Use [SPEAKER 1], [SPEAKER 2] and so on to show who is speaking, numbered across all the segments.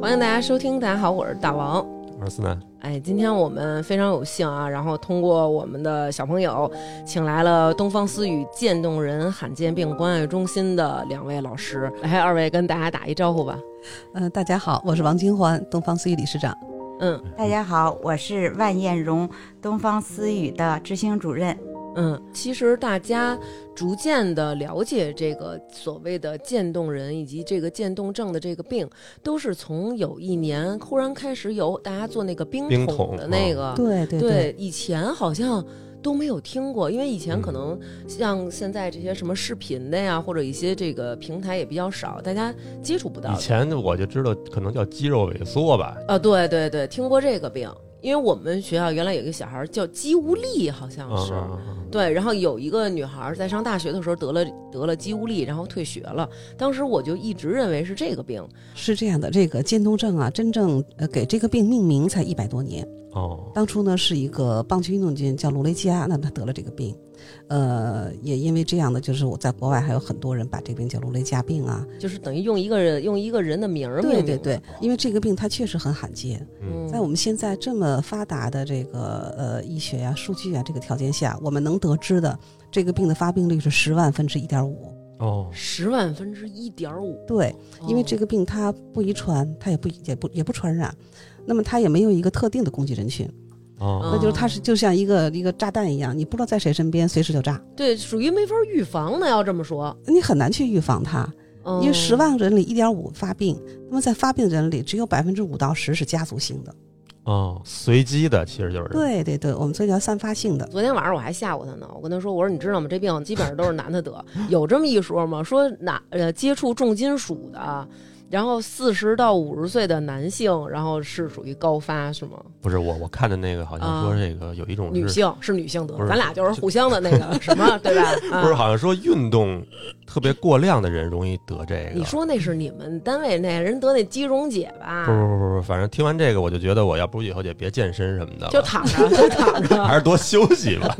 [SPEAKER 1] 欢迎大家收听，大家好，我是大王。
[SPEAKER 2] 我是思南，
[SPEAKER 1] 哎，今天我们非常有幸啊，然后通过我们的小朋友，请来了东方思雨渐冻人罕见病关爱中心的两位老师，来，二位跟大家打一招呼吧。
[SPEAKER 3] 呃，大家好，我是王金环，东方思雨理事长。
[SPEAKER 1] 嗯
[SPEAKER 2] 哎
[SPEAKER 4] 大家好，我是万艳荣，东方思雨的执行主任。
[SPEAKER 1] 嗯，其实大家逐渐的了解这个所谓的渐冻人以及这个渐冻症的这个病，都是从有一年忽然开始有大家做那个冰
[SPEAKER 2] 冰
[SPEAKER 1] 桶
[SPEAKER 2] 桶嗯
[SPEAKER 1] 的那个，
[SPEAKER 3] 对对
[SPEAKER 1] 对，以前好像都没有听过，因为以前
[SPEAKER 2] 嗯
[SPEAKER 1] 可能像现在这些什么视频的呀，或者一些这个平台也比较少，大家接触不到
[SPEAKER 2] 以
[SPEAKER 1] 的。
[SPEAKER 2] 前我就知道可能叫肌肉萎缩吧，
[SPEAKER 1] 啊，对对对，听过这个病，因为我们学校原来有一个小孩叫肌无力，好像
[SPEAKER 2] 嗯
[SPEAKER 1] 是。
[SPEAKER 3] 啊
[SPEAKER 2] 嗯嗯
[SPEAKER 1] 对，然后有一个女孩在上大学的时候得了得了肌无力，然后退学了。当时我就一直认为是这个病，
[SPEAKER 3] 是这样的，这个渐冻症啊，真正呃给这个病命名才一百多年。
[SPEAKER 2] 嗯哦，
[SPEAKER 3] 当初呢，是一个棒球运动员叫罗雷基亚，那他得了这个病，呃，也因为这样呢，就是我在国外还有很多人把这个病叫罗雷加病啊。
[SPEAKER 1] 就是等于用一个人用一个人的名儿命
[SPEAKER 3] 对
[SPEAKER 1] 名
[SPEAKER 3] 对
[SPEAKER 1] 的
[SPEAKER 3] 对，因为这个病它确实很罕见，
[SPEAKER 2] 嗯
[SPEAKER 3] 在我们现在这么发达的这个呃医学呀、数据啊这个条件下，我们能得知的这个病的发病率是十万分之一点五。
[SPEAKER 2] 哦，
[SPEAKER 1] 十万分之一点五，
[SPEAKER 3] 对，因为这
[SPEAKER 1] 个
[SPEAKER 3] 个病它不遗传，它也不也不也不传染，那么它也没有一个特定的攻击人群，
[SPEAKER 2] 哦，
[SPEAKER 3] 那就是它是就像一个一个炸弹一样，你不知道在谁身边，随时就炸，
[SPEAKER 1] 对属于没法预防的，要这么说。
[SPEAKER 3] 你很难去预防它。
[SPEAKER 1] 嗯、
[SPEAKER 3] 因为十万人里一点五发病，那么在发病人里只有百分之五到十是家族性的。
[SPEAKER 2] 哦，随机的其实就是，
[SPEAKER 3] 对对对，我们所以叫散发性的。
[SPEAKER 1] 昨天晚上我还吓唬他呢，我跟他说：“我说你知道吗？这病基本上都是男的得，有这么一说吗？说哪呃接触重金属的，然后四十到五十岁的男性，然后是属于高发是吗？
[SPEAKER 2] 不是我我看的那个好像说这个有一种
[SPEAKER 1] 女
[SPEAKER 2] 是，
[SPEAKER 1] 性是女性得
[SPEAKER 2] 不，是
[SPEAKER 1] 咱俩就是互相的那 个什么对吧？啊、
[SPEAKER 2] 不是好像说运动特别过量的人容易得这个，
[SPEAKER 1] 你说那是你们单位那人得那肌溶解吧
[SPEAKER 2] 不？不不不不，反正听完这个我就觉得我要不以后就别健身什么的了，
[SPEAKER 1] 就躺着，就躺着。
[SPEAKER 2] 还是多休息吧，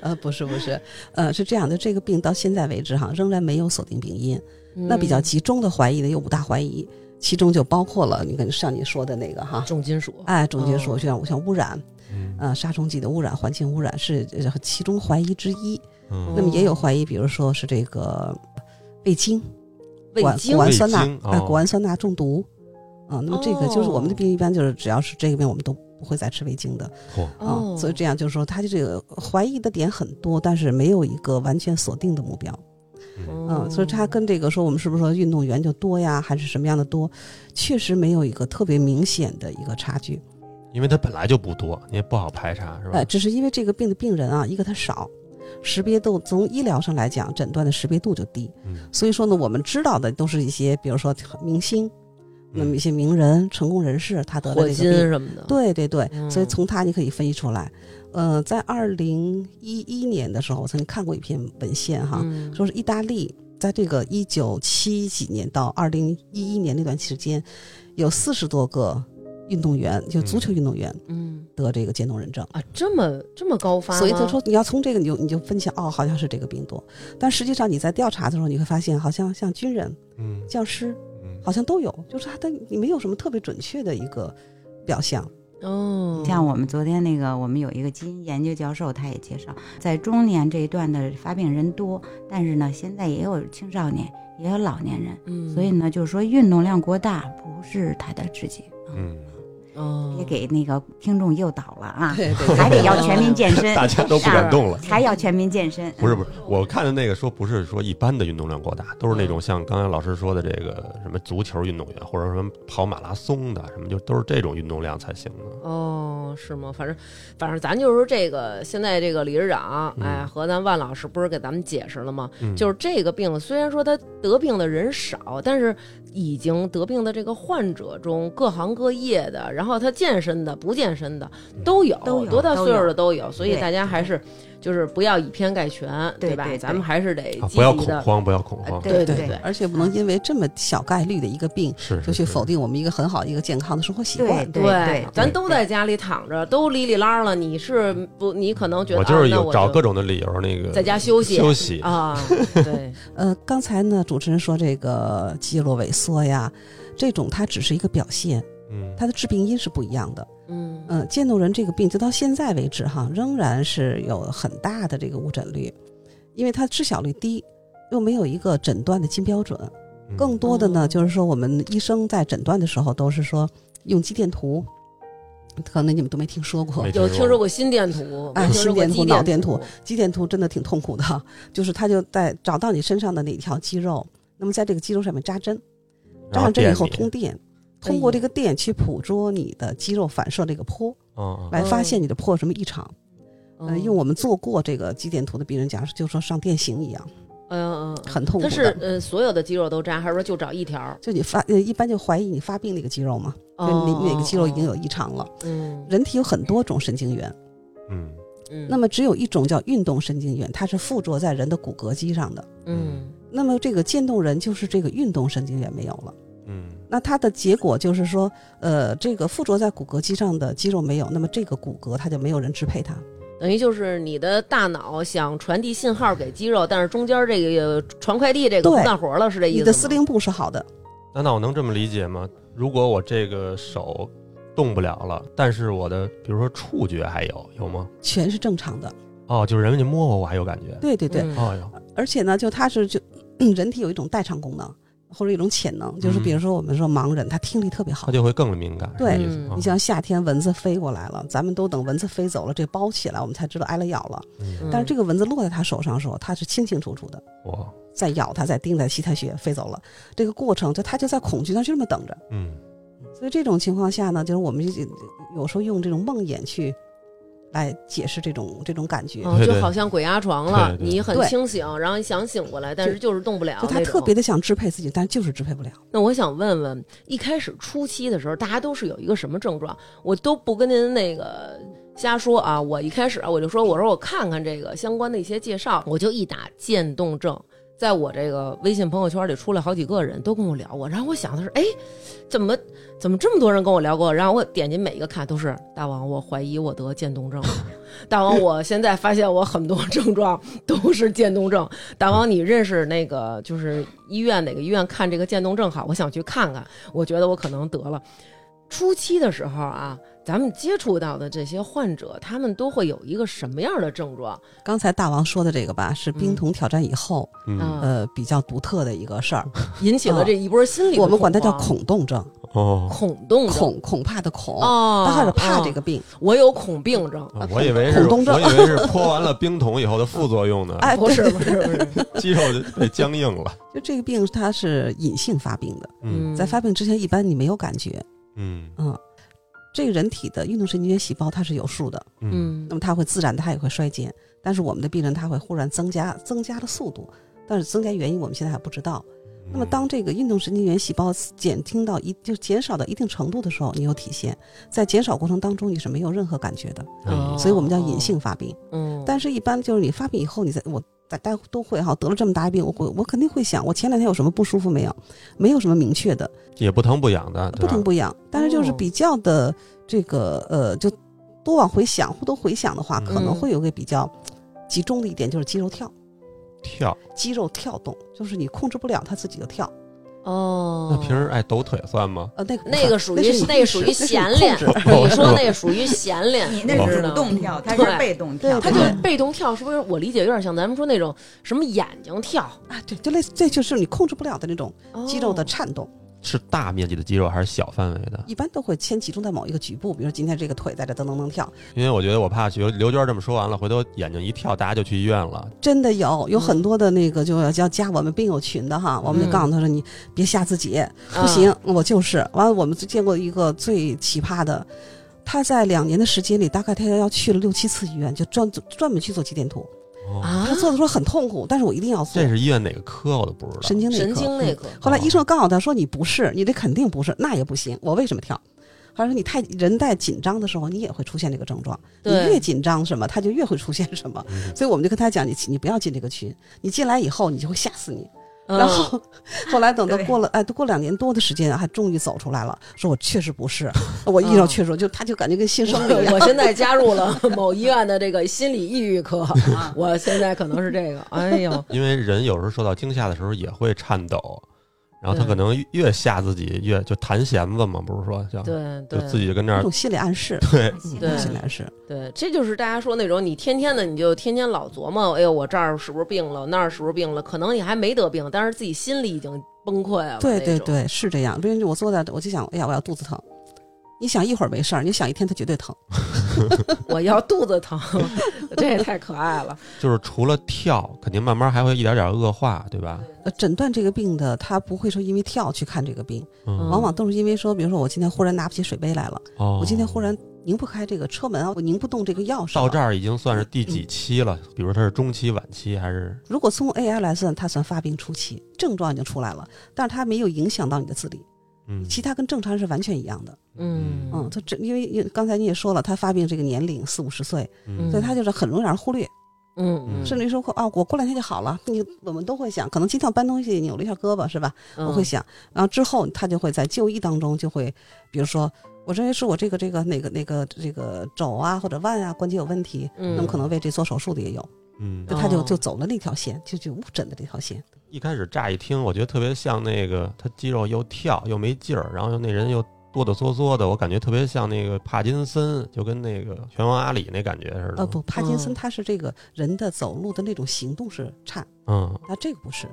[SPEAKER 3] 呃，不是不是，呃，是这样的，这个病到现在为止哈，仍然没有锁定病因。那比较
[SPEAKER 1] 嗯
[SPEAKER 3] 集中的怀疑的有五大怀疑，其中就包括了你跟上你说的那个哈，
[SPEAKER 1] 重金属，
[SPEAKER 3] 哎，重金属
[SPEAKER 1] 哦
[SPEAKER 3] 像像污染，
[SPEAKER 2] 嗯
[SPEAKER 3] 呃，杀虫剂的污染、环境污染是呃其中怀疑之一。那
[SPEAKER 2] 嗯，
[SPEAKER 3] 么也有怀疑，比如说是这个味精、
[SPEAKER 1] 味
[SPEAKER 3] 谷氨
[SPEAKER 1] 精
[SPEAKER 3] 谷氨酸钠
[SPEAKER 2] 味精
[SPEAKER 3] 啊，
[SPEAKER 2] 哦
[SPEAKER 3] 谷氨酸钠中毒啊。那么这个就是我
[SPEAKER 1] 哦
[SPEAKER 3] 们的病，一般就是只要是这个病，我们都不会再吃味精的
[SPEAKER 2] 嚯
[SPEAKER 3] 啊
[SPEAKER 1] 哦。。
[SPEAKER 3] 所以这样就是说，它的这个怀疑的点很多，但是没有一个完全锁定的目标。
[SPEAKER 1] 哦
[SPEAKER 3] 嗯，所以它跟这个说我们是不是说运动员就多呀，还是什么样的多，确实没有一个特别明显的一个差距。
[SPEAKER 2] 因为它本来就不多，你也不好排查是吧
[SPEAKER 3] 呃，？只是因为这个病的病人啊，一个他少，识别度从医疗上来讲，诊断的识别度就低。
[SPEAKER 2] 嗯，
[SPEAKER 3] 所以说呢，我们知道的都是一些，比如说明星，那么一
[SPEAKER 2] 嗯
[SPEAKER 3] 些名人、成功人士，他得
[SPEAKER 1] 火
[SPEAKER 3] 了这
[SPEAKER 1] 金
[SPEAKER 3] 个病。
[SPEAKER 1] 什么的，
[SPEAKER 3] 对对对，
[SPEAKER 1] 嗯
[SPEAKER 3] 所以从他你可以分析出来。呃，在二零一一年的时候，我曾经看过一篇文献哈，
[SPEAKER 1] 嗯
[SPEAKER 3] 说是意大利在这个一九七几年到二零一一年那段时间，有四十多个运动员，就足球运动员
[SPEAKER 1] 嗯
[SPEAKER 3] 得这个渐冻人症。
[SPEAKER 1] 啊，这么这么高发吗，
[SPEAKER 3] 所以他说，你要从这个你就你就分析哦，好像是这个病多，但实际上你在调查的时候，你会发现，好像像军人、
[SPEAKER 2] 嗯
[SPEAKER 3] 教师，
[SPEAKER 2] 嗯
[SPEAKER 3] 好像都有，就是他的你没有什么特别准确的一个表象。嗯
[SPEAKER 1] 哦，
[SPEAKER 4] 像我们昨天那个，我们有一个基因研究教授，他也介绍，在中年这一段的发病人多，但是呢，现在也有青少年，也有老年人，
[SPEAKER 1] 嗯，
[SPEAKER 4] 所以呢，就是说运动量过大不是他的直接。
[SPEAKER 2] 嗯，
[SPEAKER 1] 哦，
[SPEAKER 4] 别给那个听众诱导了啊，
[SPEAKER 3] 对对
[SPEAKER 4] 还得要全民健身，
[SPEAKER 2] 大家都不敢动了。
[SPEAKER 4] 还要全民健身。
[SPEAKER 2] 不是不是，我看的那个说不是说一般的运动量过大，都是那种像刚才老师说的这个什么足球运动员，或者说什么跑马拉松的，什么就都是这种运动量才行的。
[SPEAKER 1] 哦，是吗？反正，反正咱就是说这个，现在这个理事长，
[SPEAKER 2] 嗯
[SPEAKER 1] 哎，和咱万老师不是给咱们解释了吗？
[SPEAKER 2] 嗯
[SPEAKER 1] 就是这个病，虽然说他得病的人少，但是已经得病的这个患者中，各行各业的，然后他健身的、不健身的
[SPEAKER 2] 嗯
[SPEAKER 1] 都有，
[SPEAKER 4] 都有
[SPEAKER 1] 多大
[SPEAKER 4] 都
[SPEAKER 1] 岁数
[SPEAKER 4] 有
[SPEAKER 1] 的都有，所以
[SPEAKER 4] 对
[SPEAKER 1] 大家还是就是不要以偏概全，
[SPEAKER 4] 对
[SPEAKER 1] 吧？
[SPEAKER 4] 对对
[SPEAKER 1] 咱们还是得
[SPEAKER 2] 啊
[SPEAKER 1] 积
[SPEAKER 2] 不要
[SPEAKER 1] 极
[SPEAKER 2] 恐
[SPEAKER 1] 的，
[SPEAKER 2] 慌，不要恐慌，
[SPEAKER 4] 呃对
[SPEAKER 1] 对
[SPEAKER 4] 对
[SPEAKER 1] 对，
[SPEAKER 3] 而且不能因为这么小概率的一个病，
[SPEAKER 2] 是
[SPEAKER 3] 就去否。
[SPEAKER 2] 是
[SPEAKER 3] 定我们一个很好的一个健康的生活习
[SPEAKER 4] 对
[SPEAKER 3] 惯。
[SPEAKER 4] 对
[SPEAKER 1] 咱都在家里躺着，都哩哩啦了，你是不？你可能觉
[SPEAKER 2] 是
[SPEAKER 1] 得
[SPEAKER 2] 我就是
[SPEAKER 1] 啊那
[SPEAKER 2] 有找
[SPEAKER 1] 就
[SPEAKER 2] 各种的理由，那个
[SPEAKER 1] 在家休息
[SPEAKER 2] 休息，
[SPEAKER 1] 啊，对，
[SPEAKER 3] 呃，刚才呢，主持人说这个肌肉萎缩呀，这种它只是一个表现，
[SPEAKER 2] 嗯，
[SPEAKER 3] 它的致病因是不一样的。
[SPEAKER 1] 嗯
[SPEAKER 3] 嗯，渐冻人这个病，直到现在为止哈，仍然是有很大的这个误诊率，因为它知晓率低，又没有一个诊断的金标准。
[SPEAKER 2] 嗯
[SPEAKER 3] 更多的呢，
[SPEAKER 1] 嗯
[SPEAKER 3] 就是说我们医生在诊断的时候都是说用肌电图，可能你们都没听说过
[SPEAKER 2] 没。
[SPEAKER 1] 有听说过心电图，
[SPEAKER 4] 啊
[SPEAKER 3] 哎
[SPEAKER 1] 有听说过
[SPEAKER 3] 心电图
[SPEAKER 1] 肌
[SPEAKER 3] 脑
[SPEAKER 1] 电
[SPEAKER 3] 电图，肌电图真的挺痛苦的，就是他就在找到你身上的哪条肌肉，那么在这个肌肉上面扎针，
[SPEAKER 2] 然
[SPEAKER 3] 扎
[SPEAKER 2] 后
[SPEAKER 3] 上针以
[SPEAKER 2] 电
[SPEAKER 3] 后
[SPEAKER 2] 你
[SPEAKER 3] 通电，
[SPEAKER 1] 哎
[SPEAKER 3] 通
[SPEAKER 1] 呦
[SPEAKER 3] 过这个电去捕捉你的肌肉反射这个波，
[SPEAKER 2] 嗯嗯
[SPEAKER 3] 来发现
[SPEAKER 1] 哦
[SPEAKER 3] 你的破什么异常。呃，
[SPEAKER 1] 嗯
[SPEAKER 3] 用我们做过这个肌电图的病人讲，就说上电刑一样，
[SPEAKER 1] 嗯嗯，嗯
[SPEAKER 3] 很痛苦
[SPEAKER 1] 它是
[SPEAKER 3] 的。
[SPEAKER 1] 呃所有的肌肉都扎，还是说就找一条儿？
[SPEAKER 3] 就你发，呃，一般就怀疑你发病那个肌肉嘛，就你
[SPEAKER 1] 哦
[SPEAKER 3] 哪个肌肉已经有
[SPEAKER 1] 哦
[SPEAKER 3] 异常了。
[SPEAKER 1] 嗯
[SPEAKER 3] 人体有很多种神经元，
[SPEAKER 2] 嗯
[SPEAKER 1] 嗯，
[SPEAKER 3] 那么只有一种叫运动神经元，它是附着在人的骨骼肌上的。
[SPEAKER 1] 嗯
[SPEAKER 3] 那么这个渐冻人就是这个运动神经元没有了，
[SPEAKER 2] 嗯
[SPEAKER 3] 那它的结果就是说，呃，这个附着在骨骼肌上的肌肉没有，那么这个骨骼它就没有人支配它。
[SPEAKER 1] 等于就是你的大脑想传递信号给肌肉，但是中间这个传快递这个不
[SPEAKER 3] 对
[SPEAKER 1] 干活了，是这意思
[SPEAKER 3] 你
[SPEAKER 1] 吗？
[SPEAKER 3] 的司令部是好的，
[SPEAKER 2] 难道我能这么理解吗？如果我这个手动不了了，但是我的比如说触觉还有有吗？
[SPEAKER 3] 全是正常的。
[SPEAKER 2] 哦，就是人家摸我，我还有感觉。
[SPEAKER 3] 对对对，
[SPEAKER 1] 嗯
[SPEAKER 2] 哦哟，
[SPEAKER 3] 而且呢，就它是就 人体有一种代偿功能，或者一种潜能，就是比如说我们说盲人，他听力特别好
[SPEAKER 2] 他。就会更敏感。
[SPEAKER 3] 对
[SPEAKER 2] 是这意思
[SPEAKER 1] 嗯
[SPEAKER 2] 啊
[SPEAKER 3] 你像夏天蚊子飞过来了，咱们都等蚊子飞走了，这包起来我们才知道挨了咬了。
[SPEAKER 2] 嗯
[SPEAKER 1] 嗯，
[SPEAKER 3] 但是这个蚊子落在他手上的时候，他是清清楚楚的，
[SPEAKER 2] 我
[SPEAKER 3] 在咬他，在叮他，吸他血，飞走了。这个过程就他就在恐惧，他就这么等着。
[SPEAKER 2] 嗯
[SPEAKER 3] 所以这种情况下呢，就是我们就有时候用这种梦魇去来解释这种这种感觉。
[SPEAKER 1] 哦
[SPEAKER 2] 对
[SPEAKER 1] 就
[SPEAKER 2] 对
[SPEAKER 1] 好像鬼压床了，
[SPEAKER 2] 对对
[SPEAKER 1] 你很
[SPEAKER 3] 对
[SPEAKER 1] 清醒，然后你想醒过来，但是就是动不了
[SPEAKER 3] 就他
[SPEAKER 1] 那
[SPEAKER 3] 特
[SPEAKER 1] 种
[SPEAKER 3] 别的想支配自己，但就是支配不了。
[SPEAKER 1] 那我想问问，一开始初期的时候，大家都是有一个什么症状？我都不跟您那个瞎说啊，我一开始啊我就说，我说我看看这个相关的一些介绍，我就一打渐冻症，在我这个微信朋友圈里出来好几个人都跟我聊过，然后我想的是，哎，怎么怎么这么多人跟我聊过？然后我点进每一个看，都是大王，我怀疑我得渐冻症了。 大王，我现在发现我很多症状都是渐冻症。大王，你认识那个就是医院哪个医院看这个渐冻症好？我想去看看，我觉得我可能得了。初期的时候啊，咱们接触到的这些患者，他们都会有一个什么样的症状？
[SPEAKER 3] 刚才大王说的这个吧，
[SPEAKER 1] 嗯
[SPEAKER 3] 是冰桶挑战以后，
[SPEAKER 1] 啊
[SPEAKER 2] 嗯
[SPEAKER 3] 呃，比较独特的一个事儿。
[SPEAKER 1] 引起了这一波心理的
[SPEAKER 3] 啊我们管它叫
[SPEAKER 1] 嗯恐
[SPEAKER 3] 恐动症，
[SPEAKER 2] 哦，
[SPEAKER 1] 慌恐动症
[SPEAKER 3] 恐恐怕的恐，
[SPEAKER 1] 哦，
[SPEAKER 3] 他开始怕
[SPEAKER 1] 哦
[SPEAKER 3] 这个，病。
[SPEAKER 1] 我有恐病症。
[SPEAKER 2] 啊我以为是
[SPEAKER 3] 恐
[SPEAKER 2] 我
[SPEAKER 3] 动症
[SPEAKER 2] 以为是泼完了冰桶以后的副作用呢，
[SPEAKER 3] 哎，
[SPEAKER 1] 不
[SPEAKER 3] 对
[SPEAKER 1] 是不是不是，
[SPEAKER 2] 肌肉就被僵硬 了。
[SPEAKER 3] 就这个病它是隐性发病的，
[SPEAKER 2] 嗯
[SPEAKER 3] 在发病之前一般你没有感觉，
[SPEAKER 2] 嗯
[SPEAKER 3] 嗯。这个人体的运动神经元细胞它是有数的，
[SPEAKER 2] 嗯
[SPEAKER 1] 嗯
[SPEAKER 3] 那么它会自然的，它也会衰减。但是我们的病人他会忽然增加，增加的速度，但是增加原因我们现在还不知道。
[SPEAKER 2] 嗯
[SPEAKER 3] 那么当这个运动神经元细胞减轻到一就减少到一定程度的时候，你有体现，在减少过程当中你是没有任何感觉的，
[SPEAKER 2] 嗯
[SPEAKER 1] 哦
[SPEAKER 3] 所以我们叫隐性发病。
[SPEAKER 2] 哦
[SPEAKER 1] 嗯，
[SPEAKER 3] 但是，一般就是你发病以后，你再我大家都会哈，得了这么大病，我我我肯定会想，我前两天有什么不舒服没有？没有什么明确的，
[SPEAKER 2] 也不疼不痒的，对啊
[SPEAKER 3] 不
[SPEAKER 2] 吧
[SPEAKER 3] 疼不痒，但是就是
[SPEAKER 1] 哦
[SPEAKER 3] 比较的这个呃，就多往回想，多回想的话，
[SPEAKER 2] 嗯
[SPEAKER 3] 可能会有个比较集中的一点，就是肌肉跳，
[SPEAKER 2] 跳。
[SPEAKER 3] 肌肉跳动，就是你控制不了它自己就跳。
[SPEAKER 1] 哦，
[SPEAKER 2] 那平时爱抖腿算吗？
[SPEAKER 3] 呃，那个
[SPEAKER 1] 那个属于
[SPEAKER 3] 那是你
[SPEAKER 1] 那属于
[SPEAKER 3] 意识
[SPEAKER 1] 闲
[SPEAKER 3] 那是你
[SPEAKER 1] 练
[SPEAKER 3] 控 制，
[SPEAKER 1] 你说那属于闲练，
[SPEAKER 4] 你那是
[SPEAKER 1] 知
[SPEAKER 4] 主
[SPEAKER 1] 道
[SPEAKER 4] 动
[SPEAKER 1] 吗
[SPEAKER 4] 跳，他是
[SPEAKER 1] 对
[SPEAKER 4] 被动跳，
[SPEAKER 1] 他
[SPEAKER 3] 对
[SPEAKER 1] 就
[SPEAKER 3] 对
[SPEAKER 1] 是被动跳，是不是？我理解有点像咱们说那种什么眼睛跳，
[SPEAKER 3] 啊，对，就类似，这就是你控制不了的那种
[SPEAKER 1] 哦
[SPEAKER 3] 肌肉的颤动，
[SPEAKER 2] 是大面积的肌肉还是小范围的？
[SPEAKER 3] 一般都会先集中在某一个局部，比如说今天这个腿在这噔噔噔跳，
[SPEAKER 2] 因为我觉得我怕学刘娟这么说完了，回头眼睛一跳，大家就去医院了。
[SPEAKER 3] 真的有有
[SPEAKER 1] 嗯
[SPEAKER 3] 很多的那个就要要加我们病友群的哈，我们就告诉他说你别吓自己，
[SPEAKER 1] 嗯
[SPEAKER 3] 不
[SPEAKER 1] 啊
[SPEAKER 3] 行，我就是。完了，我们就见过一个最奇葩的，他在两年的时间里，大概他要去了六七次医院，就专专门去做肌电图。
[SPEAKER 2] 哦，
[SPEAKER 1] 啊
[SPEAKER 3] 他，做的时候很痛苦，但是我一定要做
[SPEAKER 2] 这是医院哪个科我都不知道。
[SPEAKER 3] 神经内科。
[SPEAKER 1] 神经内科，
[SPEAKER 3] 后来医生告诉他说：“你不是，你这肯定不是，那也不行。我为什么跳？”他说：“你太人在紧张的时候，你也会出现这个症状。你
[SPEAKER 1] 对嗯
[SPEAKER 3] 越紧张什么，他就越会出现什么。 所以我们就跟他讲：你你不要进这个群，你进来以后你就会吓死 你。
[SPEAKER 1] 嗯
[SPEAKER 3] 然后后来等到
[SPEAKER 4] 对
[SPEAKER 3] 过了哎，都过两年多的时间，还终于走出来了，说我确实不是，我遇到确实就他就感觉跟 新生了
[SPEAKER 1] 嗯
[SPEAKER 3] 一
[SPEAKER 1] 我
[SPEAKER 3] 样。
[SPEAKER 1] 我现在加入了某医院的这个心理抑郁 科，
[SPEAKER 3] 啊
[SPEAKER 1] 我现在可能是这个，哎呦，
[SPEAKER 2] 啊因为人有时候受到惊吓的时候也会颤抖，然后他可能越吓自己越就弹弦子嘛，不是说叫
[SPEAKER 1] 对
[SPEAKER 2] 就
[SPEAKER 1] 对
[SPEAKER 2] 自己就跟那
[SPEAKER 3] 一
[SPEAKER 2] 儿
[SPEAKER 3] 种心理暗示，
[SPEAKER 2] 对
[SPEAKER 4] 心
[SPEAKER 1] 对
[SPEAKER 4] 理
[SPEAKER 3] 一种心理暗示，
[SPEAKER 1] 对，这就是大家说那种你天天的你就天天老琢磨，哎呦我这儿是不是病了，那儿是不是病了？可能你还没得病，但是自己心里已经崩溃了。
[SPEAKER 3] 对对
[SPEAKER 1] 那种，
[SPEAKER 3] 对，是这样。比如我坐在，我就想，哎呀，我要肚子疼。你想一会儿没事儿，你想一天它绝对疼。
[SPEAKER 1] 我要肚子疼， 这也太可爱了。
[SPEAKER 2] 就是除了跳，肯定慢慢还会一点点恶化，对吧？
[SPEAKER 3] 呃诊断这个病的，他不会说因为跳去看这个病，
[SPEAKER 1] 嗯
[SPEAKER 3] 往往都是因为说，比如说我今天忽然拿不起水杯来了，
[SPEAKER 2] 哦，
[SPEAKER 3] 我今天忽然拧不开这个车门啊，我拧不动这个钥匙。
[SPEAKER 2] 到这，儿已经算是第几期了？
[SPEAKER 3] 嗯
[SPEAKER 2] 比如它是中期、晚期还是？
[SPEAKER 3] 如果从 AI 来算，它算发病初期，症状已经出来了，但是它没有影响到你的自理，
[SPEAKER 2] 嗯，
[SPEAKER 3] 其他跟正常人是完全一样的。
[SPEAKER 1] 嗯
[SPEAKER 3] 嗯，它这因为因为刚才你也说了，它发病这个年龄四五十岁，
[SPEAKER 1] 嗯
[SPEAKER 3] 所以它就是很容易让人忽略。
[SPEAKER 1] 嗯嗯，
[SPEAKER 3] 甚至于说啊，我过两天就好了。你我们都会想，可能今天我搬东西扭了一下胳膊，是吧？我会
[SPEAKER 1] 嗯
[SPEAKER 3] 想，然后之后他就会在就医当中就会，比如说，我认为是我这个这个哪个哪个这个肘啊或者腕啊关节有问题，
[SPEAKER 1] 嗯
[SPEAKER 3] 那么可能为这做手术的也有，
[SPEAKER 2] 嗯
[SPEAKER 3] 就，他就
[SPEAKER 1] 哦
[SPEAKER 3] 就走了那条线，就就误诊的这条线。
[SPEAKER 2] 一开始乍一听，我觉得特别像那个他肌肉又跳又没劲儿，然后那人又哆哆嗦嗦的，我感觉特别像那个帕金森，就跟那个拳王阿里那感觉似的。
[SPEAKER 3] 呃，不，帕金
[SPEAKER 1] 嗯
[SPEAKER 3] 森他是这个人的走路的那种行动是差，
[SPEAKER 2] 嗯，
[SPEAKER 3] 那这个不是。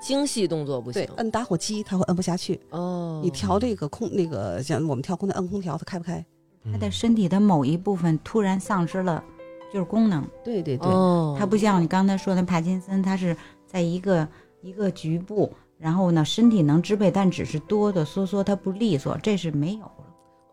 [SPEAKER 1] 精细动作不
[SPEAKER 3] 对
[SPEAKER 1] 行，
[SPEAKER 3] 摁打火机他会摁不下去，
[SPEAKER 1] 哦，
[SPEAKER 3] 你调这个空那个像我们调空调摁空调它开不开？
[SPEAKER 4] 他
[SPEAKER 2] 嗯
[SPEAKER 1] 嗯
[SPEAKER 4] 的身体的某一部分突然丧失了就是功能，
[SPEAKER 3] 对对对，
[SPEAKER 1] 哦，
[SPEAKER 4] 它不像你刚才说的帕金森，它是在一个一个局部，然后呢身体能支配，但只是哆哆嗦嗦，它不利索，这是没有了。
[SPEAKER 1] 哦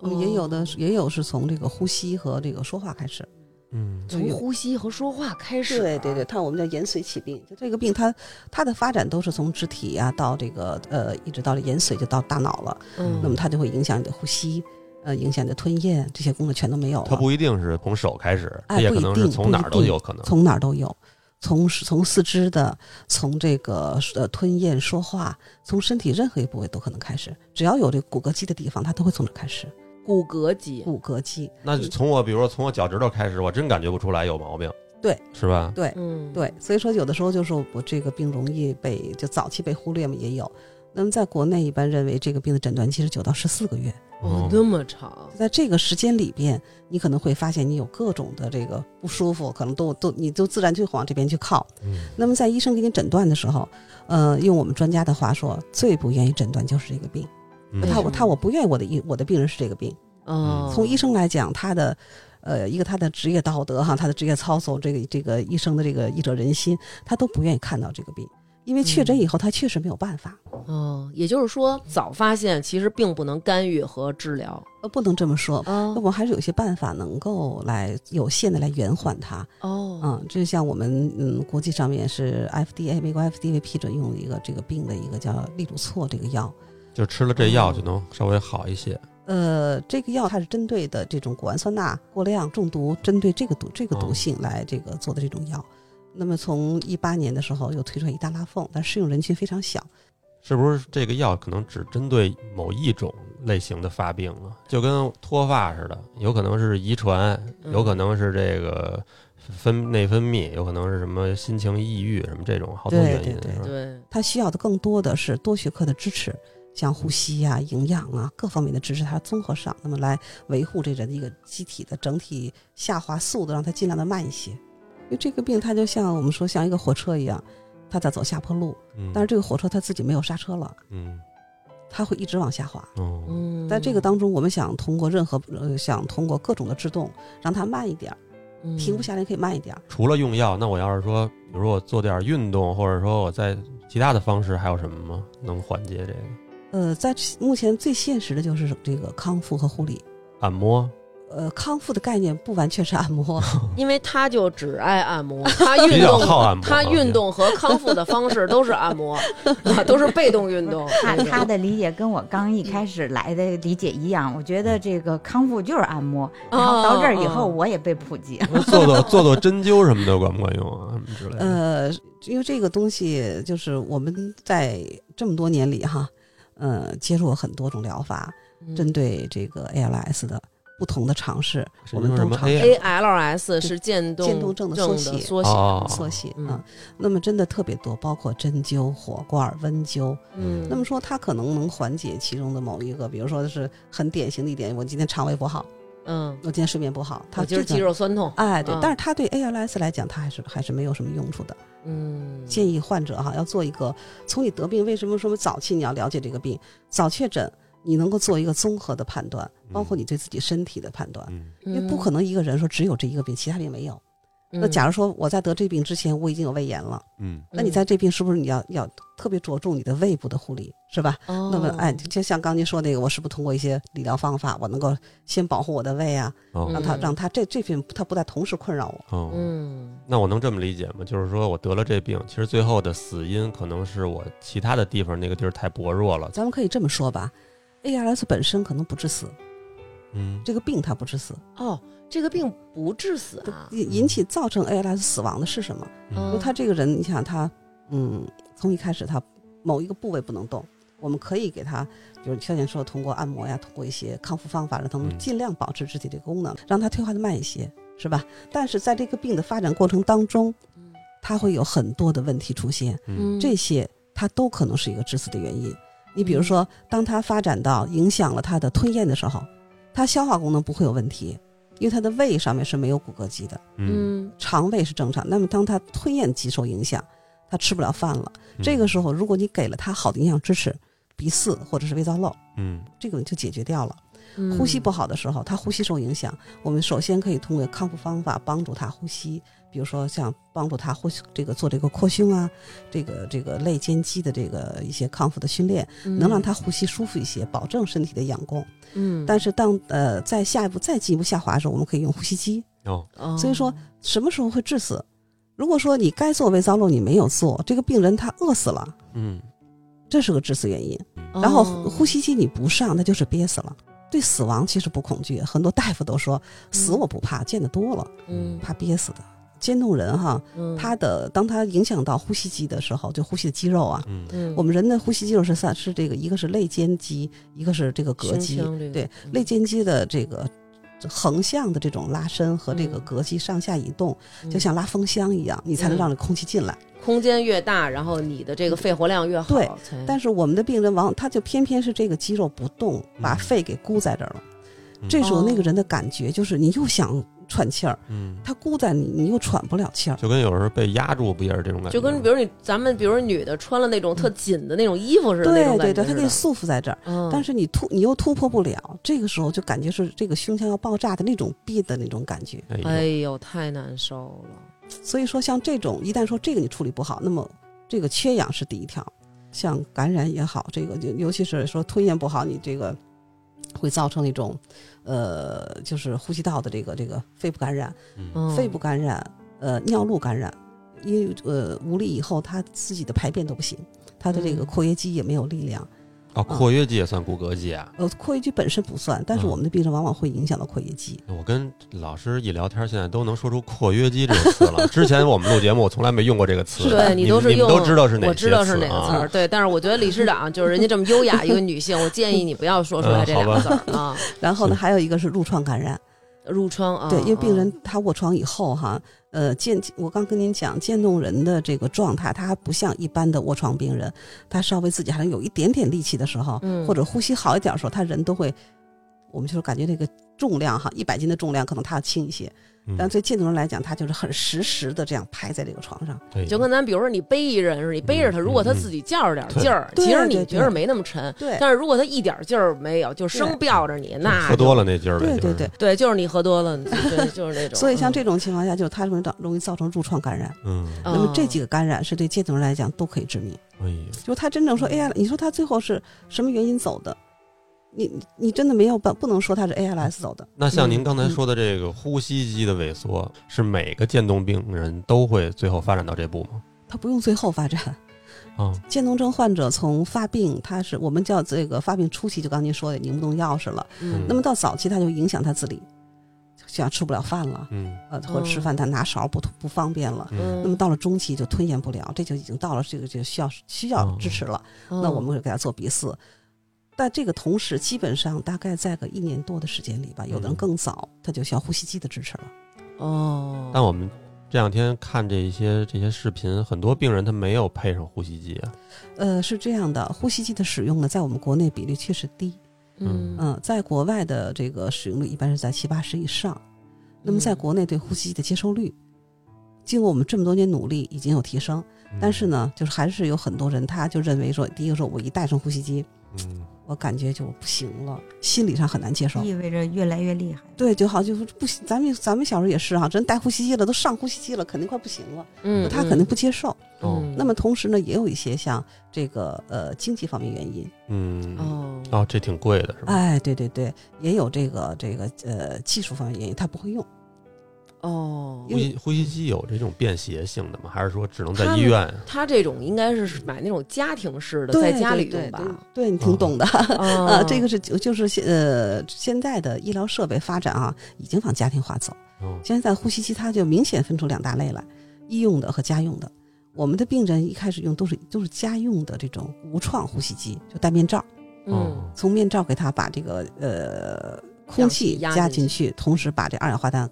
[SPEAKER 3] 我们也有的是也有是从这个呼吸和这个说话开始。
[SPEAKER 2] 嗯
[SPEAKER 1] 从呼吸和说话开始，
[SPEAKER 3] 对
[SPEAKER 2] 啊
[SPEAKER 3] 对对，，它我们叫延髓起病，就这个病它它的发展都是从肢体啊到这个呃一直到延髓就到大脑了，那么
[SPEAKER 1] 嗯
[SPEAKER 3] 它就会影响你的呼吸，呃影响你的吞咽，这些功能全都没有
[SPEAKER 2] 它
[SPEAKER 3] 了。
[SPEAKER 2] 不一定是从手开始，
[SPEAKER 3] 哎
[SPEAKER 2] 它也
[SPEAKER 3] 不
[SPEAKER 2] 可
[SPEAKER 3] 一
[SPEAKER 2] 能是
[SPEAKER 3] 定
[SPEAKER 2] 从
[SPEAKER 3] 不
[SPEAKER 2] 哪
[SPEAKER 3] 一
[SPEAKER 2] 儿都
[SPEAKER 3] 定
[SPEAKER 2] 有可能。
[SPEAKER 3] 从哪儿都有，从从四肢的，从这个呃吞咽、说话，从身体任何一部位都可能开始，只要有这骨骼肌的地方，它都会从这儿开始。
[SPEAKER 1] 嗯骨骼肌，
[SPEAKER 3] 骨骼肌，
[SPEAKER 2] 那就从我，比如说从我脚趾头开始，我真感觉不出来有毛病，
[SPEAKER 3] 对，
[SPEAKER 2] 是吧？
[SPEAKER 3] 对，
[SPEAKER 1] 嗯，
[SPEAKER 3] 对，所以说有的时候就是我这个病容易被就早期被忽略嘛，也有。那么在国内一般认为这个病的诊断期是九到十四个月，
[SPEAKER 1] 哦
[SPEAKER 2] 嗯，
[SPEAKER 1] 那么长，
[SPEAKER 3] 在这个时间里边，你可能会发现你有各种的这个不舒服，可能都都你就自然就往这边去靠。
[SPEAKER 2] 嗯
[SPEAKER 3] 那么在医生给你诊断的时候，呃，用我们专家的话说，最不愿意诊断就是这个病。
[SPEAKER 2] 嗯
[SPEAKER 1] 为
[SPEAKER 3] 他
[SPEAKER 1] 什
[SPEAKER 3] 我
[SPEAKER 1] 么
[SPEAKER 3] 他我不愿意我的医我的病人是这个病。
[SPEAKER 1] 哦，
[SPEAKER 3] 从医生来讲，他的呃一个他的职业道德哈，他的职业操守，这个这个医生的这个医者仁心，他都不愿意看到这个病，因为确
[SPEAKER 1] 嗯
[SPEAKER 3] 诊以后他确实没有办法，
[SPEAKER 1] 哦，也就是说，早发现其实并不能干预和治疗
[SPEAKER 3] 呃，不能这么说。
[SPEAKER 1] 啊
[SPEAKER 3] 那我还是有些办法能够来有限的来延缓它，
[SPEAKER 1] 哦，
[SPEAKER 3] 啊、嗯，就像我们嗯国际上面是 FDA 美国 FDA 批准用的一个这个病的一个叫利鲁唑这个药，
[SPEAKER 2] 嗯就吃了这药就
[SPEAKER 3] 哦
[SPEAKER 2] 能稍微好一些。
[SPEAKER 3] 呃，这个药它是针对的这种谷氨酸钠过量中毒，针对这个毒这个
[SPEAKER 2] 哦
[SPEAKER 3] 毒性来这个做的这种药。那么从一八年的时候又推出一大拉凤，但适用人群非常小。
[SPEAKER 2] 是不是这个药可能只针对某一种类型的发病啊？就跟脱发似的，有可能是遗传，
[SPEAKER 1] 嗯
[SPEAKER 2] 有可能是这个分内分泌，有可能是什么心情抑郁什么这种好多
[SPEAKER 3] 对
[SPEAKER 2] 原因。
[SPEAKER 3] 对
[SPEAKER 2] 是吧
[SPEAKER 1] 对，
[SPEAKER 3] 它需要的更多的是多学科的支持，像呼吸呀、营养啊各方面的支持，它综合上，那么来维护这人的一个机体的整体下滑速度，让它尽量的慢一些。因为这个病它就像我们说像一个火车一样，它在走下坡路，
[SPEAKER 2] 嗯，
[SPEAKER 3] 但是这个火车它自己没有刹车了，
[SPEAKER 2] 嗯
[SPEAKER 3] 它会一直往下滑。
[SPEAKER 2] 哦
[SPEAKER 1] 嗯，
[SPEAKER 3] 在这个当中，我们想通过任何呃，想通过各种的制动，让它慢一点儿，
[SPEAKER 1] 嗯
[SPEAKER 3] 停不，下来可以慢一点儿。
[SPEAKER 2] 除了用药，那我要是说，比如说我做点运动，或者说我在其他的方式，还有什么吗？能缓解这个
[SPEAKER 3] 呃，在目前最现实的就是这个康复和护理。
[SPEAKER 2] 按摩？
[SPEAKER 3] 呃，康复的概念不完全是按摩，
[SPEAKER 1] 因为他就只爱按 摩，他
[SPEAKER 2] 比
[SPEAKER 1] 运
[SPEAKER 2] 较
[SPEAKER 1] 动
[SPEAKER 2] 好按摩
[SPEAKER 1] 他运动和康复的方式都是按摩，啊都是被动运动。
[SPEAKER 4] 他
[SPEAKER 1] 那种
[SPEAKER 4] 他的理解跟我刚一开始来的理解一样，我觉得这个康复就是按摩，然后到这儿以后
[SPEAKER 1] 嗯哦哦
[SPEAKER 4] 我也被普及了。
[SPEAKER 2] 那做做 做做针灸什么的，管不管用啊？什么之类的？
[SPEAKER 3] 呃，因为这个东西就是我们在这么多
[SPEAKER 1] 嗯
[SPEAKER 3] 年里哈，呃，接触了很多种疗法，针对这个 ALS 的，不同的尝试，
[SPEAKER 2] 是
[SPEAKER 3] 我们
[SPEAKER 2] 用什
[SPEAKER 3] 都
[SPEAKER 2] 么
[SPEAKER 3] 尝
[SPEAKER 2] A
[SPEAKER 3] 试
[SPEAKER 1] ALS 是渐冻
[SPEAKER 3] 渐冻症的缩写
[SPEAKER 1] 缩
[SPEAKER 2] 哦
[SPEAKER 3] 缩写
[SPEAKER 1] 嗯
[SPEAKER 3] 啊。那么真的特别多，包括针灸、火罐、温灸。
[SPEAKER 1] 嗯，
[SPEAKER 3] 那么说，它可能能缓解其中的某一个，比如说是很典型的一点，我今天肠胃不好，
[SPEAKER 1] 嗯，
[SPEAKER 3] 我今天睡眠不好，它
[SPEAKER 1] 我今儿
[SPEAKER 3] 这个
[SPEAKER 1] 肌肉酸痛，
[SPEAKER 3] 哎，对
[SPEAKER 1] 嗯，
[SPEAKER 3] 但是它对 ALS 来讲，它还是还是没有什么用处的。
[SPEAKER 1] 嗯，
[SPEAKER 3] 建议患者哈要做一个，从你得病为什么说早期你要了解这个病，早确诊，你能够做一个综合的判断，包括你对自己身体的判断，
[SPEAKER 2] 嗯
[SPEAKER 1] 因
[SPEAKER 3] 因为不可能一个人说只有这一个病，其他病没有。
[SPEAKER 1] 嗯
[SPEAKER 3] 那假如说我在得这病之前我已经有胃炎了，
[SPEAKER 2] 嗯
[SPEAKER 3] 那你在这病是不是你要要特别着重你的胃部的护理，是吧？
[SPEAKER 1] 嗯
[SPEAKER 3] 那么
[SPEAKER 1] 哦
[SPEAKER 3] 哎，就像刚您说那个，我是不是通过一些理疗方法，我能够先保护我的胃啊，
[SPEAKER 2] 哦
[SPEAKER 3] 让它
[SPEAKER 1] 嗯
[SPEAKER 3] 让它这这病它不再同时困扰我。
[SPEAKER 2] 哦，
[SPEAKER 1] 嗯
[SPEAKER 2] 那我能这么理解吗？就是说我得了这病，其实最后的死因可能是我其他的地方那个地儿太薄弱了。
[SPEAKER 3] 咱们可以这么说吧，ALS 本身可能不致死，
[SPEAKER 2] 嗯，
[SPEAKER 3] 这个病它不致死，
[SPEAKER 1] 哦，这个病不致死啊，
[SPEAKER 3] 引引起造成 ALS 死亡的是什么？
[SPEAKER 1] 嗯
[SPEAKER 3] 就他这个人，你想他，嗯，从一开始他某一个部位不能动，我们可以给他，比如像您说，通过按摩呀，通过一些康复方法，让他们
[SPEAKER 2] 嗯
[SPEAKER 3] 尽量保持肢体这个功能，让他退化的慢一些，是吧？但是在这个病的发展过程当中，他会有很多的问题出现，
[SPEAKER 2] 嗯
[SPEAKER 3] 这些它都可能是一个致死的原因。你比如说，当它发展到影响了它的吞咽的时候，它消化功能不会有问题，因为它的胃上面是没有骨骼肌的，
[SPEAKER 2] 嗯
[SPEAKER 1] 嗯
[SPEAKER 3] 肠胃是正常。那么当它吞咽肌受影响，它吃不了饭了。
[SPEAKER 2] 嗯
[SPEAKER 3] 这个时候，如果你给了它好的营养支持，鼻饲或者是胃造瘘，
[SPEAKER 2] 嗯
[SPEAKER 3] 这个就解决掉了。
[SPEAKER 1] 嗯，
[SPEAKER 3] 呼吸不好的时候，它呼吸受影响，我们首先可以通过康复方法帮助它呼吸，比如说像帮助它呼吸这个做这个扩胸啊，这个这个肋间肌的这个一些康复的训练，
[SPEAKER 1] 嗯
[SPEAKER 3] 能让它呼吸舒服一些，保证身体的养功。
[SPEAKER 1] 嗯，
[SPEAKER 3] 但是当呃在下一步再进一步下滑的时候，我们可以用呼吸机。
[SPEAKER 2] 哦
[SPEAKER 1] 哦
[SPEAKER 3] 所以说，什么时候会致死？如果说你该做胃造瘘你没有做，这个病人他饿死了，
[SPEAKER 2] 嗯
[SPEAKER 3] 这是个致死原因。
[SPEAKER 1] 哦
[SPEAKER 3] 然后呼吸机你不上，那就是憋死了。对死亡其实不恐惧，很多大夫都说死我不怕，见得多了，
[SPEAKER 1] 嗯
[SPEAKER 3] 怕憋死的。渐冻人哈，
[SPEAKER 1] 嗯
[SPEAKER 3] 他的当他影响到呼吸肌的时候，就呼吸的肌肉啊，
[SPEAKER 2] 嗯
[SPEAKER 1] 嗯
[SPEAKER 3] 我们人的呼吸肌肉是三是这个，一个是肋间肌，一个是这个膈
[SPEAKER 1] 胸
[SPEAKER 3] 肌，
[SPEAKER 1] 腔这个
[SPEAKER 3] 对
[SPEAKER 1] 嗯
[SPEAKER 3] 肋间肌的这个横向的这种拉伸和这个
[SPEAKER 1] 嗯
[SPEAKER 3] 膈肌上下移动，
[SPEAKER 1] 嗯
[SPEAKER 3] 就像拉风箱一样，你才能
[SPEAKER 1] 嗯
[SPEAKER 3] 让这空气进来。
[SPEAKER 1] 空间越大，然后你的这个肺活量越好，
[SPEAKER 3] 对
[SPEAKER 1] 才，
[SPEAKER 3] 但是我们的病人往往他就偏偏是这个肌肉不动，把
[SPEAKER 2] 嗯
[SPEAKER 3] 肺给箍在这儿了。
[SPEAKER 2] 嗯
[SPEAKER 3] 这时候那
[SPEAKER 1] 哦
[SPEAKER 3] 个人的感觉就是你又想喘气儿，
[SPEAKER 2] 嗯，
[SPEAKER 3] 他箍在你，你又喘不了气儿。
[SPEAKER 2] 就跟有时候被压住不也是这种感觉吗？
[SPEAKER 1] 就跟比如你咱们比如女的穿了那种特紧的那种衣服似的，那
[SPEAKER 3] 对
[SPEAKER 1] 种感觉
[SPEAKER 3] 对对，他
[SPEAKER 1] 似
[SPEAKER 3] 给
[SPEAKER 1] 的
[SPEAKER 3] 你束缚在这儿，
[SPEAKER 1] 嗯，
[SPEAKER 3] 但是你突你又突破不了，这个时候就感觉是这个胸腔要爆炸的那种憋的那种感觉。
[SPEAKER 1] 哎
[SPEAKER 2] 哎呦
[SPEAKER 1] 呦太难受了，
[SPEAKER 3] 所以说，像这种一旦说这个你处理不好，那么这个缺氧是第一条，像感染也好，这个就尤其是说吞咽不好，你这个会造成一种，呃，就是呼吸道的这个这个肺部感染、
[SPEAKER 2] 嗯
[SPEAKER 1] 嗯
[SPEAKER 3] 肺部感染、呃尿路感染，因为呃无力以后，他自己的排便都不行，他的这个
[SPEAKER 1] 嗯
[SPEAKER 3] 括约肌也没有力量。
[SPEAKER 2] 哦，括约肌也算骨骼肌啊。
[SPEAKER 3] 呃，括约肌本身不算，但是
[SPEAKER 2] 嗯
[SPEAKER 3] 我们的病人往往会影响到括约肌。
[SPEAKER 2] 我跟老师一聊天，现在都能说出括约肌这个词了。之前我们录节目，我从来没用过这个词。
[SPEAKER 1] 对
[SPEAKER 2] 你
[SPEAKER 1] 都是
[SPEAKER 2] 你们
[SPEAKER 1] 用，
[SPEAKER 2] 都知道是哪
[SPEAKER 1] 我
[SPEAKER 2] 些
[SPEAKER 1] 知道是哪个
[SPEAKER 2] 啊
[SPEAKER 1] 词儿，对。但是我觉得理事 长就是人家这么优雅一个女性，我建议你不要说出来这两个字儿啊，
[SPEAKER 3] 然后呢，
[SPEAKER 2] 是
[SPEAKER 3] 还有一个是褥疮感染。
[SPEAKER 1] 褥疮啊，
[SPEAKER 3] 对，因为病
[SPEAKER 1] 啊
[SPEAKER 3] 人他卧床以后哈，呃，渐我刚跟您讲，渐冻人的这个状态，他还不像一般的卧床病人，他稍微自己还能有一点点力气的时候，
[SPEAKER 1] 嗯
[SPEAKER 3] 或者呼吸好一点的时候，他人都会，我们就是感觉那个重量哈，一百斤的重量可能他要轻一些，
[SPEAKER 2] 嗯
[SPEAKER 3] 但对渐冻人来讲，他就是很实时的这样拍在这个床上，
[SPEAKER 2] 对
[SPEAKER 1] 就跟咱比如说你背一人似的，你背着他，
[SPEAKER 2] 嗯
[SPEAKER 1] 如果他
[SPEAKER 2] 嗯
[SPEAKER 1] 自己叫着点
[SPEAKER 2] 对
[SPEAKER 1] 劲儿，
[SPEAKER 3] 对
[SPEAKER 1] 其实你
[SPEAKER 3] 对
[SPEAKER 1] 觉着
[SPEAKER 3] 对
[SPEAKER 1] 没那么沉。
[SPEAKER 3] 对
[SPEAKER 1] 但是如果他一点劲儿没有，就生
[SPEAKER 3] 对
[SPEAKER 1] 吊着你，那
[SPEAKER 2] 喝
[SPEAKER 1] 就
[SPEAKER 2] 多了那劲儿呗。
[SPEAKER 3] 对
[SPEAKER 2] 就
[SPEAKER 3] 对
[SPEAKER 2] 是
[SPEAKER 3] 对，，
[SPEAKER 1] 对，就是你喝多了， 对，就是那种。
[SPEAKER 3] 所以像
[SPEAKER 1] 嗯
[SPEAKER 3] 这种情况下，就是他容易造容易造成褥疮感染。
[SPEAKER 2] 嗯，
[SPEAKER 3] 那么这几
[SPEAKER 1] 个，
[SPEAKER 3] 个感染是对渐冻人来讲都可以致命。
[SPEAKER 2] 哎呦，
[SPEAKER 3] 就是他真正
[SPEAKER 1] 嗯
[SPEAKER 3] 说 AI，你说他最后是什么原因走的？你你你真的没有办，不能说他是 ALS 走的。
[SPEAKER 2] 那像您刚才
[SPEAKER 3] 嗯
[SPEAKER 2] 说的这个呼吸肌的萎缩，是每个渐冻病人都会最后发展到这步吗？
[SPEAKER 3] 他不用最后发展，
[SPEAKER 2] 啊，
[SPEAKER 3] 渐冻症患者从发病，他是我们叫这个发病初期，就刚您说的拧不动钥匙了。
[SPEAKER 1] 嗯
[SPEAKER 3] 那么到早期，他就影响他自理，像吃不了饭了，
[SPEAKER 2] 嗯
[SPEAKER 3] 呃，或者吃饭他拿勺不不方便了。
[SPEAKER 1] 嗯
[SPEAKER 3] 那么到了中期就吞
[SPEAKER 1] 哦
[SPEAKER 3] 咽不了，这就已经到了这个就需要需要支持了。
[SPEAKER 1] 嗯
[SPEAKER 3] 那我们会给他做鼻饲。但这个同时，基本上大概在个一年多的时间里吧，有的人
[SPEAKER 2] 嗯
[SPEAKER 3] 更早，他就需要呼吸机的支持了。
[SPEAKER 1] 哦，
[SPEAKER 2] 但我们这两天看这些这些视频，很多病人他没有配上呼吸机啊。
[SPEAKER 3] 呃，是这样的，呼吸机的使用呢，在我们国内比例确实低，
[SPEAKER 1] 嗯
[SPEAKER 3] 嗯、在国外的这个使用率一般是在七八十以上。
[SPEAKER 1] 嗯
[SPEAKER 3] 那么在国内对呼吸机的接受率，经过我们这么多年努力，已经有提升。
[SPEAKER 2] 嗯
[SPEAKER 3] 但是呢，就是还是有很多人他就认为说，第一个说我一戴上呼吸机，
[SPEAKER 2] 嗯，
[SPEAKER 3] 我感觉就不行了，心理上很难接受。
[SPEAKER 4] 意味着越来越厉害。
[SPEAKER 3] 对，就好就是不行，咱们咱们小时候也是哈、啊真戴呼吸机了，都上呼吸机了，肯定快不行了，
[SPEAKER 1] 嗯，
[SPEAKER 3] 他肯定不接受。
[SPEAKER 1] 嗯。
[SPEAKER 3] 那么同时呢，也有一些像这个呃经济方面原因，
[SPEAKER 2] 嗯嗯
[SPEAKER 1] 哦，
[SPEAKER 2] 哦，这挺贵的是吧？
[SPEAKER 3] 哎，对对对，也有这个这个呃技术方面原因，他不会用。
[SPEAKER 1] 哦
[SPEAKER 2] 呼，吸呼吸机有这种便携性的吗？还是说只能在
[SPEAKER 1] 他
[SPEAKER 2] 医
[SPEAKER 1] 们
[SPEAKER 2] 院？
[SPEAKER 1] 他这种应该是买那种家庭式的，
[SPEAKER 3] 对
[SPEAKER 1] 在家
[SPEAKER 3] 对
[SPEAKER 1] 里
[SPEAKER 3] 对
[SPEAKER 1] 用吧？ 哦
[SPEAKER 3] 对对你挺
[SPEAKER 2] 嗯
[SPEAKER 3] 懂的。
[SPEAKER 1] 啊
[SPEAKER 3] 呃，这个是就就是现呃现在的医疗设备发展啊，已经往家庭化走。
[SPEAKER 2] 哦
[SPEAKER 3] 现在呼吸机它就明显分出两大类来，医用的和家用的。我们的病人一开始用都是都是家用的这种无创呼吸机，就戴面罩，
[SPEAKER 1] 嗯，
[SPEAKER 2] 哦
[SPEAKER 3] 从面罩给他把这个呃空气
[SPEAKER 1] 氧气压
[SPEAKER 3] 加
[SPEAKER 1] 进
[SPEAKER 3] 进去，同时把这二氧化碳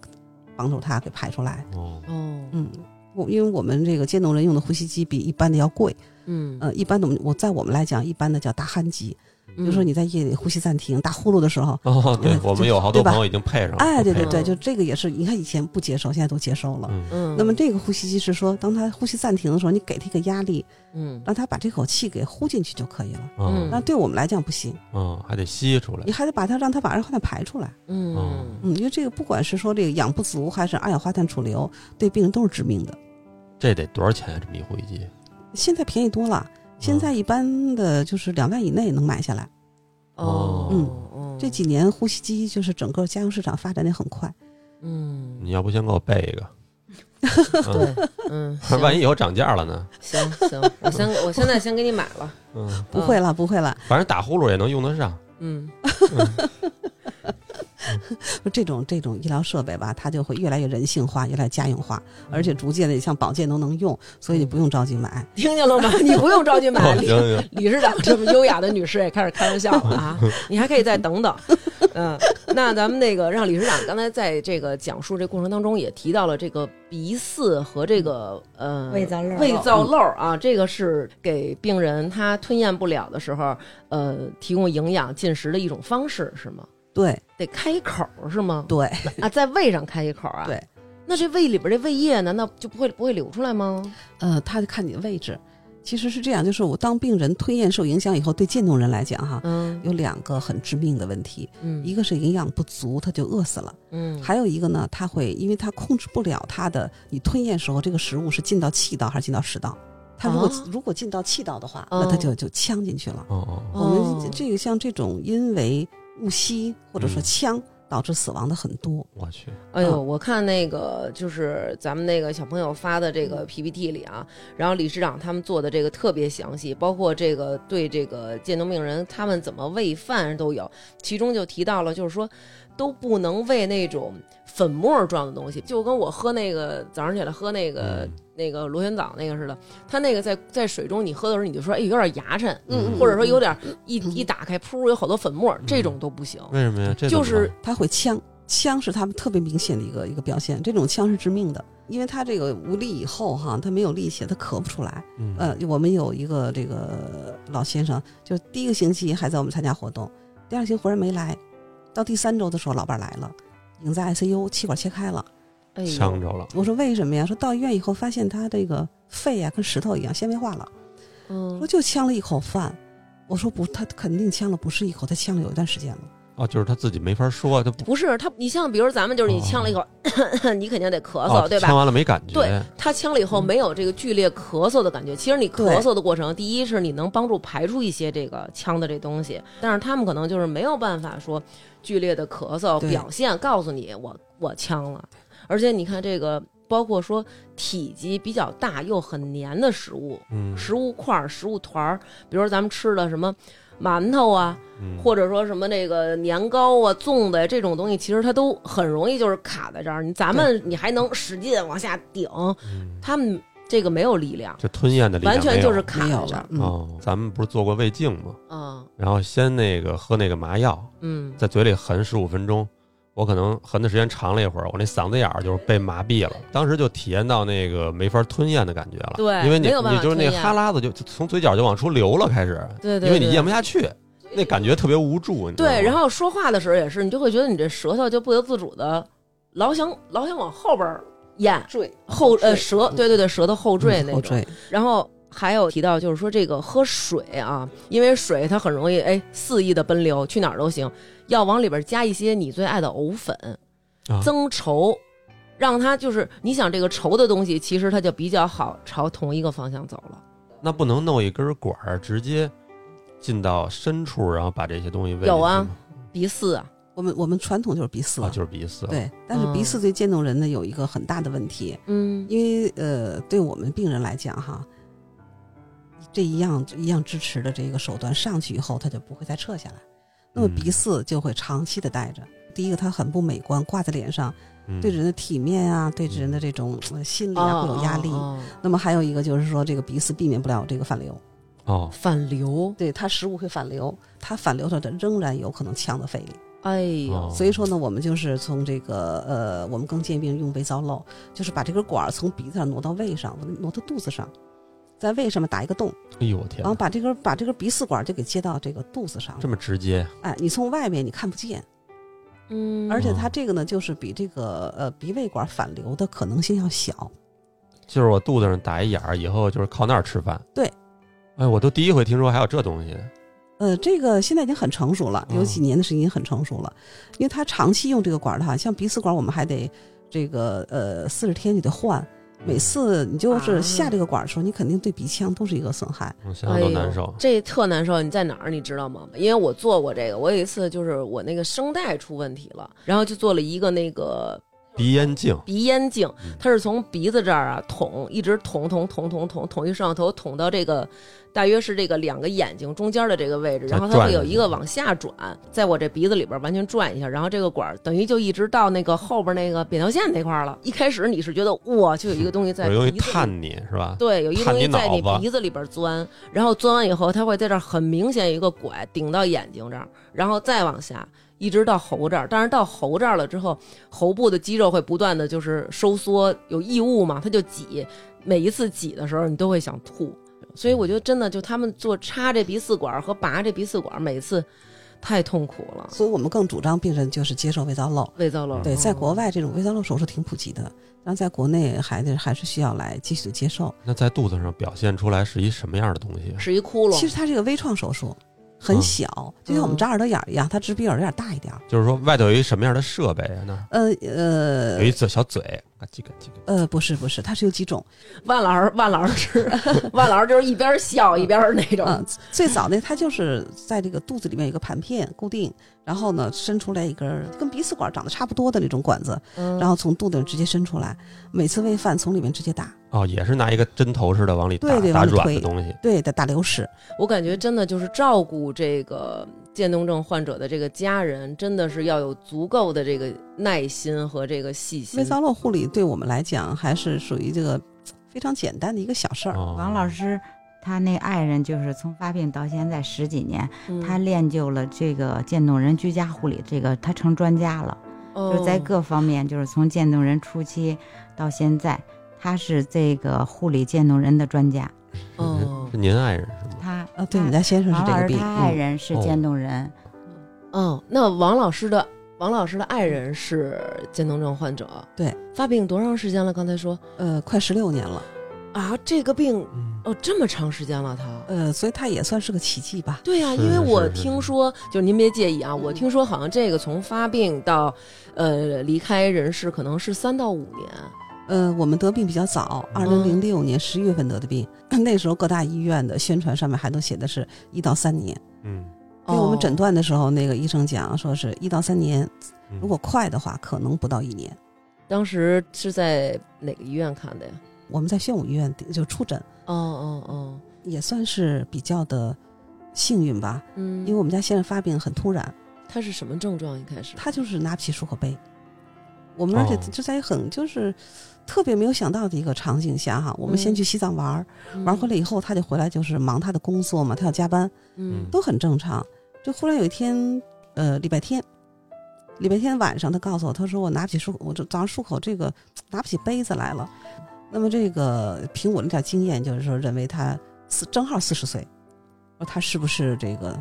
[SPEAKER 3] 帮助它给排出来。
[SPEAKER 2] 哦
[SPEAKER 1] 哦，
[SPEAKER 3] 嗯，我因为我们这个渐冻人用的呼吸机比一般的要贵，
[SPEAKER 1] 嗯，
[SPEAKER 3] 呃，一般的我们我在我们来讲，一般的叫打鼾机，
[SPEAKER 1] 嗯
[SPEAKER 3] 比呃如说你在夜里呼吸暂停、打呼噜的时候，
[SPEAKER 2] 哦，对
[SPEAKER 3] 嗯，
[SPEAKER 2] 我
[SPEAKER 3] 就
[SPEAKER 2] 们有好
[SPEAKER 3] 对
[SPEAKER 2] 多
[SPEAKER 3] 吧
[SPEAKER 2] 朋友已经配上了。
[SPEAKER 3] 哎，对
[SPEAKER 2] 都
[SPEAKER 3] 对
[SPEAKER 2] 配
[SPEAKER 3] 对，
[SPEAKER 1] 嗯
[SPEAKER 3] 就这个也是，你看以前不接受，现在都接受了。
[SPEAKER 2] 嗯
[SPEAKER 1] 嗯，
[SPEAKER 3] 那么这个呼吸机是说，当他呼吸暂停的时候，你给他一个压力，
[SPEAKER 1] 嗯
[SPEAKER 3] 让他把这口气给呼进去就可以了。
[SPEAKER 1] 嗯
[SPEAKER 3] 那
[SPEAKER 2] 嗯
[SPEAKER 3] 对我们来讲不行，
[SPEAKER 2] 嗯，还得吸出来
[SPEAKER 3] 你。还得把它让它把二氧化碳排出来。
[SPEAKER 2] 哦
[SPEAKER 1] 嗯
[SPEAKER 3] 嗯，因为这个不管是说这个氧不足还是二氧化碳储留，对病人都是致命的。
[SPEAKER 2] 这得多少钱啊？这么一呼吸机？
[SPEAKER 3] 现在便宜多了，现在一般的就是两万以内能买下来。
[SPEAKER 1] 哦嗯
[SPEAKER 3] 这几年呼吸机就是整个家用市场发展的很快。
[SPEAKER 1] 嗯
[SPEAKER 2] 你要不先给我备一 个？
[SPEAKER 1] 对嗯，
[SPEAKER 2] 嗯，万一以后涨价了呢？
[SPEAKER 1] 行行，我先我现在先给你买了，
[SPEAKER 2] 嗯，
[SPEAKER 3] 不会了，不会了，
[SPEAKER 2] 反正打呼噜也能用得上。
[SPEAKER 1] 嗯
[SPEAKER 3] 这种这种医疗设备吧，它就会越来越人性化，越来越家用化，而且逐渐的像保健都能用，所以你不用着急买。
[SPEAKER 1] 听见了吗？ 你不用着急买
[SPEAKER 2] 哦， 行行，
[SPEAKER 1] 理事长这么优雅的女士也开始开玩笑了 啊！你还可以再等等，嗯，那咱们那个让理事长刚才在这个讲述这过程当中也提到了这个鼻饲和这个呃
[SPEAKER 4] 胃造瘘
[SPEAKER 1] 胃造瘘啊，这个是给病人他吞咽不了的时候，呃，提供营养进食的一种方式是吗？
[SPEAKER 3] 对
[SPEAKER 1] 得开一口是吗？
[SPEAKER 3] 对，
[SPEAKER 1] 啊，在胃上开一口啊？
[SPEAKER 3] 对。
[SPEAKER 1] 那这胃里边这胃液难道就不会不会流出来吗？
[SPEAKER 3] 呃，它就看你的位置。其实是这样，就是我当病人吞咽受影响以后，对渐冻人来讲哈，
[SPEAKER 1] 嗯
[SPEAKER 3] 有两个很致命的问题，
[SPEAKER 1] 嗯
[SPEAKER 3] 一个是营养不足，他就饿死了；
[SPEAKER 1] 嗯
[SPEAKER 3] 还有一个呢，他会因为他控制不了他的你吞咽时候这个食物是进到气道还是进到食道，他如果、
[SPEAKER 1] 啊
[SPEAKER 3] 如果进到气道的话，那他
[SPEAKER 1] 哦
[SPEAKER 3] 就就呛进去了。
[SPEAKER 2] 哦哦，
[SPEAKER 3] 我
[SPEAKER 1] 哦
[SPEAKER 3] 们这个像这种因为误吸或者说
[SPEAKER 2] 嗯
[SPEAKER 3] 呛导致死亡的很多。
[SPEAKER 2] 我去，
[SPEAKER 1] 哎呦，
[SPEAKER 3] 嗯
[SPEAKER 1] 我看那个就是咱们那个小朋友发的这
[SPEAKER 2] 嗯
[SPEAKER 1] 个 PPT 里啊，然后理事长他们做的这个特别详细，包括这个对这个渐冻病人他们怎么喂饭都有，其中就提到了，就是说都不能喂那种粉末状的东西，就跟我喝那个早上起来喝那个、
[SPEAKER 2] 嗯
[SPEAKER 1] 那个螺旋藻那个似的，它那个在在水中你喝的时候你就说哎有点牙碜，
[SPEAKER 2] 嗯嗯嗯
[SPEAKER 1] 或者说有点一、一打开噗有好多粉末，这种都不行。
[SPEAKER 2] 为什么呀？这
[SPEAKER 1] 就
[SPEAKER 2] 怎么
[SPEAKER 1] 是
[SPEAKER 2] 了
[SPEAKER 3] 他会呛，呛是他们特别明显的一个一个表现。这种呛是致命的，因为他这个无力以后哈，他没有力气，他咳不出来。
[SPEAKER 2] 嗯
[SPEAKER 3] 呃，我们有一个这个老先生，就第一个星期还在我们参加活动，第二星忽然没来，到第三周的时候，老伴儿来了，已经在 ICU，气管切开了。
[SPEAKER 1] 哎呦，
[SPEAKER 2] 呛着了。
[SPEAKER 3] 我说为什么呀？说到医院以后发现他这个肺呀、跟石头一样纤维化了。
[SPEAKER 1] 嗯
[SPEAKER 3] 说就呛了一口饭，我说不，他肯定呛了不是一口，他呛了有一段时间了。
[SPEAKER 2] 哦，就是他自己没法说，他不
[SPEAKER 1] 不是他，你像比如咱们就是你
[SPEAKER 2] 哦
[SPEAKER 1] 呛了一口， 你肯定得咳嗽，
[SPEAKER 2] 哦，
[SPEAKER 1] 对
[SPEAKER 2] 呛
[SPEAKER 1] 吧？
[SPEAKER 2] 完了没感觉。
[SPEAKER 1] 对，他呛了以后没有这个剧烈咳嗽的感觉。其实你咳嗽的过程，第一是你能帮助排出一些这个呛的这东西，但是他们可能就是没有办法说剧烈的咳嗽
[SPEAKER 3] 对
[SPEAKER 1] 表现告诉你我我呛了。而且你看这个，包括说体积比较大又很黏的食物，
[SPEAKER 2] 嗯，
[SPEAKER 1] 食物块儿、食物团儿，比如说咱们吃的什么馒头啊，
[SPEAKER 2] 嗯
[SPEAKER 1] 或者说什么那个年糕啊、粽子呀这种东西，其实它都很容易就是卡在这儿。你咱们你还能使劲往下顶，
[SPEAKER 2] 嗯
[SPEAKER 1] 他们这个没有力量，
[SPEAKER 2] 就吞咽的力量
[SPEAKER 1] 完全就是
[SPEAKER 2] 啊、
[SPEAKER 1] 卡
[SPEAKER 3] 没有
[SPEAKER 1] 在这儿
[SPEAKER 3] 了。。嗯，
[SPEAKER 2] 哦咱们不是做过胃镜吗？
[SPEAKER 1] 嗯
[SPEAKER 2] 然后先那个喝那个麻药，
[SPEAKER 1] 嗯
[SPEAKER 2] 在嘴里含十五分钟，我可能含的时间长了一会儿，我那嗓子眼儿就是被麻痹了，当时就体验到那个没法吞咽的感觉了。
[SPEAKER 1] 对
[SPEAKER 2] 因为你
[SPEAKER 1] 没有办
[SPEAKER 2] 你
[SPEAKER 1] 法
[SPEAKER 2] 就是那
[SPEAKER 1] 吞咽
[SPEAKER 2] 哈喇子就就从嘴角就往出流了，开始，
[SPEAKER 1] 对对
[SPEAKER 2] 因为你
[SPEAKER 1] 对
[SPEAKER 2] 咽不下去，那感觉特别无助。你知道吗
[SPEAKER 1] 对，然后说话的时候也是，你就会觉得你这舌头就不由自主的老想老想往后边儿咽，
[SPEAKER 3] 坠
[SPEAKER 1] 后呃
[SPEAKER 3] 坠
[SPEAKER 1] 舌，
[SPEAKER 2] 嗯
[SPEAKER 1] 对对对，舌头后坠那
[SPEAKER 3] 后
[SPEAKER 1] 种。
[SPEAKER 3] 坠，
[SPEAKER 1] 然后还有提到就是说这个喝水啊，因为水它很容易哎肆意的奔流，去哪儿都行，要往里边加一些你最爱的藕粉，
[SPEAKER 2] 啊
[SPEAKER 1] 增稠，让它就是你想这个稠的东西，其实它就比较好朝同一个方向走了。
[SPEAKER 2] 那不能弄一根管儿直接进到深处，然后把这些东西喂进去
[SPEAKER 1] 有啊
[SPEAKER 2] 吗
[SPEAKER 1] 鼻饲啊，
[SPEAKER 3] 我们我们传统就是鼻饲
[SPEAKER 2] 啊，
[SPEAKER 3] 了，
[SPEAKER 2] 就是鼻饲。，
[SPEAKER 3] 对。但是鼻饲对渐冻人呢有一个很大的问题，
[SPEAKER 1] 嗯
[SPEAKER 3] 因为呃，对我们病人来讲哈，这一样一样支持的这个手段上去以后，它就不会再撤下来，那么
[SPEAKER 2] 嗯
[SPEAKER 3] 鼻饲就会长期的带着。第一个，它很不美观，挂在脸上，
[SPEAKER 2] 嗯、
[SPEAKER 3] 对人的体面啊，对人的这种呃心理啊
[SPEAKER 1] 啊
[SPEAKER 3] 会有压力。
[SPEAKER 1] 啊啊
[SPEAKER 3] 那么还有一个就是说，这个鼻饲避免不了这个反流，
[SPEAKER 2] 哦，
[SPEAKER 1] 反流，
[SPEAKER 3] 对它食物会反流，它反流的它仍然有可能呛到肺里。
[SPEAKER 1] 哎呦，
[SPEAKER 2] 哦
[SPEAKER 3] 所以说呢，我们就是从这个呃，我们更建议病人用胃造瘘，就是把这根管儿从鼻子上挪到胃上，挪到肚子上，在胃上面打一个洞，
[SPEAKER 2] 哎呦我天
[SPEAKER 3] 然
[SPEAKER 2] 哪
[SPEAKER 3] 后，把这根把这根鼻饲管儿就给接到这个肚子上
[SPEAKER 2] 这
[SPEAKER 3] 了。
[SPEAKER 2] 么直接，
[SPEAKER 3] 哎，你从外面你看不见，
[SPEAKER 1] 嗯，
[SPEAKER 3] 而且
[SPEAKER 2] 哦
[SPEAKER 3] 它这个呢，就是比这个呃鼻胃管反流的可能性要小。
[SPEAKER 2] 就是我肚子上打一眼儿，以后就是靠那儿吃饭。
[SPEAKER 3] 对，
[SPEAKER 2] 哎，我都第一回听说还有这东西。
[SPEAKER 3] 呃，这个现在已经很成熟
[SPEAKER 2] 嗯
[SPEAKER 3] 了，有几年的时间已经很成熟了，因为它长期用这个管儿的话，像鼻饲管儿我们还得这个呃四十天你得换，每次你就是下这个管儿的时候，你肯定对鼻腔都是一个损害。
[SPEAKER 2] 我嗯想想都难
[SPEAKER 3] 哎
[SPEAKER 2] 受。
[SPEAKER 1] 这特难受，你在哪儿你知道吗？因为我做过这个，我有一次就是我那个声带出问题了，然后就做了一个那个
[SPEAKER 2] 鼻咽镜，
[SPEAKER 1] 鼻咽镜
[SPEAKER 2] 嗯，
[SPEAKER 1] 它是从鼻子这儿啊捅，一直捅捅捅捅捅捅一摄像头捅到这个，大约是这个两个眼睛中间的这个位置，
[SPEAKER 2] 再
[SPEAKER 1] 然后它
[SPEAKER 2] 转
[SPEAKER 1] 会
[SPEAKER 2] 一下
[SPEAKER 1] 有一个往下转，在我这鼻子里边完全转一下，然后这个管儿等于就一直到那个后边那个扁桃腺那块儿了。一开始你是觉得哇，就有一个东西在
[SPEAKER 2] 有东西
[SPEAKER 1] 鼻子里
[SPEAKER 2] 探你是吧？
[SPEAKER 1] 对，有一东西在你
[SPEAKER 2] 探你脑子
[SPEAKER 1] 鼻子里边钻，然后钻完以后，它会在这儿很明显有一个拐顶到眼睛这儿，然后再往下，一直到喉这儿。但是到喉这儿了之后，喉部的肌肉会不断的就是收缩，有异物嘛，它就挤。每一次挤的时候，你都会想吐。所以我觉得真的就他们做插这鼻饲管儿和拔这鼻饲管儿，每次太痛苦了。
[SPEAKER 3] 所以我们更主张病人就是接受胃造瘘。
[SPEAKER 1] 胃造瘘
[SPEAKER 3] 对，在国外这种胃造瘘手术挺普及的，但在国内还得还是需要来继续的接受。
[SPEAKER 2] 那在肚子上表现出来是一什么样的东西？
[SPEAKER 1] 是一窟窿，
[SPEAKER 3] 其实它是一个微创手术，很
[SPEAKER 2] 嗯
[SPEAKER 3] 小，就像我们
[SPEAKER 1] 嗯
[SPEAKER 3] 扎耳朵眼儿一样，它只比耳朵眼儿大一点儿。
[SPEAKER 2] 就是说外头有一什么样的设备啊？那
[SPEAKER 3] 呃
[SPEAKER 2] 有一
[SPEAKER 3] 呃
[SPEAKER 2] 嘴小嘴，嘎叽嘎叽嘎叽。
[SPEAKER 3] 呃，不是不是，它是有几种。
[SPEAKER 1] 万老师，万老师是，万老师就是一边笑一边儿那种，
[SPEAKER 3] 嗯，最早呢，它就是在这个肚子里面有一个盘片固定，然后呢伸出来一根儿跟鼻饲管长得差不多的那种管子，
[SPEAKER 1] 嗯
[SPEAKER 3] 然后从肚子里直接伸出来，每次喂饭从里面直接打，
[SPEAKER 2] 哦，也是拿一个针头似的往里打
[SPEAKER 3] 对对
[SPEAKER 2] 打
[SPEAKER 3] 往里
[SPEAKER 2] 软的
[SPEAKER 3] 推
[SPEAKER 2] 东西。
[SPEAKER 3] 对的，打流食。
[SPEAKER 1] 我感觉真的就是照顾这个渐冻症患者的这个家人，真的是要有足够的这个耐心和这个细心
[SPEAKER 3] 胃。造瘘护理对我们来讲还是属于这个非常简单的一个小事儿。
[SPEAKER 2] 哦
[SPEAKER 4] 王老师他那爱人就是从发病到现在十几年，
[SPEAKER 1] 嗯
[SPEAKER 4] 他练就了这个渐冻人居家护理，这个他成专家了，
[SPEAKER 1] 哦
[SPEAKER 4] 就是在各方面，就是从渐冻人初期到现在，他是这个护理渐冻人的专家。
[SPEAKER 2] 是您
[SPEAKER 3] 嗯
[SPEAKER 1] 哦
[SPEAKER 2] 是您爱人是吗？
[SPEAKER 4] 他
[SPEAKER 3] 啊，对，你家先生是
[SPEAKER 4] 王
[SPEAKER 3] 这
[SPEAKER 4] 老
[SPEAKER 3] 个
[SPEAKER 4] 师
[SPEAKER 3] 病，
[SPEAKER 4] 他爱
[SPEAKER 3] 嗯
[SPEAKER 4] 人是
[SPEAKER 2] 哦
[SPEAKER 4] 渐冻人，
[SPEAKER 1] 哦，那王老师的王老师的爱人是渐冻症患者，
[SPEAKER 3] 对，
[SPEAKER 1] 发病多长时间了？刚才说
[SPEAKER 3] 呃，快十六年了，
[SPEAKER 1] 啊，这个病
[SPEAKER 2] 嗯，
[SPEAKER 1] 哦这么长时间了，他。
[SPEAKER 3] 呃，所以他也算是个奇迹吧。
[SPEAKER 1] 对呀、
[SPEAKER 2] 是
[SPEAKER 1] 因为
[SPEAKER 2] 是
[SPEAKER 1] 我
[SPEAKER 2] 是是
[SPEAKER 1] 听说，就是您别介意啊，我听说好像这个从发病到，呃，离开人世可能是三到五年。
[SPEAKER 3] 呃，我们得病比较早，二
[SPEAKER 1] 嗯
[SPEAKER 3] 零零六年十月份得的病， 那时候各大医院的宣传上面还都写的是一到三年。
[SPEAKER 2] 嗯，
[SPEAKER 3] 给我们诊
[SPEAKER 1] 哦
[SPEAKER 3] 断的时候，那个医生讲说是一到三年，
[SPEAKER 2] 嗯
[SPEAKER 3] 如果快的话，可能不到一年。
[SPEAKER 1] 当时是在哪个医院看的呀？
[SPEAKER 3] 我们在宣武医院就出诊，
[SPEAKER 1] 哦哦哦，
[SPEAKER 3] 也算是比较的幸运吧，
[SPEAKER 1] 嗯，
[SPEAKER 3] 因为我们家先生发病很突然，
[SPEAKER 1] 他是什么症状？一开始
[SPEAKER 3] 他就是拿不起漱口杯。我们而且
[SPEAKER 2] 哦
[SPEAKER 3] 就在很就是特别没有想到的一个场景下哈，我们先
[SPEAKER 1] 嗯
[SPEAKER 3] 去西藏玩儿，
[SPEAKER 2] 嗯
[SPEAKER 3] 玩回来以后他就回来就是忙他的工作嘛，他要加班，
[SPEAKER 1] 嗯，
[SPEAKER 3] 都很正常。就忽然有一天，呃，礼拜天，礼拜天晚上，他告诉我，他说我拿不起漱，我这早上漱口这个拿不起杯子来了。那么这个凭我那点经验，就是说认为他四正好四十岁，我说他是不是这个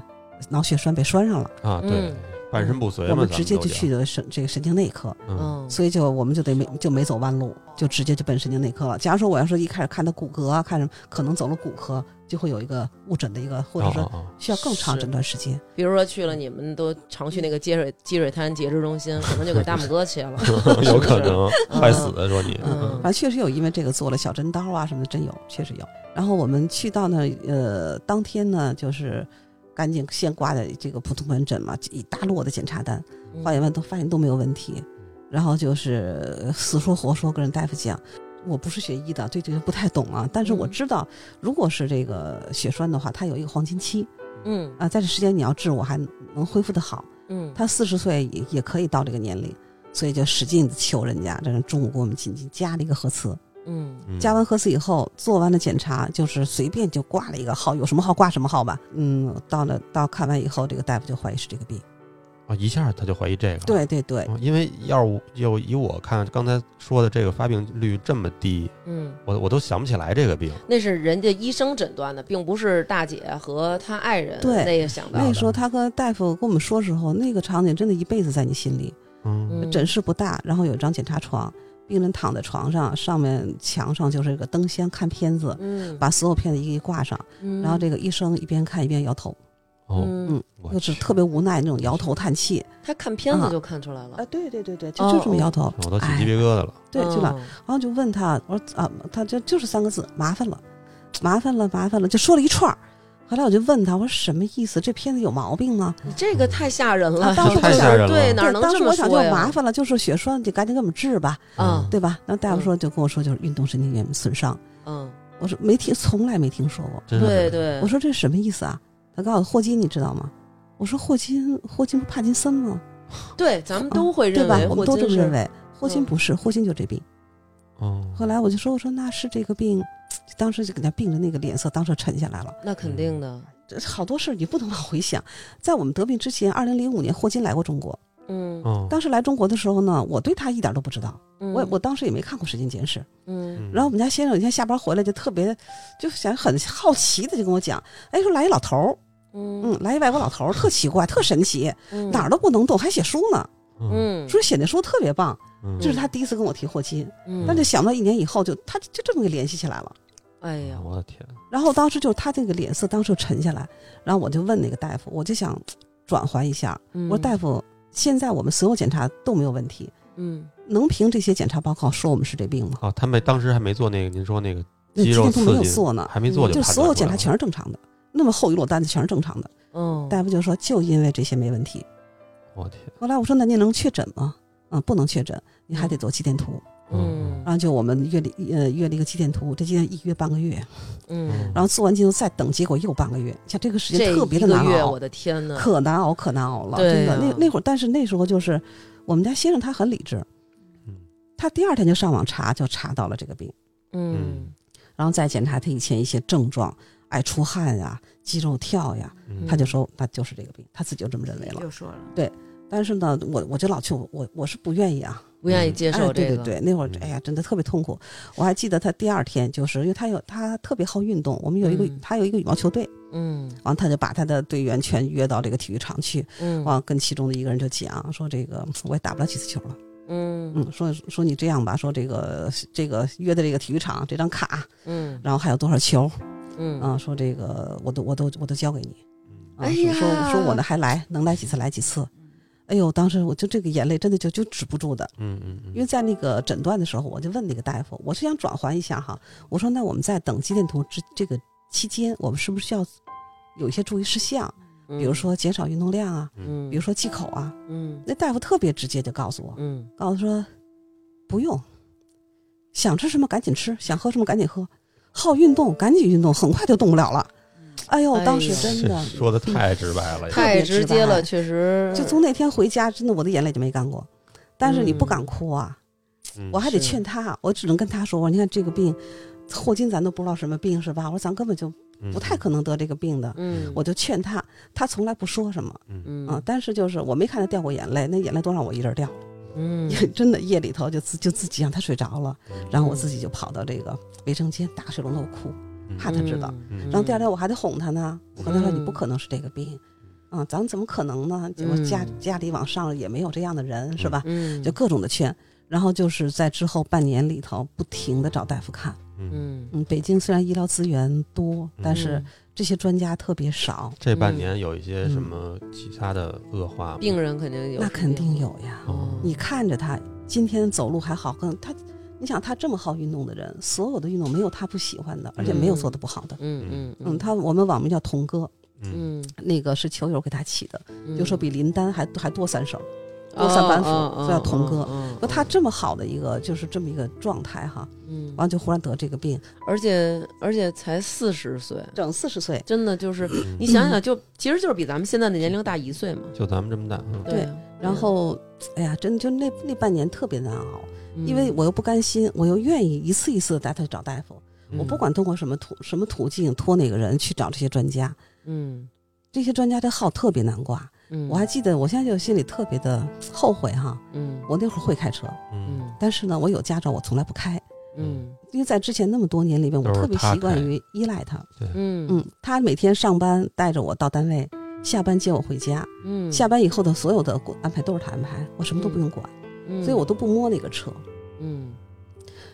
[SPEAKER 3] 脑血栓被栓上了？
[SPEAKER 2] 啊，对
[SPEAKER 1] 嗯，
[SPEAKER 2] 半身不遂嘛，
[SPEAKER 3] 我们
[SPEAKER 2] 咱
[SPEAKER 3] 直接
[SPEAKER 2] 都
[SPEAKER 3] 就
[SPEAKER 2] 讲
[SPEAKER 3] 去，的神这个神经内科，
[SPEAKER 2] 嗯，
[SPEAKER 1] 嗯
[SPEAKER 3] 所以就我们就得没就没走弯路，就直接就奔神经内科了。假如说我要说一开始看他骨骼啊，看什么，可能走了骨科就会有一个误诊的一个，或者说
[SPEAKER 2] 哦哦
[SPEAKER 3] 需要更长
[SPEAKER 1] 是
[SPEAKER 3] 诊断时间。
[SPEAKER 1] 比如说去了你们都常去那个积水积水滩节肢中心，可能就给大拇哥切了，
[SPEAKER 2] 哦 有可能
[SPEAKER 1] 嗯
[SPEAKER 2] 快死的啊说你，
[SPEAKER 1] 嗯
[SPEAKER 3] 啊反正确实有，因为这个做了小针刀啊什么的，真有，确实有。然后我们去到那儿，呃，当天呢就是赶紧先挂的这个普通门诊嘛，一大摞的检查单，
[SPEAKER 1] 嗯
[SPEAKER 3] 化验完都发现都没有问题，然后就是呃死说活说跟人大夫讲。我不是学医的，对这个不太懂啊。但是我
[SPEAKER 1] 嗯
[SPEAKER 3] 知道，如果是这个血栓的话，它有一个黄金期
[SPEAKER 1] 嗯
[SPEAKER 3] 啊，在这时间你要治，我还能恢复的好。
[SPEAKER 1] 嗯，
[SPEAKER 3] 他四十岁也也可以到这个年龄，所以就使劲的求人家，这人中午给我们紧急加了一个核磁，
[SPEAKER 1] 嗯
[SPEAKER 2] 嗯
[SPEAKER 3] 加完核磁以后，做完了检查，就是随便就挂了一个号，有什么号挂什么号吧。嗯，到了到看完以后，这个大夫就怀疑是这个病。
[SPEAKER 2] 哦一下他就怀疑这个，
[SPEAKER 3] 对对对，
[SPEAKER 2] 哦，因为要是我要以我看刚才说的这个发病率这么低，
[SPEAKER 1] 嗯，
[SPEAKER 2] 我我都想不起来这个病，
[SPEAKER 1] 那是人家医生诊断的，并不是大姐和她爱人
[SPEAKER 3] 对
[SPEAKER 1] 那个想到
[SPEAKER 3] 那
[SPEAKER 1] 的。
[SPEAKER 3] 时候他跟大夫跟我们说时候，那个场景真的一辈子在你心里。
[SPEAKER 2] 嗯，
[SPEAKER 1] 嗯
[SPEAKER 3] 诊室不大，然后有一张检查床，病人躺在床上，上面墙上就是个灯箱，看片子，
[SPEAKER 1] 嗯，
[SPEAKER 3] 把所有片子一个一挂上，
[SPEAKER 1] 嗯
[SPEAKER 3] 然后这个医生一边看一边摇头，
[SPEAKER 2] 哦，
[SPEAKER 1] 嗯，
[SPEAKER 2] 我
[SPEAKER 3] 就是
[SPEAKER 2] 去
[SPEAKER 3] 特别无奈那种摇头叹气。
[SPEAKER 1] 他看片子
[SPEAKER 3] 啊
[SPEAKER 1] 就看出来了
[SPEAKER 3] 啊，，对对对对，就就这么摇头，
[SPEAKER 2] 哦
[SPEAKER 3] 哎
[SPEAKER 2] 我都起鸡皮疙瘩了，
[SPEAKER 3] 对，就老
[SPEAKER 1] 嗯
[SPEAKER 3] 然后就问他，我说啊，他就就是三个字，麻烦了，麻烦了，麻烦了，就说了一串儿。后来我就问他，我说什么意思？这片子有毛病吗？
[SPEAKER 1] 你这个太吓人了，
[SPEAKER 3] 啊当时
[SPEAKER 1] 就是
[SPEAKER 3] 太吓
[SPEAKER 2] 人了
[SPEAKER 1] 对，哪
[SPEAKER 3] 对，
[SPEAKER 1] 能
[SPEAKER 3] 当
[SPEAKER 1] 这
[SPEAKER 3] 时
[SPEAKER 1] 么
[SPEAKER 3] 我想就
[SPEAKER 1] 说呀？
[SPEAKER 3] 麻烦了，就是血栓，就赶紧给我们治吧，
[SPEAKER 1] 啊
[SPEAKER 2] 嗯
[SPEAKER 3] 对吧？然后大夫说，就跟我说就是运动神经元损伤。
[SPEAKER 1] 嗯，
[SPEAKER 3] 我说没听，从来没听说过。
[SPEAKER 2] 真是
[SPEAKER 1] 对，对，
[SPEAKER 3] 我说这是什么意思啊？他告诉我霍金，你知道吗？我说霍金，霍金不是帕金森吗？
[SPEAKER 1] 对，咱们都会
[SPEAKER 3] 哦对
[SPEAKER 1] 认
[SPEAKER 3] 吧
[SPEAKER 1] 为？
[SPEAKER 3] 我
[SPEAKER 1] 霍
[SPEAKER 3] 们都这
[SPEAKER 1] 金
[SPEAKER 3] 么
[SPEAKER 1] 是嗯
[SPEAKER 3] 认为。霍金不是，霍金就这病。
[SPEAKER 2] 哦，
[SPEAKER 3] 后来我就说，我说那是这个病，当时就给那病人那个脸色当时沉下来了。
[SPEAKER 1] 那肯定的，
[SPEAKER 3] 这好多事儿你不能往回想。在我们得病之前，二零零五年霍金来过中国。
[SPEAKER 1] 嗯，
[SPEAKER 2] 哦，
[SPEAKER 3] 当时来中国的时候呢，我对他一点都不知道，
[SPEAKER 1] 嗯
[SPEAKER 3] 我我当时也没看过《时间简史》。
[SPEAKER 1] 嗯
[SPEAKER 2] 嗯
[SPEAKER 3] 然后我们家先生有一天下班回来就特别，就想很好奇的就跟我讲，哎，说来一老头儿，
[SPEAKER 1] 嗯
[SPEAKER 3] 嗯，来一外国老头儿，特奇怪，特神奇，
[SPEAKER 1] 嗯
[SPEAKER 3] 哪儿都不能动，还写书呢，
[SPEAKER 2] 嗯
[SPEAKER 1] 嗯，
[SPEAKER 3] 说写那书特别棒。
[SPEAKER 2] 嗯
[SPEAKER 3] 这是他第一次跟我提霍金，
[SPEAKER 1] 嗯
[SPEAKER 3] 但就想不到一年以后就他就这么给联系起来了。
[SPEAKER 1] 哎呀，
[SPEAKER 2] 我的天，
[SPEAKER 3] 然后当时就是他这个脸色当时就沉下来，然后我就问那个大夫，我就想转换一下，
[SPEAKER 1] 我
[SPEAKER 3] 我说大夫，现在我们所有检查都没有问题，
[SPEAKER 1] 嗯
[SPEAKER 3] 能凭这些检查报告说我们是这病吗？
[SPEAKER 2] 哦，他们当时还没做那个您说那个
[SPEAKER 3] 那
[SPEAKER 2] 肌
[SPEAKER 3] 今
[SPEAKER 2] 肉
[SPEAKER 3] 天
[SPEAKER 2] 刺
[SPEAKER 3] 都没有
[SPEAKER 2] 激
[SPEAKER 3] 做呢，
[SPEAKER 2] 还没做
[SPEAKER 1] 嗯
[SPEAKER 2] 就
[SPEAKER 3] 就
[SPEAKER 2] 判
[SPEAKER 3] 所有
[SPEAKER 2] 断出
[SPEAKER 3] 检
[SPEAKER 2] 来
[SPEAKER 3] 查
[SPEAKER 2] 了
[SPEAKER 3] 全是正常的，那么厚一摞单子全是正常的。
[SPEAKER 1] 嗯，
[SPEAKER 3] 大夫就说就因为这些没问题。
[SPEAKER 2] 我天，
[SPEAKER 3] 后来我说那您能确诊吗？嗯，不能确诊，你还得做肌电图。
[SPEAKER 1] 嗯
[SPEAKER 3] 然后就我们约了呃约了一个肌电图，这肌电一约半个月，
[SPEAKER 1] 嗯，
[SPEAKER 3] 然后做完肌电图再等结果又半个月，像这个时
[SPEAKER 1] 这
[SPEAKER 3] 间特别的
[SPEAKER 1] 一个
[SPEAKER 3] 难
[SPEAKER 1] 月
[SPEAKER 3] 熬
[SPEAKER 1] 我。的天呐，
[SPEAKER 3] 可难熬，可难熬了，
[SPEAKER 1] 对啊
[SPEAKER 3] 真
[SPEAKER 1] 呀
[SPEAKER 3] 的。那那会儿，但是那时候就是我们家先生他很理智，
[SPEAKER 2] 嗯
[SPEAKER 3] 他第二天就上网查，就查到了这个病，
[SPEAKER 1] 嗯
[SPEAKER 3] 然后再检查他以前一些症状，爱出汗呀、肌肉跳呀，
[SPEAKER 2] 嗯
[SPEAKER 3] 他就说那就是这个病，他自己就这么认为
[SPEAKER 1] 嗯
[SPEAKER 3] 了。
[SPEAKER 4] 就说了，
[SPEAKER 3] 但是呢，我我就老去，我我是不愿意啊，
[SPEAKER 1] 不愿意接
[SPEAKER 3] 哎
[SPEAKER 1] 受
[SPEAKER 3] 对
[SPEAKER 1] 这
[SPEAKER 3] 对
[SPEAKER 1] 个，
[SPEAKER 3] 对，那会儿
[SPEAKER 2] 嗯
[SPEAKER 3] 哎呀，真的特别痛苦。我还记得他第二天，就是因为他有他特别好运动，我们有一个、
[SPEAKER 1] 嗯
[SPEAKER 3] 他有一个羽毛球队，
[SPEAKER 1] 嗯
[SPEAKER 3] 完他就把他的队员全约到这个体育场去，
[SPEAKER 1] 嗯
[SPEAKER 3] 完跟其中的一个人就讲说这个我也打不了几次球了。
[SPEAKER 1] 嗯
[SPEAKER 3] 嗯，说说你这样吧，说这个这个约的这个体育场这张卡，
[SPEAKER 1] 嗯
[SPEAKER 3] 然后还有多少球，
[SPEAKER 1] 嗯
[SPEAKER 3] 嗯，说这个我都我都我都交给你，啊、
[SPEAKER 1] 哎
[SPEAKER 3] 说
[SPEAKER 1] 呀
[SPEAKER 3] 说说我呢还来，能来几次来几次，哎呦，当时我就这个眼泪真的就就止不住的，
[SPEAKER 2] 嗯嗯嗯，
[SPEAKER 3] 因为在那个诊断的时候，我就问那个大夫，我是想转换一下哈，我说那我们在等肌电图之这个期间，我们是不是需要有一些注意事项，
[SPEAKER 1] 嗯，
[SPEAKER 3] 比如说减少运动量啊，
[SPEAKER 1] 嗯，
[SPEAKER 3] 比如说忌口啊，
[SPEAKER 1] 嗯
[SPEAKER 3] 那大夫特别直接就告诉我，
[SPEAKER 1] 嗯
[SPEAKER 3] 告诉说不用，想吃什么赶紧吃，想喝什么赶紧喝，好运动赶紧运动，很快就动不了了。哎呦，
[SPEAKER 1] 哎
[SPEAKER 3] 当时
[SPEAKER 1] 呦
[SPEAKER 3] 真
[SPEAKER 2] 这
[SPEAKER 3] 的，
[SPEAKER 2] 说的太直白了，
[SPEAKER 3] 特
[SPEAKER 1] 太
[SPEAKER 3] 别
[SPEAKER 1] 直
[SPEAKER 3] 直
[SPEAKER 1] 接
[SPEAKER 3] 白
[SPEAKER 1] 了，确实
[SPEAKER 3] 就从那天回家，真的我的眼泪就没干过。但是你不
[SPEAKER 1] 嗯
[SPEAKER 3] 敢哭啊，
[SPEAKER 2] 嗯
[SPEAKER 3] 我还得
[SPEAKER 1] 是
[SPEAKER 3] 劝他，我只能跟他说，我说你看这个病，霍金咱都不知道什么病是吧？我说咱根本就
[SPEAKER 2] 嗯
[SPEAKER 3] 不太可能得这个病的，
[SPEAKER 1] 嗯，
[SPEAKER 3] 我就劝他，他从来不说什么
[SPEAKER 1] 嗯
[SPEAKER 3] 啊、但是就是我没看他掉过眼泪，那眼泪都让我一人掉，
[SPEAKER 1] 嗯
[SPEAKER 3] 真的夜里头就自就自己让他睡着了，
[SPEAKER 2] 嗯
[SPEAKER 3] 然后我自己就跑到这个卫生间打个水龙头哭，
[SPEAKER 2] 嗯
[SPEAKER 3] 怕他知道，
[SPEAKER 2] 嗯
[SPEAKER 3] 然后第二天我还得哄他呢，我跟他说你
[SPEAKER 1] 嗯
[SPEAKER 3] 不可能是这个病，啊、咱们怎么可能呢？结果家
[SPEAKER 1] 嗯
[SPEAKER 3] 家里往上也没有这样的人是吧？
[SPEAKER 1] 嗯
[SPEAKER 3] 就各种的劝，然后就是在之后半年里头不停的找大夫看。
[SPEAKER 2] 嗯，
[SPEAKER 1] 嗯，
[SPEAKER 3] 嗯，北京虽然医疗资源多，但是
[SPEAKER 1] 嗯
[SPEAKER 3] 这些专家特别少，
[SPEAKER 2] 这半年有一些什么
[SPEAKER 3] 嗯
[SPEAKER 2] 其他的恶化吗？
[SPEAKER 1] 病人肯定有，
[SPEAKER 3] 那肯定有呀。
[SPEAKER 2] 哦
[SPEAKER 3] 你看着他今天走路还好，跟他，你想他这么好运动的人，所有的运动没有他不喜欢的，而且没有做的不好的。
[SPEAKER 1] 嗯，嗯
[SPEAKER 3] 嗯，
[SPEAKER 1] 嗯
[SPEAKER 3] 他我们网名叫童哥，
[SPEAKER 2] 嗯
[SPEAKER 1] 嗯，
[SPEAKER 3] 那个是球友给他起的，
[SPEAKER 1] 嗯哦
[SPEAKER 3] 就说比林丹还还多三手。多三板斧叫童哥，那他这么好的一个，就是这么一个状态哈，
[SPEAKER 1] 嗯，
[SPEAKER 3] 完就忽然得这个病，
[SPEAKER 1] 而且而且才四十岁，
[SPEAKER 3] 整四十岁，
[SPEAKER 1] 真的就是
[SPEAKER 2] 嗯
[SPEAKER 1] 你想想就，其实就是比咱们现在的年龄大一岁嘛。
[SPEAKER 2] 就咱们这么大，嗯
[SPEAKER 3] 对
[SPEAKER 1] 啊，
[SPEAKER 3] 然后，哎呀，真的就那那半年特别难熬，
[SPEAKER 1] 嗯
[SPEAKER 3] 因为我又不甘心，我又愿意一次一次的带他去找大夫，
[SPEAKER 2] 嗯
[SPEAKER 3] 我不，管通过什么途什么途径托哪个人去找这些专家，
[SPEAKER 1] 嗯
[SPEAKER 3] 这些专家的号特别难挂，
[SPEAKER 1] 嗯，
[SPEAKER 3] 我还记得，我现在就心里特别的后悔哈，
[SPEAKER 1] 嗯
[SPEAKER 3] 我那会儿会开车，
[SPEAKER 2] 嗯
[SPEAKER 1] 嗯
[SPEAKER 3] 但是呢，我有驾照我从来不开，
[SPEAKER 1] 嗯
[SPEAKER 3] 因为在之前那么多年里面，我
[SPEAKER 2] 都是
[SPEAKER 3] 特别
[SPEAKER 2] 他
[SPEAKER 3] 习惯
[SPEAKER 2] 开
[SPEAKER 3] 于依赖他。
[SPEAKER 1] 嗯
[SPEAKER 3] 嗯，他每天上班带着我到单位，下班接我回家。
[SPEAKER 1] 嗯，
[SPEAKER 3] 下班以后的所有的过安排都是他安排，我什么都不用管，
[SPEAKER 1] 嗯，
[SPEAKER 3] 所以我都不摸那个车。
[SPEAKER 1] 嗯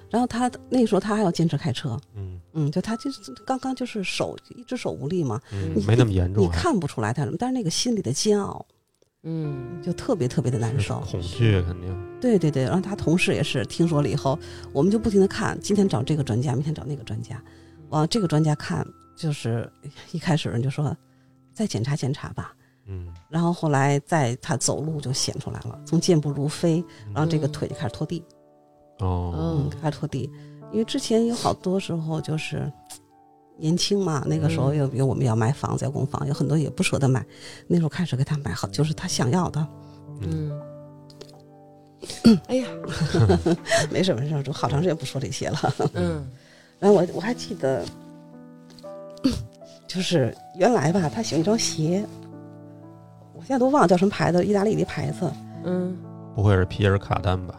[SPEAKER 3] 然后他那时候他还要坚持开车，
[SPEAKER 2] 嗯
[SPEAKER 3] 嗯，就他就是刚刚就是手一只手无力嘛，
[SPEAKER 2] 嗯，没那么严
[SPEAKER 3] 你
[SPEAKER 2] 重，还
[SPEAKER 3] 看不出来他什么，但是那个心里的煎熬
[SPEAKER 1] 嗯
[SPEAKER 3] 就特别特别的难受。
[SPEAKER 2] 恐惧肯定，
[SPEAKER 3] 对对对，然后他同事也是听说了以后，我们就不停的看，今天找这个专家，明天找那个专家，往这个专家看，就是一开始人就说再检查检查吧，
[SPEAKER 2] 嗯，
[SPEAKER 3] 然后后来在他走路就显出来了，从健步如飞，然后这个腿就开始拖地，
[SPEAKER 2] 哦，
[SPEAKER 1] 嗯
[SPEAKER 3] 嗯，开始拖地。因为之前有好多时候就是嘖年轻嘛，那个时候
[SPEAKER 1] 嗯
[SPEAKER 3] 有，比如我们要买房子要供房，有很多也不舍得买。那时候开始给他买好，就是他想要的，
[SPEAKER 1] 嗯，
[SPEAKER 3] 嗯
[SPEAKER 1] 哎呀，
[SPEAKER 3] 没什么事儿，就好长时间不说这些了。
[SPEAKER 1] 嗯
[SPEAKER 3] 然后我我还记得，就是原来吧，他喜欢一双鞋，我现在都忘了叫什么牌子，意大利的牌子，
[SPEAKER 1] 嗯，
[SPEAKER 2] 不会是皮尔卡丹吧？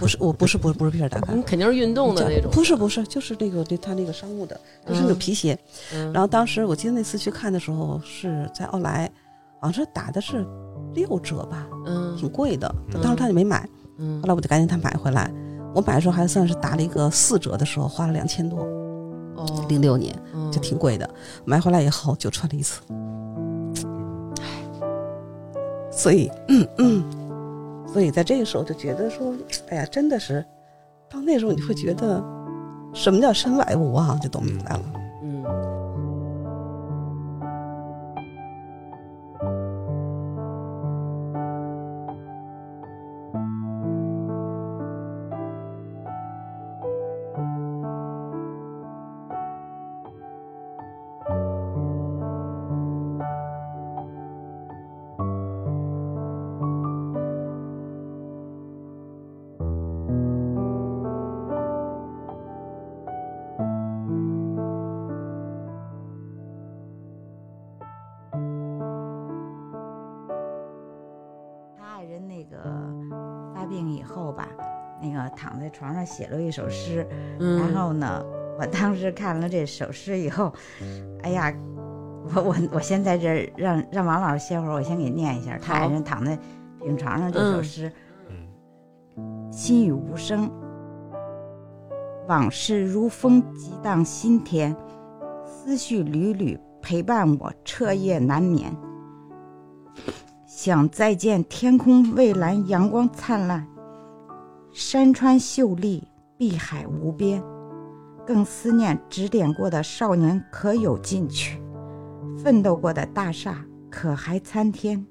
[SPEAKER 3] 不是，我不是，不是，不是皮尔达卡
[SPEAKER 1] 你。嗯肯定是运动的那种，
[SPEAKER 3] 不是不是，就是那个对他那个商务的，就是那个皮鞋。
[SPEAKER 1] 嗯，
[SPEAKER 3] 然后当时我记得那次去看的时候是在奥莱，好像是打的是六折吧，挺
[SPEAKER 1] 嗯
[SPEAKER 3] 贵的。
[SPEAKER 2] 嗯
[SPEAKER 3] 当时他就没买，
[SPEAKER 1] 嗯
[SPEAKER 3] 后来我就赶紧给他买回来。我买的时候还算是打了一个四折的时候，花了两千多，
[SPEAKER 1] 哦，
[SPEAKER 3] 零六年
[SPEAKER 1] 嗯
[SPEAKER 3] 就挺贵的。买回来以后就穿了一次，所以，嗯嗯，所以在这个时候就觉得说，哎呀，真的是，到那时候你会觉得，什么叫身外物啊，就懂明白了。
[SPEAKER 1] 嗯。
[SPEAKER 4] 他爱人那个发病以后吧，那个躺在床上写了一首诗，
[SPEAKER 1] 嗯
[SPEAKER 4] 然后呢，我当时看了这首诗以后，哎呀，我我我先在这儿让让王老师歇会儿，我先给念一下他
[SPEAKER 1] 好
[SPEAKER 4] 爱人躺在病床上这首
[SPEAKER 1] 嗯
[SPEAKER 4] 诗：
[SPEAKER 2] 嗯
[SPEAKER 4] 心语无声，往事如风激荡心田，思绪屡屡陪伴我彻夜难眠。想再见天空蔚蓝，阳光灿烂，山川秀丽，碧海无边，更思念指点过的少年可有进取，奋斗过的大厦可还参天。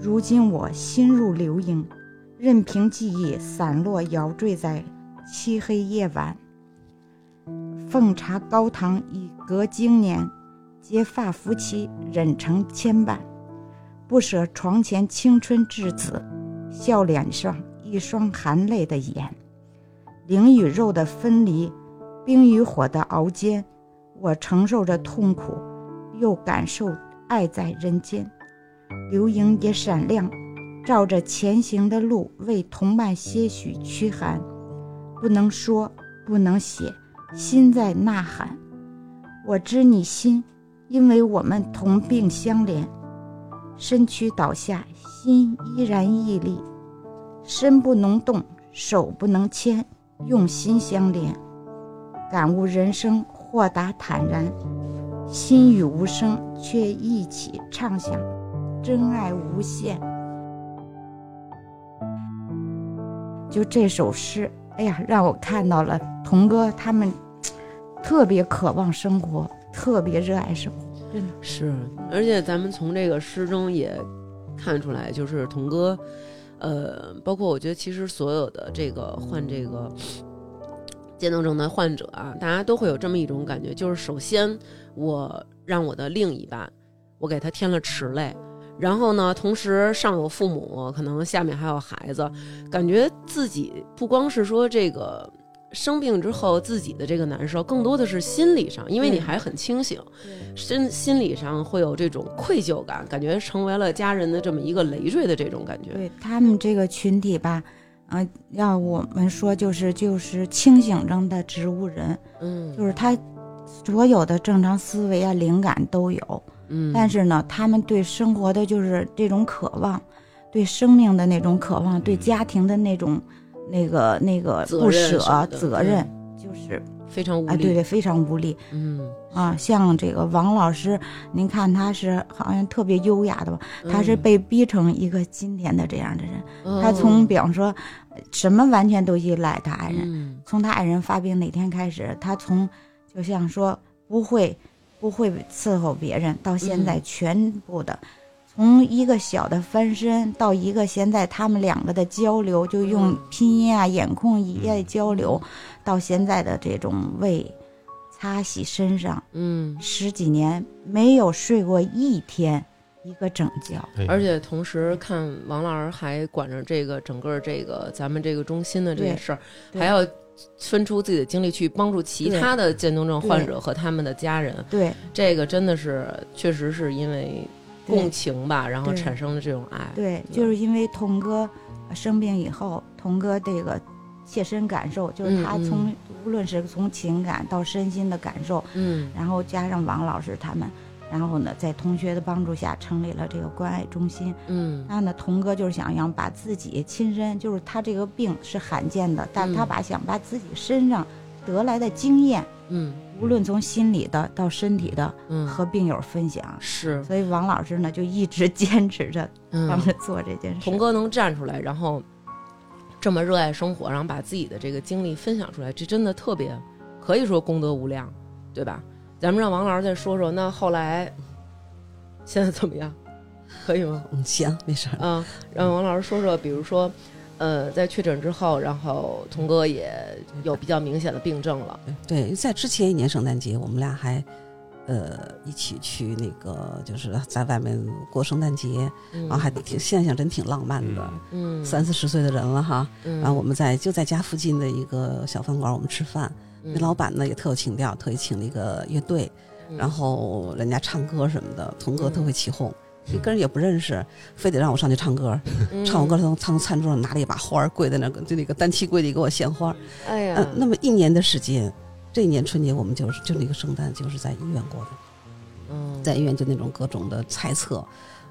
[SPEAKER 4] 如今我心如流萤，任凭记忆散落摇坠在漆黑夜晚。奉茶高堂已隔经年，结发夫妻忍成牵绊，不舍床前青春稚子，笑脸上一双含泪的眼。灵与肉的分离，冰与火的熬煎，我承受着痛苦，又感受爱在人间。流萤也闪亮，照着前行的路，为同伴些许驱寒。不能说，不能写，心在呐喊。我知你心，因为我们同病相怜。身躯倒下，心依然屹立。身不能动，手不能牵，用心相连。感悟人生，豁达坦然。心与无声，却一起畅想。真爱无限。就这首诗，哎呀，让我看到了童哥他们特别渴望生活，特别热爱生活，真的。
[SPEAKER 1] 是，而且咱们从这个诗中也看出来，就是童哥，呃，包括我觉得其实所有的这个患这个渐冻症的患者啊，大家都会有这么一种感觉，就是首先我让我的另一半，我给他添了池类。然后呢，同时上有父母，可能下面还有孩子，感觉自己不光是说这个生病之后自己的这个难受，更多的是心理上，因为你
[SPEAKER 4] 嗯
[SPEAKER 1] 还很清醒，
[SPEAKER 4] 对
[SPEAKER 1] 身心理上会有这种愧疚感，感觉成为了家人的这么一个累赘的这种感觉。
[SPEAKER 4] 对他们这个群体吧，啊、要我们说就是就是清醒中的植物人，
[SPEAKER 1] 嗯，
[SPEAKER 4] 就是他所有的正常思维啊、灵感都有，
[SPEAKER 1] 嗯，
[SPEAKER 4] 但是呢，他们对生活的就是这种渴望，对生命的那种渴望，对
[SPEAKER 2] 嗯
[SPEAKER 4] 家庭的那种那个那个
[SPEAKER 1] 责
[SPEAKER 4] 不
[SPEAKER 1] 任
[SPEAKER 4] 舍
[SPEAKER 1] 什么的
[SPEAKER 4] 责任，就是
[SPEAKER 1] 非常无力。
[SPEAKER 4] 啊，对对，非常无力。
[SPEAKER 1] 嗯，
[SPEAKER 4] 啊，像这个王老师，您看他是好像特别优雅的吧？他是被逼成一个今天的这样的人。
[SPEAKER 1] 嗯
[SPEAKER 4] 他从比方说，呃什么完全都依赖他爱人，
[SPEAKER 1] 嗯
[SPEAKER 4] 从他爱人发病那天开始，他从就像说不会不会伺候别人，到现在全部的，从一个小的翻身到一个现在他们两个的交流，就用
[SPEAKER 1] 嗯
[SPEAKER 4] 拼音啊、眼控仪啊
[SPEAKER 2] 嗯
[SPEAKER 4] 交流，到现在的这种为擦洗身上
[SPEAKER 1] 嗯，
[SPEAKER 4] 十几年没有睡过一天一个整觉。
[SPEAKER 2] 哎
[SPEAKER 1] 而且同时看王老师还管着这个整个这个咱们这个中心的这
[SPEAKER 4] 对
[SPEAKER 1] 些事儿，
[SPEAKER 4] 对
[SPEAKER 1] 还要分出自己的精力去帮助其
[SPEAKER 4] 对
[SPEAKER 1] 他的渐冻症患者和他们的家人。
[SPEAKER 4] 对，
[SPEAKER 1] 这个真的是确实是因为
[SPEAKER 4] 对
[SPEAKER 1] 共情吧，然后
[SPEAKER 4] 对
[SPEAKER 1] 产生了这种爱。
[SPEAKER 4] 对，就是因为童哥呃生病以后，童哥这个切身感受，就是他
[SPEAKER 1] 嗯嗯
[SPEAKER 4] 从、无论是从情感到身心的感受，
[SPEAKER 1] 嗯
[SPEAKER 4] 然后加上王老师他们，然后呢，在同学的帮助下成立了这个关爱中心。
[SPEAKER 1] 嗯
[SPEAKER 4] 那呢，童哥就是想要把自己亲身，就是他这个病是罕见的，但他
[SPEAKER 1] 嗯
[SPEAKER 4] 把想把自己身上得来的经验，
[SPEAKER 1] 嗯
[SPEAKER 4] 无论从心理的到身体的，
[SPEAKER 1] 嗯，
[SPEAKER 4] 和病友分享。
[SPEAKER 1] 是
[SPEAKER 4] 所以王老师呢，就一直 坚持着帮
[SPEAKER 1] 嗯，
[SPEAKER 4] 着做这件事。
[SPEAKER 1] 童哥能站出来，然后这么热爱生活，然后把自己的这个经历分享出来，这真的特别可以说功德无量，对吧？咱们让王老师再说说，那后来现在怎么样？可以吗？
[SPEAKER 3] 嗯，行，没事儿。
[SPEAKER 1] 啊，让王老师说说，比如说，呃，在确诊之后，然后童哥也有比较明显的病症了，
[SPEAKER 3] 对，在之前一年圣诞节，我们俩还呃一起去那个，就是在外面过圣诞节，
[SPEAKER 1] 嗯
[SPEAKER 3] 啊，还挺现在想真挺浪漫的，
[SPEAKER 2] 嗯
[SPEAKER 1] 嗯，
[SPEAKER 3] 三四十岁的人了哈。
[SPEAKER 1] 嗯，
[SPEAKER 3] 然后我们在就在家附近的一个小饭馆，我们吃饭，那
[SPEAKER 1] 嗯
[SPEAKER 3] 老板呢也特有情调，特意请了一个乐队，
[SPEAKER 1] 嗯
[SPEAKER 3] 然后人家唱歌什么的，童哥特会起哄，一个人也不认识，非得让我上去唱歌，
[SPEAKER 1] 嗯
[SPEAKER 3] 唱完歌，他从他从餐桌上拿了一把花儿，跪在那个就那个单膝跪地给我献花儿。
[SPEAKER 1] 哎呀，
[SPEAKER 3] 嗯，那么一年的时间，这一年春节我们就是就那个圣诞就是在医院过的，
[SPEAKER 1] 嗯
[SPEAKER 3] 在医院就那种各种的猜测，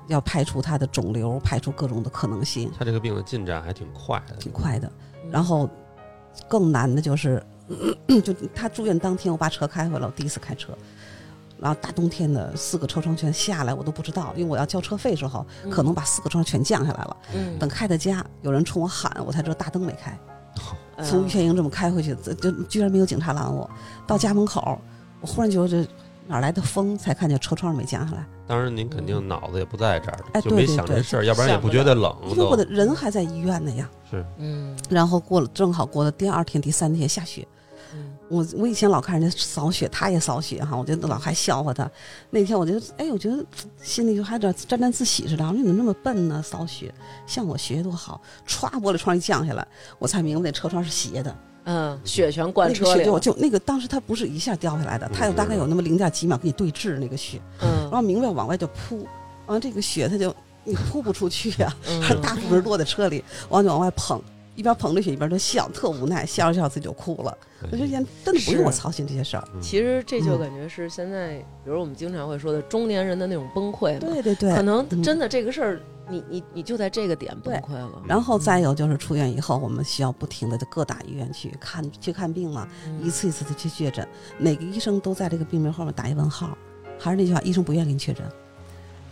[SPEAKER 3] 要排除他的肿瘤，排除各种的可能性，
[SPEAKER 2] 他这个病的进展还挺快的，
[SPEAKER 3] 挺快的。
[SPEAKER 1] 嗯
[SPEAKER 3] 然后更难的就是， 就他住院当天，我把车开回来，我第一次开车，然后大冬天的四个车窗全下来，我都不知道，因为我要交车费的时候，可能把四个车窗全降下来了。
[SPEAKER 1] 嗯
[SPEAKER 3] 等开到家，有人冲我喊，我才知道大灯没开，
[SPEAKER 1] 哎呀
[SPEAKER 3] 从玉泉营这么开回去，这就居然没有警察拦我。到家门口，我忽然觉得这哪儿来的风，才看见车窗没降下来，
[SPEAKER 2] 当然您肯定脑子也不在这儿，
[SPEAKER 3] 嗯哎
[SPEAKER 2] 就
[SPEAKER 3] 对
[SPEAKER 2] 没
[SPEAKER 3] 对
[SPEAKER 2] 想
[SPEAKER 3] 对
[SPEAKER 2] 这事儿，要不然也
[SPEAKER 1] 想不
[SPEAKER 2] 不觉得冷
[SPEAKER 3] 因为
[SPEAKER 2] 都
[SPEAKER 3] 我的人还在医院呢呀。
[SPEAKER 2] 是
[SPEAKER 1] 嗯
[SPEAKER 3] 然后过了，正好过了第二天、第三天下雪，
[SPEAKER 1] 嗯
[SPEAKER 3] 我我以前老看人家扫雪，他也扫雪哈，我就老还笑话他。那天我就哎，我觉得心里就还有点沾沾自喜似的，我说你怎么那么笨呢？扫雪向我学多好，歘，玻璃窗一降下来，我才明白那车窗是斜的，
[SPEAKER 1] 嗯，血全灌
[SPEAKER 3] 那
[SPEAKER 1] 车
[SPEAKER 3] 个血
[SPEAKER 1] 里
[SPEAKER 3] 就
[SPEAKER 1] 了，
[SPEAKER 3] 就那个当时它不是一下掉下来的，它有大概有那么零点几秒给你对峙那个血，然
[SPEAKER 1] 嗯
[SPEAKER 3] 后明白往外就扑，然后这个血它就你扑不出去呀、
[SPEAKER 1] 嗯
[SPEAKER 3] 它大部分落在车里，完就往外捧，一边捧着血一边就笑，特无奈，笑着笑着自己就哭了。我就觉得真的不
[SPEAKER 1] 是
[SPEAKER 3] 用我操心这些事儿，
[SPEAKER 1] 其实这就
[SPEAKER 3] 嗯
[SPEAKER 1] 感觉是现在，比如我们经常会说的中年人的那种崩溃嘛，
[SPEAKER 3] 对对对
[SPEAKER 1] 可。能
[SPEAKER 3] 嗯
[SPEAKER 1] 真的这个事儿，你你你就在这个点崩
[SPEAKER 3] 对
[SPEAKER 1] 溃了。
[SPEAKER 3] 然后再有就是出院以后，我们需要不停的就各大医院去看去看病了，
[SPEAKER 1] 嗯
[SPEAKER 3] 一次一次的去确诊，每个医生都在这个病名后面打一问号。还是那句话，医生不愿意给你确诊。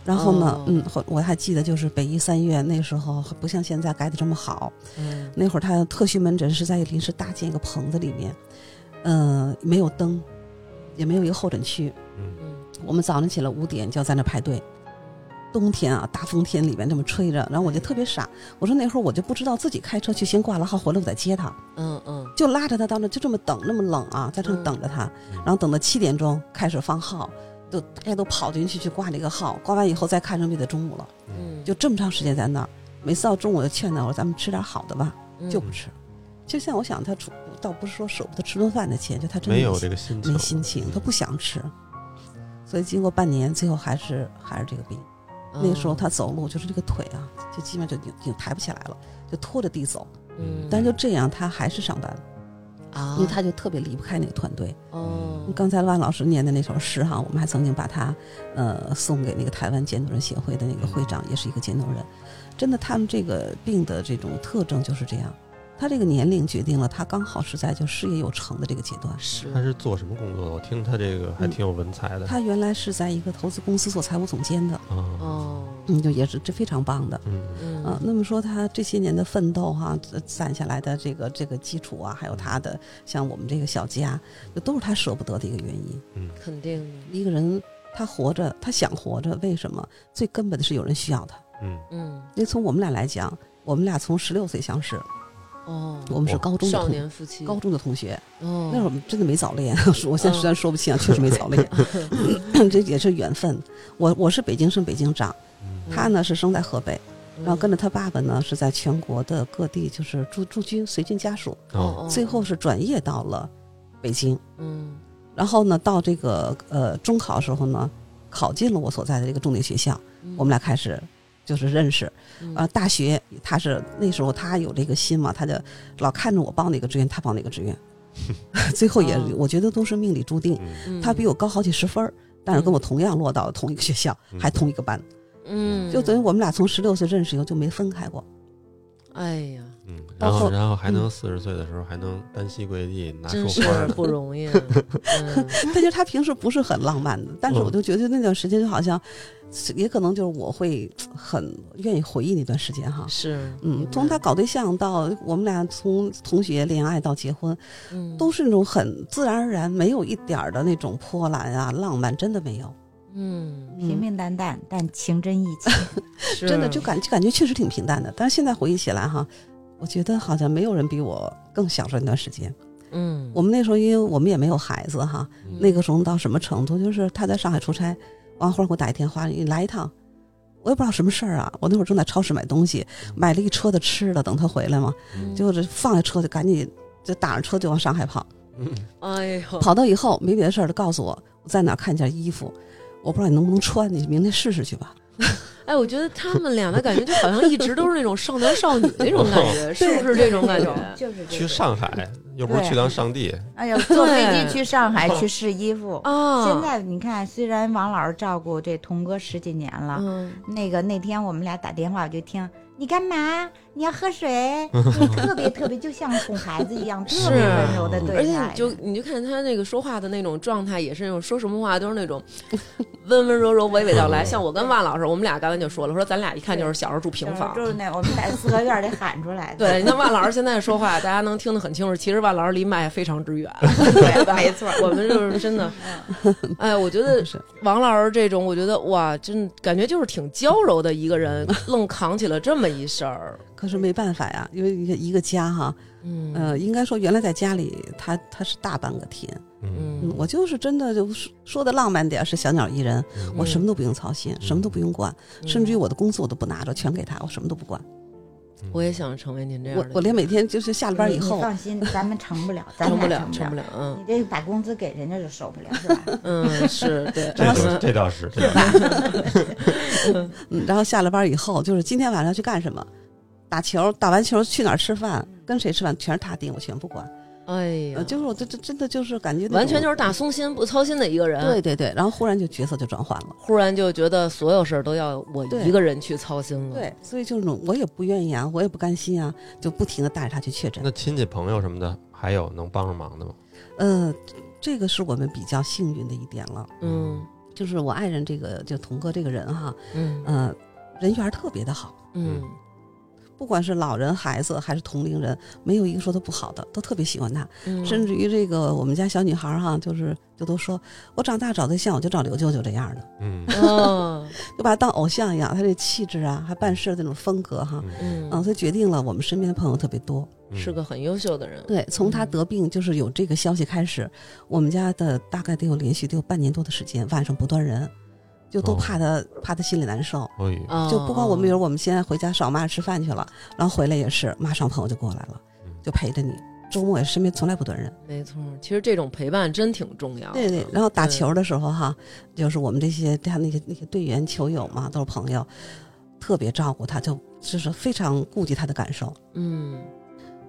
[SPEAKER 3] 然后呢，
[SPEAKER 1] 哦
[SPEAKER 3] 嗯，我我还记得就是北医三院那时候还不像现在改的这么好，
[SPEAKER 1] 嗯
[SPEAKER 3] 那会儿他特需门诊是在临时搭建一个棚子里面，嗯、没有灯，也没有一个候诊区，
[SPEAKER 1] 嗯
[SPEAKER 3] 我们早上起来五点就要在那排队。冬天啊，大风天里面这么吹着，然后我就特别傻，我说那会儿我就不知道自己开车去，先挂了号回来我再接他，
[SPEAKER 1] 嗯嗯
[SPEAKER 3] 就拉着他到那就这么等，那么冷啊，在这
[SPEAKER 1] 嗯
[SPEAKER 3] 儿等着他，
[SPEAKER 2] 嗯
[SPEAKER 3] 然后等到七点钟开始放号，就大家都跑进去去挂那个号，挂完以后再看上就得中午了，
[SPEAKER 1] 嗯，
[SPEAKER 3] 就这么长时间在那儿，每次到中午我就劝他，我说咱们吃点好的吧，
[SPEAKER 1] 嗯
[SPEAKER 3] 就不吃。就像我想他出，倒不是说舍不得吃顿饭的钱，就他真的
[SPEAKER 2] 没有这个心情，
[SPEAKER 3] 没心情，他不想吃。所以经过半年，最后还是还是这个病。
[SPEAKER 1] 嗯
[SPEAKER 3] 那时候他走路就是这个腿啊，就基本就已经已经抬不起来了，就拖着地走。
[SPEAKER 1] 嗯
[SPEAKER 3] 但是就这样，他还是上班，
[SPEAKER 1] 啊
[SPEAKER 3] 因为他就特别离不开那个团队。
[SPEAKER 1] 哦
[SPEAKER 3] 刚才万老师念的那首诗哈，我们还曾经把它呃送给那个台湾渐冻人协会的那个会长，
[SPEAKER 1] 嗯
[SPEAKER 3] 也是一个渐冻人。真的，他们这个病的这种特征就是这样，他这个年龄决定了他刚好是在就事业有成的这个阶段。
[SPEAKER 1] 是
[SPEAKER 2] 嗯他是做什么工作的？我听他这个还挺有文采的。
[SPEAKER 3] 嗯他原来是在一个投资公司做财务总监的，
[SPEAKER 2] 啊，
[SPEAKER 1] 哦
[SPEAKER 3] 嗯，就也是这非常棒的。
[SPEAKER 2] 嗯
[SPEAKER 1] 嗯
[SPEAKER 3] 啊，那么说他这些年的奋斗哈、呃攒下来的这个这个基础啊，还有他的像我们这个小家，这都是他舍不得的一个原因。
[SPEAKER 1] 肯定的
[SPEAKER 3] 一个人他活着，他想活着，为什么？最根本的是有人需要他。
[SPEAKER 2] 嗯，
[SPEAKER 1] 嗯
[SPEAKER 3] 因为从我们俩来讲，我们俩从十六岁相识，
[SPEAKER 1] 哦
[SPEAKER 3] 我们是
[SPEAKER 2] 哇
[SPEAKER 3] 高中的
[SPEAKER 1] 少
[SPEAKER 3] 同
[SPEAKER 1] 年夫妻
[SPEAKER 3] 高中的同学，
[SPEAKER 1] 哦
[SPEAKER 3] 那会儿我们真的没早恋。说 我现在
[SPEAKER 1] 嗯
[SPEAKER 3] 虽然说不清啊，确实没早恋， 这也是缘分。我我是北京生北京长，
[SPEAKER 2] 嗯
[SPEAKER 3] 他呢是生在河北，
[SPEAKER 1] 嗯
[SPEAKER 3] 然后跟着他爸爸呢是在全国的各地就是驻驻军随军家属，
[SPEAKER 2] 哦，
[SPEAKER 3] 最后是转业到了北京。
[SPEAKER 1] 嗯
[SPEAKER 3] 然后呢，到这个呃中考时候呢，考进了我所在的这个重点学校，我们俩开始就是认识。
[SPEAKER 1] 嗯
[SPEAKER 3] 啊，大学他是那时候他有这个心嘛，他就老看着我报哪个志愿，他报哪个 志愿，最后也、
[SPEAKER 1] 哦
[SPEAKER 3] 我觉得都是命里注定。
[SPEAKER 1] 嗯
[SPEAKER 3] 他比我高好几十分儿，但是跟我同样落到同一个学校，
[SPEAKER 2] 嗯
[SPEAKER 3] 还同一个班，
[SPEAKER 1] 嗯
[SPEAKER 3] 就等于我们俩从十六岁认识以后就没分开过。
[SPEAKER 1] 哎呀
[SPEAKER 2] 嗯，
[SPEAKER 3] 包
[SPEAKER 2] 然后
[SPEAKER 3] 括
[SPEAKER 2] 然后还能四十岁的时候还能单膝跪地拿
[SPEAKER 1] 真
[SPEAKER 2] 束
[SPEAKER 1] 是
[SPEAKER 2] 花儿呢，
[SPEAKER 1] 不容易嗯
[SPEAKER 3] 但就是他平时不是很浪漫的，但是
[SPEAKER 2] 嗯
[SPEAKER 3] 我就觉得那段时间就好像，也可能就是我会很愿意回忆那段时间哈。
[SPEAKER 1] 是
[SPEAKER 3] 嗯，从他搞对象到我们俩从同学恋爱到结婚，
[SPEAKER 1] 嗯
[SPEAKER 3] 都是那种很自然而然，没有一点儿的那种波澜啊、浪漫，真的没有。
[SPEAKER 1] 嗯
[SPEAKER 4] 平平淡淡，但情真意切。
[SPEAKER 1] 是
[SPEAKER 3] 真的就感就感觉确实挺平淡的。但是现在回忆起来哈，我觉得好像没有人比我更享受那段时间。
[SPEAKER 1] 嗯
[SPEAKER 3] 我们那时候因为我们也没有孩子哈，
[SPEAKER 2] 嗯
[SPEAKER 3] 那个时候到什么程度，就是他在上海出差，完忽然给我打一电话，你来一趟。我也不知道什么事儿啊，我那会儿正在超市买东西，买了一车的吃的，等他回来嘛，
[SPEAKER 1] 嗯
[SPEAKER 3] 就是放下车就赶紧就打上车就往上海跑。
[SPEAKER 2] 嗯
[SPEAKER 1] 哎呦
[SPEAKER 3] 跑到以后没别的事儿，他告诉我我在哪儿看见件衣服，我不知道你能不能穿，你明天试试去吧。
[SPEAKER 1] 哎，我觉得他们俩的感觉就好像一直都是那种少男少女那种感 觉，是 不是这种感觉？
[SPEAKER 4] 就是这
[SPEAKER 2] 去
[SPEAKER 4] 种
[SPEAKER 2] 上海又不是
[SPEAKER 4] 对
[SPEAKER 2] 去趟上地，
[SPEAKER 4] 哎呦，坐飞
[SPEAKER 1] 对
[SPEAKER 4] 机去上海
[SPEAKER 2] 哦
[SPEAKER 4] 去试衣服。
[SPEAKER 1] 啊，
[SPEAKER 4] 现在你看，虽然王老师照顾这童哥十几年
[SPEAKER 3] 啊
[SPEAKER 4] 了，
[SPEAKER 1] 嗯，
[SPEAKER 4] 那个那天我们俩打电话，我就听你干嘛？你要喝 水？你特别特别就像哄孩子一样，特别
[SPEAKER 1] 是
[SPEAKER 4] 温柔的对
[SPEAKER 1] 而且
[SPEAKER 4] 待
[SPEAKER 1] 你。就你就看他那个说话的那种状态，也是那种说什么话都是那种温温柔柔、娓娓道来。像我跟万老师，我们俩刚才就说了，说咱俩一看就是小时候住平
[SPEAKER 4] 就是
[SPEAKER 1] 房。
[SPEAKER 4] 就是那我们在四合院里喊出来的，
[SPEAKER 1] 对，那万老师现在说话，大家能听得很清楚。其实万老师离麦非常之远，
[SPEAKER 4] 对，没错。
[SPEAKER 1] 我们就是真的，哎，我觉得
[SPEAKER 3] 是
[SPEAKER 1] 王老师这种，我觉得哇，真感觉就是挺娇柔的一个人，愣扛起了这么一事儿。
[SPEAKER 3] 可是没办法呀，因为一个一个家哈，
[SPEAKER 1] 嗯
[SPEAKER 3] 呃，应该说原来在家里他他是大半个天，
[SPEAKER 2] 嗯，
[SPEAKER 3] 嗯，我就是真的就是说的浪漫点儿是小鸟依人，
[SPEAKER 2] 嗯
[SPEAKER 1] 嗯
[SPEAKER 3] 我什么都不用操心，什么都不用管，甚至于我的工作我都不拿着，全给他，我什么都不管。
[SPEAKER 1] 我也想成为您这样的嗯
[SPEAKER 3] 我
[SPEAKER 1] 人。
[SPEAKER 3] 我连每天就是下了班以
[SPEAKER 4] 你
[SPEAKER 3] 后，
[SPEAKER 4] 放心，咱们成不了，咱
[SPEAKER 1] 成不
[SPEAKER 4] 俩
[SPEAKER 1] 了，成
[SPEAKER 4] 成
[SPEAKER 1] 不
[SPEAKER 4] 了。
[SPEAKER 1] 了，嗯
[SPEAKER 4] 你这把工资给人家就受不了，是吧？
[SPEAKER 1] 嗯，是对，嗯
[SPEAKER 2] 这倒这倒是，这倒是
[SPEAKER 3] 嗯，然后下了班以后，就是今天晚上去干什么，打球，打完球去哪儿吃饭，
[SPEAKER 1] 嗯
[SPEAKER 3] 跟谁吃饭，全是他定，我全不管。
[SPEAKER 1] 哎呀
[SPEAKER 3] 呃，，就是我这这真的就是感觉那种
[SPEAKER 1] 完全就是大松心不操心的一个人。
[SPEAKER 3] 对，对对，然后忽然就角色就转换了。
[SPEAKER 1] 忽然就觉得所有事儿都要我
[SPEAKER 3] 对
[SPEAKER 1] 一个人去操心了。，
[SPEAKER 3] 对，所以就是那种我也不愿意啊，我也不甘心啊，就不停的带着他去确诊。
[SPEAKER 2] 那亲戚朋友什么的，还有能帮上忙的吗？
[SPEAKER 3] 呃，这个是我们比较幸运的一点了，
[SPEAKER 1] 嗯
[SPEAKER 3] 就是我爱人这个就童哥这个人哈，
[SPEAKER 1] 嗯
[SPEAKER 3] 呃，人缘儿特别的好，
[SPEAKER 1] 嗯
[SPEAKER 3] 不管是老人、孩子还是同龄人，没有一个说他不好的，都特别喜欢他。
[SPEAKER 1] 嗯，
[SPEAKER 3] 甚至于这个我们家小女孩儿哈，就是就都说我长大找对象，我就找刘舅舅这样的，
[SPEAKER 2] 嗯
[SPEAKER 1] 哦，
[SPEAKER 3] 就把他当偶像一样，他这气质啊，还办事的那种风格哈，
[SPEAKER 2] 嗯，
[SPEAKER 1] 嗯
[SPEAKER 3] 嗯，所以决定了我们身边的朋友特别多。
[SPEAKER 2] 嗯
[SPEAKER 1] 是个很优秀的人。
[SPEAKER 3] 对，从
[SPEAKER 1] 嗯
[SPEAKER 3] 他得病就是有这个消息开始，我们家的大概得有连续得有半年多的时间，晚上不断人，就都
[SPEAKER 2] 哦
[SPEAKER 3] 怕他、怕他心里难受。
[SPEAKER 2] 哎呦
[SPEAKER 1] 哦
[SPEAKER 3] 就不光我们，比如我们现在回家上我妈吃饭去了，然后回来也是，马上朋友就过来了
[SPEAKER 2] 嗯，
[SPEAKER 3] 就陪着你。周末也身边从来不断人。
[SPEAKER 1] 没错，其实这种陪伴真挺重要的。
[SPEAKER 3] 对对，然后
[SPEAKER 1] 嗯
[SPEAKER 3] 打球的时候哈，就是我们这些他那些那些队员球友嘛，都是朋友，特别照顾他，就就是非常顾及他的感受。
[SPEAKER 1] 嗯，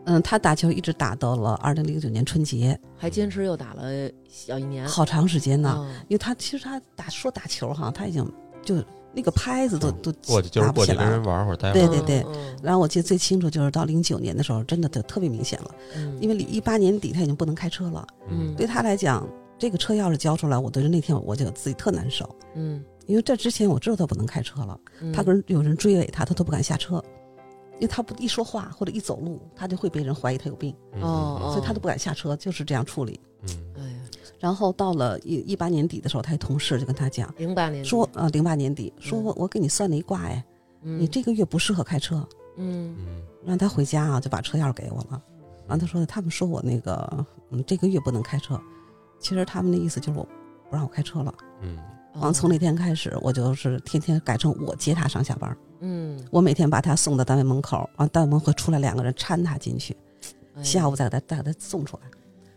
[SPEAKER 3] 嗯，他打球一直打到了二零零九年春节，
[SPEAKER 1] 还坚持又打了小一年。
[SPEAKER 3] 好长时间呢。
[SPEAKER 1] 嗯哦
[SPEAKER 3] 因为他其实他打说打球哈，他已经就那个拍子都
[SPEAKER 2] 嗯
[SPEAKER 3] 都
[SPEAKER 2] 过去就是
[SPEAKER 3] 拿不
[SPEAKER 2] 过
[SPEAKER 3] 起
[SPEAKER 2] 去跟
[SPEAKER 3] 来
[SPEAKER 2] 人
[SPEAKER 3] 了。
[SPEAKER 2] 玩会儿，待会
[SPEAKER 3] 对
[SPEAKER 2] 儿
[SPEAKER 3] 对对
[SPEAKER 1] 嗯
[SPEAKER 3] 然后我记得最清楚就是到零九年的时候，真的就特别明显了，
[SPEAKER 1] 嗯
[SPEAKER 3] 因为一八年底他已经不能开车了，
[SPEAKER 1] 嗯
[SPEAKER 3] 对他来讲，这个车钥匙交出来，我对着那天我就自己特难受，
[SPEAKER 1] 嗯，
[SPEAKER 3] 因为这之前我知道他不能开车了，
[SPEAKER 1] 嗯
[SPEAKER 3] 他跟人有人追尾他，他都不敢下车。因为他不一说话或者一走路，他就会被人怀疑他有病，
[SPEAKER 2] 嗯
[SPEAKER 1] 哦
[SPEAKER 2] 嗯
[SPEAKER 1] 哦
[SPEAKER 3] 所以他都不敢下车，就是这样处理。
[SPEAKER 2] 嗯
[SPEAKER 1] 哎呀，
[SPEAKER 3] 然后到了一一八年底的时候，他一同事就跟他讲，
[SPEAKER 1] 零八年
[SPEAKER 3] 说，呃，零八年底，说
[SPEAKER 1] 嗯
[SPEAKER 3] 我我给你算了一卦，哎，
[SPEAKER 1] 嗯
[SPEAKER 3] 你这个月不适合开车，
[SPEAKER 1] 嗯
[SPEAKER 2] 嗯
[SPEAKER 3] 让他回家啊，就把车钥匙给我了。然后他说他们说我那个，嗯，这个月不能开车，其实他们的意思就是我不让我开车了。
[SPEAKER 2] 嗯
[SPEAKER 1] 哦
[SPEAKER 3] 然后从那天开始，我就是天天改成我接他上下班，
[SPEAKER 1] 嗯，
[SPEAKER 3] 我每天把他送到单位门口，完单位门口出来两个人搀他进去，
[SPEAKER 1] 哎呀
[SPEAKER 3] 下午再给他再给他送出来。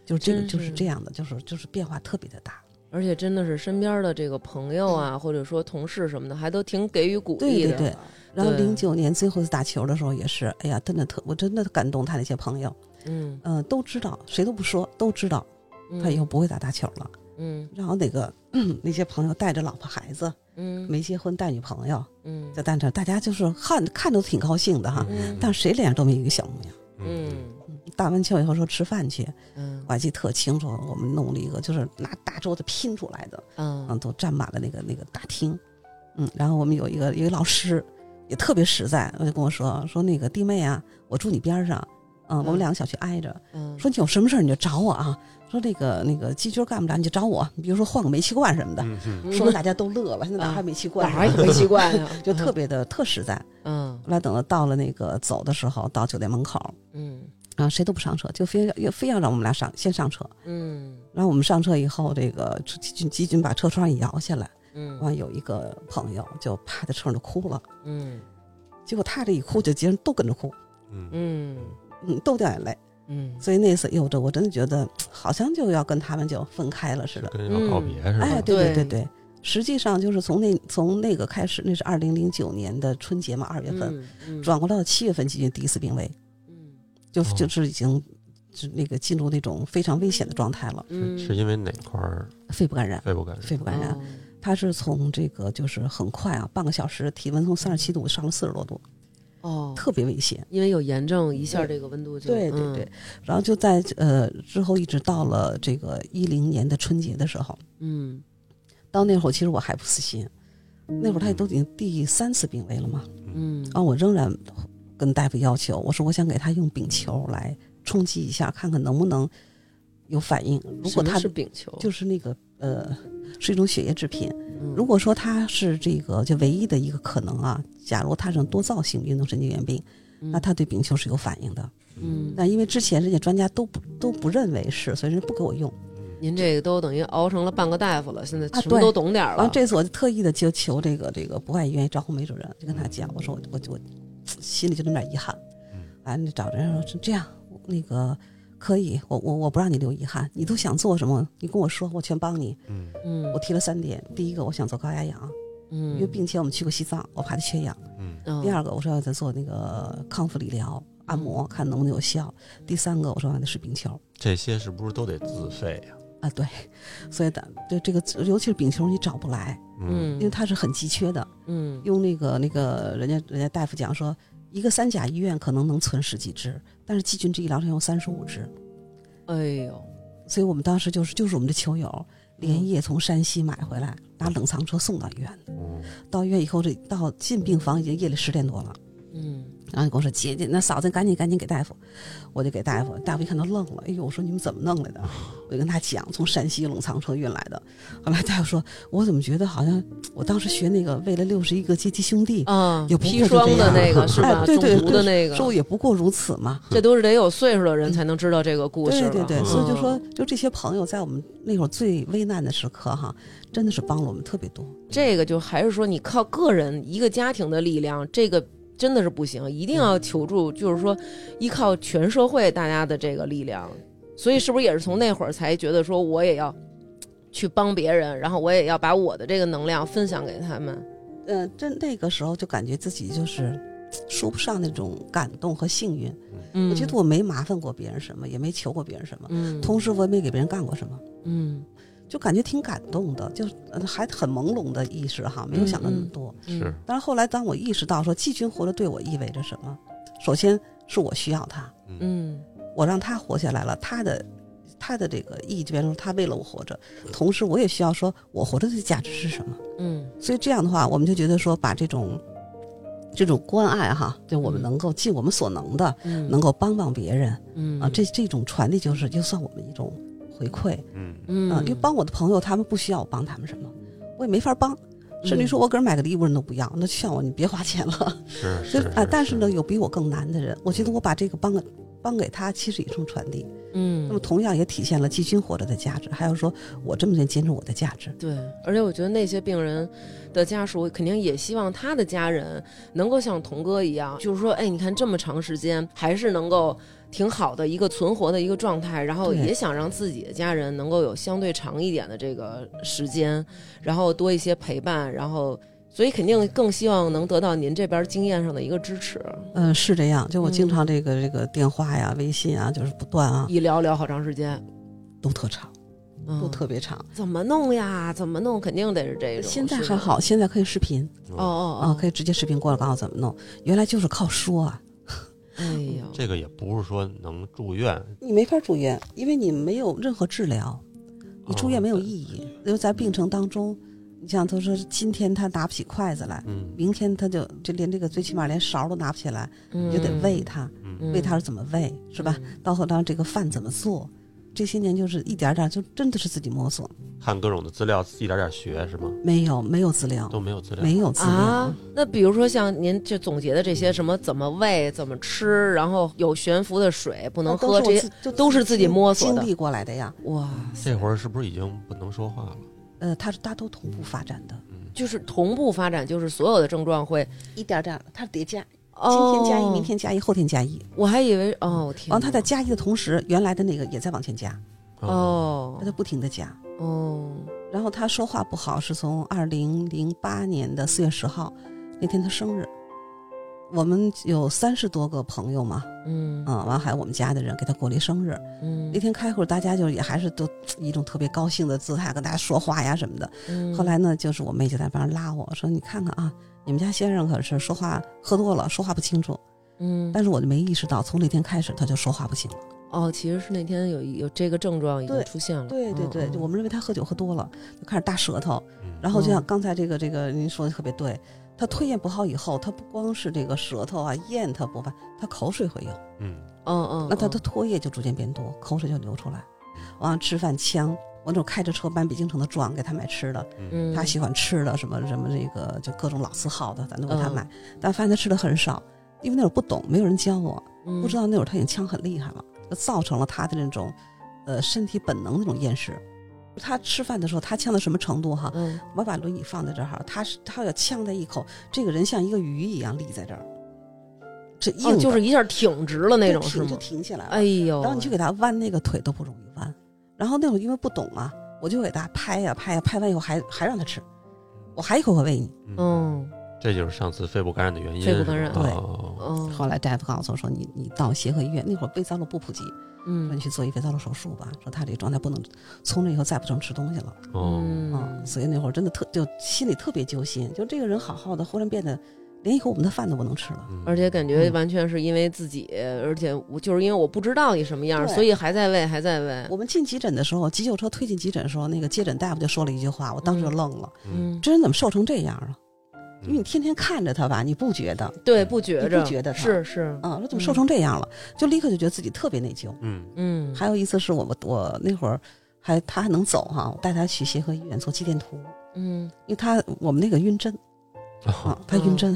[SPEAKER 3] 就是这个，
[SPEAKER 1] 真
[SPEAKER 3] 就是
[SPEAKER 1] 是
[SPEAKER 3] 这样的，就是就是变化特别的大。
[SPEAKER 1] 而且真的是身边的这个朋友啊，或者说同事什么的，还都挺给予鼓
[SPEAKER 3] 嗯对
[SPEAKER 1] 励
[SPEAKER 3] 对
[SPEAKER 1] 的。
[SPEAKER 3] 对。然后
[SPEAKER 1] 对
[SPEAKER 3] 零九年最后一次打球的时候也是，哎呀，真的特，我真的感动他那些朋友。
[SPEAKER 1] 嗯，
[SPEAKER 3] 嗯，都知道，谁都不说，都知道
[SPEAKER 1] 嗯，
[SPEAKER 3] 他以后不会打大球了。
[SPEAKER 1] 嗯
[SPEAKER 3] 然后那个 那些朋友带着老婆孩子，
[SPEAKER 1] 嗯
[SPEAKER 3] 没结婚带女朋友，
[SPEAKER 1] 嗯
[SPEAKER 3] 在单车，大家就是看看着挺高兴的哈，
[SPEAKER 1] 嗯
[SPEAKER 3] 但谁脸上都没一个小模样。
[SPEAKER 1] 嗯
[SPEAKER 3] 打完球以后说吃饭去，
[SPEAKER 1] 嗯
[SPEAKER 3] 我还记得特清楚，我们弄了一个就是拿大桌子拼出来的，嗯，
[SPEAKER 1] 嗯
[SPEAKER 3] 都占满了那个那个大厅，嗯，然后我们有一个一个老师也特别实在，我就跟我说说那个弟妹啊，我住你边上，嗯，我
[SPEAKER 1] 嗯
[SPEAKER 3] 们两个小区挨着，
[SPEAKER 1] 嗯，
[SPEAKER 3] 说你有什么事儿你就找我啊，说那个那个鸡军干不了你就找我，你比如说换个煤气罐什么的，
[SPEAKER 2] 嗯嗯
[SPEAKER 1] 嗯
[SPEAKER 3] 说的大家都乐了，现在哪
[SPEAKER 1] 啊
[SPEAKER 3] 还煤气罐
[SPEAKER 1] 哪
[SPEAKER 3] 呢？
[SPEAKER 1] 儿也没习惯呀，
[SPEAKER 3] 就特别的特实在。
[SPEAKER 1] 嗯
[SPEAKER 3] 后来等到到了那个走的时候，到酒店门口
[SPEAKER 1] 嗯
[SPEAKER 3] 啊，谁都不上车，就非要又非要让我们俩上先上车。
[SPEAKER 1] 嗯
[SPEAKER 3] 然后我们上车以后，这个鸡军鸡军把车窗一摇下来，
[SPEAKER 1] 嗯
[SPEAKER 3] 完有一个朋友就趴在车上就哭了，
[SPEAKER 1] 嗯
[SPEAKER 3] 结果他这一哭，就别人都跟着哭，
[SPEAKER 2] 嗯
[SPEAKER 1] 嗯
[SPEAKER 3] 嗯，都掉眼泪。
[SPEAKER 1] 嗯，
[SPEAKER 3] 所以那次，哎呦，这我真的觉得好像就要跟他们就分开了似
[SPEAKER 2] 是
[SPEAKER 3] 的。
[SPEAKER 2] 跟人要告别是吧？
[SPEAKER 3] 哎，对对
[SPEAKER 1] 对
[SPEAKER 3] 对对，实际上就是从那从那个开始，那是二零零九年的春节嘛，二月份，
[SPEAKER 1] 嗯
[SPEAKER 3] 转过到七月份，进行第一次病危，
[SPEAKER 1] 嗯
[SPEAKER 3] 就
[SPEAKER 2] 哦
[SPEAKER 3] 就是已经是那个进入那种非常危险的状态了，
[SPEAKER 1] 嗯
[SPEAKER 2] 是因为哪块儿
[SPEAKER 3] 肺部感染，
[SPEAKER 2] 肺部感染？
[SPEAKER 3] 肺部感
[SPEAKER 1] 哦
[SPEAKER 3] 染，它是从这个就是很快啊，半个小时体温从三十七度上了四十多度，
[SPEAKER 1] 哦，
[SPEAKER 3] 特别危险。
[SPEAKER 1] 因为有炎症，一下这个温度就嗯
[SPEAKER 3] 对对对，，然后就在呃之后一直到了这个一零年的春节的时候，
[SPEAKER 1] 嗯
[SPEAKER 3] 到那会儿其实我还不死心，那会儿他也都已经第三次病危了嘛，
[SPEAKER 1] 嗯
[SPEAKER 3] 啊，我仍然跟大夫要求，我说我想给他用丙球来冲击一下，看看能不能有反应。如果他
[SPEAKER 1] 是丙球，
[SPEAKER 3] 就是那个呃，是一种血液制品。
[SPEAKER 1] 嗯
[SPEAKER 3] 如果说他是这个就唯一的一个可能啊，假如他是多灶性运动神经元病，那他对丙球是有反应的。
[SPEAKER 1] 嗯，
[SPEAKER 3] 那因为之前人家专家都不都不认为是，所以人家不给我用。
[SPEAKER 1] 您这个都等于熬成了半个大夫了，现在
[SPEAKER 3] 啊
[SPEAKER 1] 什么
[SPEAKER 3] 对
[SPEAKER 1] 都懂点儿
[SPEAKER 3] 然后
[SPEAKER 1] 了，嗯
[SPEAKER 3] 这次我就特意的就求这个这个博爱医院赵红梅主任，就跟他讲，我说我我我心里就那么点遗憾
[SPEAKER 2] 嗯。
[SPEAKER 3] 完了，找人说是这样，那个可以，我我我不让你留遗憾，你都想做什么，你跟我说，我全帮你。
[SPEAKER 2] 嗯
[SPEAKER 1] 嗯
[SPEAKER 3] 我提了三点：第一个，我想做高压氧，
[SPEAKER 1] 嗯，
[SPEAKER 3] 因为并且我们去过西藏，我怕他缺氧；
[SPEAKER 2] 嗯
[SPEAKER 1] 嗯
[SPEAKER 3] 第二个，我说要再做那个康复理疗、按摩，看能不能有效；第三个，我说让他吃冰球。
[SPEAKER 2] 这些是不是都得自费呀？
[SPEAKER 3] 啊，对，所以咱对这个，尤其是丙球，你找不来，
[SPEAKER 2] 嗯
[SPEAKER 1] 嗯，
[SPEAKER 3] 因为它是很急缺的。
[SPEAKER 1] 嗯
[SPEAKER 3] 用那个那个人家人家大夫讲说，一个三甲医院可能能存十几只，但是季菌治医疗上用三十五只。
[SPEAKER 1] 哎呦，
[SPEAKER 3] 所以我们当时就是就是我们的球友连夜从山西买回来，拿冷藏车送到医院。
[SPEAKER 2] 嗯
[SPEAKER 3] 到医院以后，这到进病房已经夜里十点多了。
[SPEAKER 1] 嗯
[SPEAKER 3] 然后你跟我说姐姐，那嫂子赶紧赶紧给大夫，我就给大夫，大夫一看都愣了，哎呦，我说你们怎么弄来的？我就跟他讲，从山西冷藏车运来的。后来大夫说，我怎么觉得好像我当时学那个为了六十一个阶级兄弟，
[SPEAKER 1] 啊，
[SPEAKER 3] 也不
[SPEAKER 1] 砒
[SPEAKER 3] 过就
[SPEAKER 1] 霜
[SPEAKER 3] 这
[SPEAKER 1] 的
[SPEAKER 3] 样
[SPEAKER 1] 那个是吧？
[SPEAKER 3] 哎对对
[SPEAKER 1] 中毒的那个，
[SPEAKER 3] 说也不过如此嘛。
[SPEAKER 1] 这都是得有岁数的人才能知道这个故事
[SPEAKER 3] 对
[SPEAKER 1] 了。
[SPEAKER 3] 对对，
[SPEAKER 1] 嗯
[SPEAKER 3] 所以就说，就这些朋友在我们那会儿最危难的时刻哈，真的是帮了我们特别多。
[SPEAKER 1] 这个就还是说你靠个人一个家庭的力量，这个真的是不行，一定要求助，就是说依靠全社会大家的这个力量。所以是不是也是从那会儿才觉得说我也要去帮别人，然后我也要把我的这个能量分享给他们？
[SPEAKER 3] 呃，真那个时候就感觉自己就是说不上那种感动和幸运。
[SPEAKER 1] 嗯，
[SPEAKER 3] 我觉得我没麻烦过别人什么，也没求过别人什么，
[SPEAKER 1] 嗯，
[SPEAKER 3] 同时我也没给别人干过什么。
[SPEAKER 1] 嗯
[SPEAKER 3] 就感觉挺感动的，就是呃还很朦胧的意识哈，没有想到那
[SPEAKER 1] 嗯
[SPEAKER 3] 么多。
[SPEAKER 2] 嗯是
[SPEAKER 3] 但是后来，当我意识到说季军活着对我意味着什么，首先是我需要他，
[SPEAKER 1] 嗯
[SPEAKER 3] 我让他活下来了，他的他的这个意义就变成他为了我活着，同时我也需要说我活着的价值是什么。
[SPEAKER 1] 嗯
[SPEAKER 3] 所以这样的话，我们就觉得说把这种这种关爱哈，就我们
[SPEAKER 1] 嗯
[SPEAKER 3] 能够尽我们所能的，
[SPEAKER 1] 嗯，
[SPEAKER 3] 能够帮帮别人
[SPEAKER 1] 嗯
[SPEAKER 3] 啊，这这种传递就是就算我们一种回馈。
[SPEAKER 2] 嗯
[SPEAKER 1] 嗯
[SPEAKER 3] 嗯，因为帮我的朋友，他们不需要我帮他们什么，我也没法帮。甚至于说，我给人买个礼物人都不要，那劝我你别花钱了。
[SPEAKER 2] 是
[SPEAKER 3] 所
[SPEAKER 2] 是
[SPEAKER 3] 以 啊、但是呢，，有比我更难的人，我觉得我把这个帮给帮给他，其实也是一种传递。
[SPEAKER 1] 嗯
[SPEAKER 3] 那么同样也体现了季军活着的价值，还有说我这么坚坚持我的价值。
[SPEAKER 1] 对，而且我觉得那些病人的家属肯定也希望他的家人能够像童哥一样，就是说，哎，你看这么长时间还是能够挺好的一个存活的一个状态，然后
[SPEAKER 3] 对
[SPEAKER 1] 也想让自己的家人能够有相对长一点的这个时间，然后多一些陪伴，然后所以肯定更希望能得到您这边经验上的一个支持，
[SPEAKER 3] 嗯、是这样。就我
[SPEAKER 1] 嗯
[SPEAKER 3] 经常这个、这个电话呀、微信啊，就是不断啊，
[SPEAKER 1] 一聊聊好长时间，
[SPEAKER 3] 都特长，
[SPEAKER 1] 嗯
[SPEAKER 3] 都特别长。
[SPEAKER 1] 怎么弄呀？怎么弄？肯定得是这种。
[SPEAKER 3] 现在
[SPEAKER 1] 是吧
[SPEAKER 3] 还好，现在可以视频
[SPEAKER 2] 哦
[SPEAKER 1] 哦哦
[SPEAKER 3] 啊，可以直接视频过来告诉我怎么弄。原来就是靠说啊，
[SPEAKER 1] 哎呦，
[SPEAKER 2] 这个也不是说能住院，
[SPEAKER 3] 你没法住院，因为你没有任何治疗，
[SPEAKER 1] 哦
[SPEAKER 3] 你住院没有意
[SPEAKER 2] 义。
[SPEAKER 3] 义。因为在病程当中，你像他说是今天他拿不起筷子来，
[SPEAKER 2] 嗯
[SPEAKER 3] 明天他就就连这个最起码连勺都拿不起来，
[SPEAKER 1] 嗯
[SPEAKER 3] 你就得喂他，
[SPEAKER 2] 嗯
[SPEAKER 3] 喂他是怎么喂，是吧？？到后当这个饭怎么做，这些年就是一点点，就真的是自己摸索，
[SPEAKER 2] 看各种的资料，一点点学是吗？
[SPEAKER 3] 没有没有资料
[SPEAKER 2] 都，没有资料。
[SPEAKER 3] 嗯没有资料。
[SPEAKER 1] 啊，那比如说像您这总结的这些什么怎么喂、怎么吃，然后有悬浮的水不能
[SPEAKER 3] 那
[SPEAKER 1] 喝，这
[SPEAKER 3] 都是我
[SPEAKER 1] 些
[SPEAKER 3] 自就
[SPEAKER 1] 都是自己摸索的
[SPEAKER 3] 经历过来的呀。
[SPEAKER 1] 哇，
[SPEAKER 2] 这会儿是不是已经不能说话了？
[SPEAKER 3] 呃，它是大都同步发展的，
[SPEAKER 1] 就是同步发展，就是所有的症状会
[SPEAKER 3] 一点点，它是叠加，今
[SPEAKER 1] 哦
[SPEAKER 3] 天加一，明天加一，后天加一，
[SPEAKER 1] 我还以为哦，我天哪，
[SPEAKER 3] 然后他在加一的同时，原来的那个也在往前加，
[SPEAKER 1] 哦
[SPEAKER 3] 他在不停的加。
[SPEAKER 1] 哦，
[SPEAKER 3] 然后他说话不好，是从二零零八年的四月十号那天他生日，我们有三十多个朋友嘛，
[SPEAKER 1] 嗯
[SPEAKER 3] 嗯，完还有我们家的人给他过了一生日。
[SPEAKER 1] 嗯
[SPEAKER 3] 那天开会，大家就也还是都以一种特别高兴的姿态跟大家说话呀什么的。
[SPEAKER 1] 嗯
[SPEAKER 3] 后来呢，就是我妹就在旁边拉我说：“你看看啊，你们家先生可是说话喝多了，说话不清楚。”
[SPEAKER 1] 嗯
[SPEAKER 3] 但是我就没意识到，从那天开始他就说话不清了。
[SPEAKER 1] 哦，其实是那天有有这个症状已经
[SPEAKER 3] 对
[SPEAKER 1] 出现了，
[SPEAKER 3] 对对
[SPEAKER 1] 嗯
[SPEAKER 3] 对，
[SPEAKER 1] 嗯
[SPEAKER 3] 就我们认为他喝酒喝多了，就开始大舌头，
[SPEAKER 2] 嗯
[SPEAKER 3] 然后就像
[SPEAKER 1] 嗯
[SPEAKER 3] 刚才这个这个您说的特别对，他吞咽不好以后，他不光是这个舌头啊咽他不完，他口水会有，
[SPEAKER 2] 嗯
[SPEAKER 1] 嗯嗯，
[SPEAKER 3] 那他
[SPEAKER 1] 嗯
[SPEAKER 3] 的唾液就逐渐变多，口水就流出来，完了吃饭呛。我那种开着车满北京城的撞，给他买吃的，
[SPEAKER 1] 嗯
[SPEAKER 3] 他喜欢吃的什么什么这个就各种老字号的，咱都给他
[SPEAKER 1] 嗯
[SPEAKER 3] 买，但发现他吃的很少，因为那会儿不懂，没有人教我，
[SPEAKER 1] 嗯
[SPEAKER 3] 不知道那会儿他已经呛很厉害了，就造成了他的那种，呃，身体本能的那种厌食。他吃饭的时候，他呛到什么程度哈？
[SPEAKER 1] 嗯
[SPEAKER 3] 我把轮椅放在这儿哈，他是他要呛他一口，这个人像一个鱼一样立在这儿，这硬
[SPEAKER 1] 哦，
[SPEAKER 3] 的、
[SPEAKER 1] 就是一下挺直了那种
[SPEAKER 3] 就挺
[SPEAKER 1] 是
[SPEAKER 3] 就
[SPEAKER 1] 吗？
[SPEAKER 3] 挺起来了。
[SPEAKER 1] 哎呦，
[SPEAKER 3] 然后你去给他弯那个腿都不容易弯。然后那会儿因为不懂嘛，我就给他拍呀拍呀，拍完以后还还让他吃，我还一口口喂你。
[SPEAKER 1] 嗯
[SPEAKER 2] 这就是上次肺部感染的原因。
[SPEAKER 1] 肺部感染
[SPEAKER 2] 是吧
[SPEAKER 3] 对
[SPEAKER 2] 哦
[SPEAKER 1] 嗯
[SPEAKER 3] 后来大夫告诉我说，你你到协和医院，那会儿胃造瘘不普及，说你
[SPEAKER 1] 嗯
[SPEAKER 3] 去做一肺造瘘手术吧。说他这状态不能，从这以后再不能吃东西了。
[SPEAKER 2] 哦，
[SPEAKER 3] 嗯，
[SPEAKER 1] 嗯
[SPEAKER 3] 所以那会儿真的特就心里特别揪心，就这个人好好的，忽然变得连一口我们的饭都不能吃了。
[SPEAKER 2] 嗯
[SPEAKER 1] 而且感觉完全是因为自己，而且我就是因为我不知道你什么样，
[SPEAKER 3] 对
[SPEAKER 1] 所以还在喂，还在喂。
[SPEAKER 3] 我们进急诊的时候，急救车推进急诊的时候，那个接诊大夫就说了一句话，我当时就愣了：
[SPEAKER 2] 嗯，
[SPEAKER 1] 嗯，
[SPEAKER 3] 这人怎么瘦成这样了？因为你
[SPEAKER 2] 嗯
[SPEAKER 3] 天天看着他吧，你不觉得
[SPEAKER 1] 对，不觉着，
[SPEAKER 3] 你不觉得他
[SPEAKER 1] 是是，
[SPEAKER 3] 啊？说怎么瘦成这样了？就立刻就觉得自己特别内疚。
[SPEAKER 2] 嗯
[SPEAKER 1] 嗯，
[SPEAKER 3] 还有一次是我我那会儿还他还能走哈、我带他去协和医院做肌电图，
[SPEAKER 1] 嗯，
[SPEAKER 3] 因为他我们那个晕针啊， 他晕针，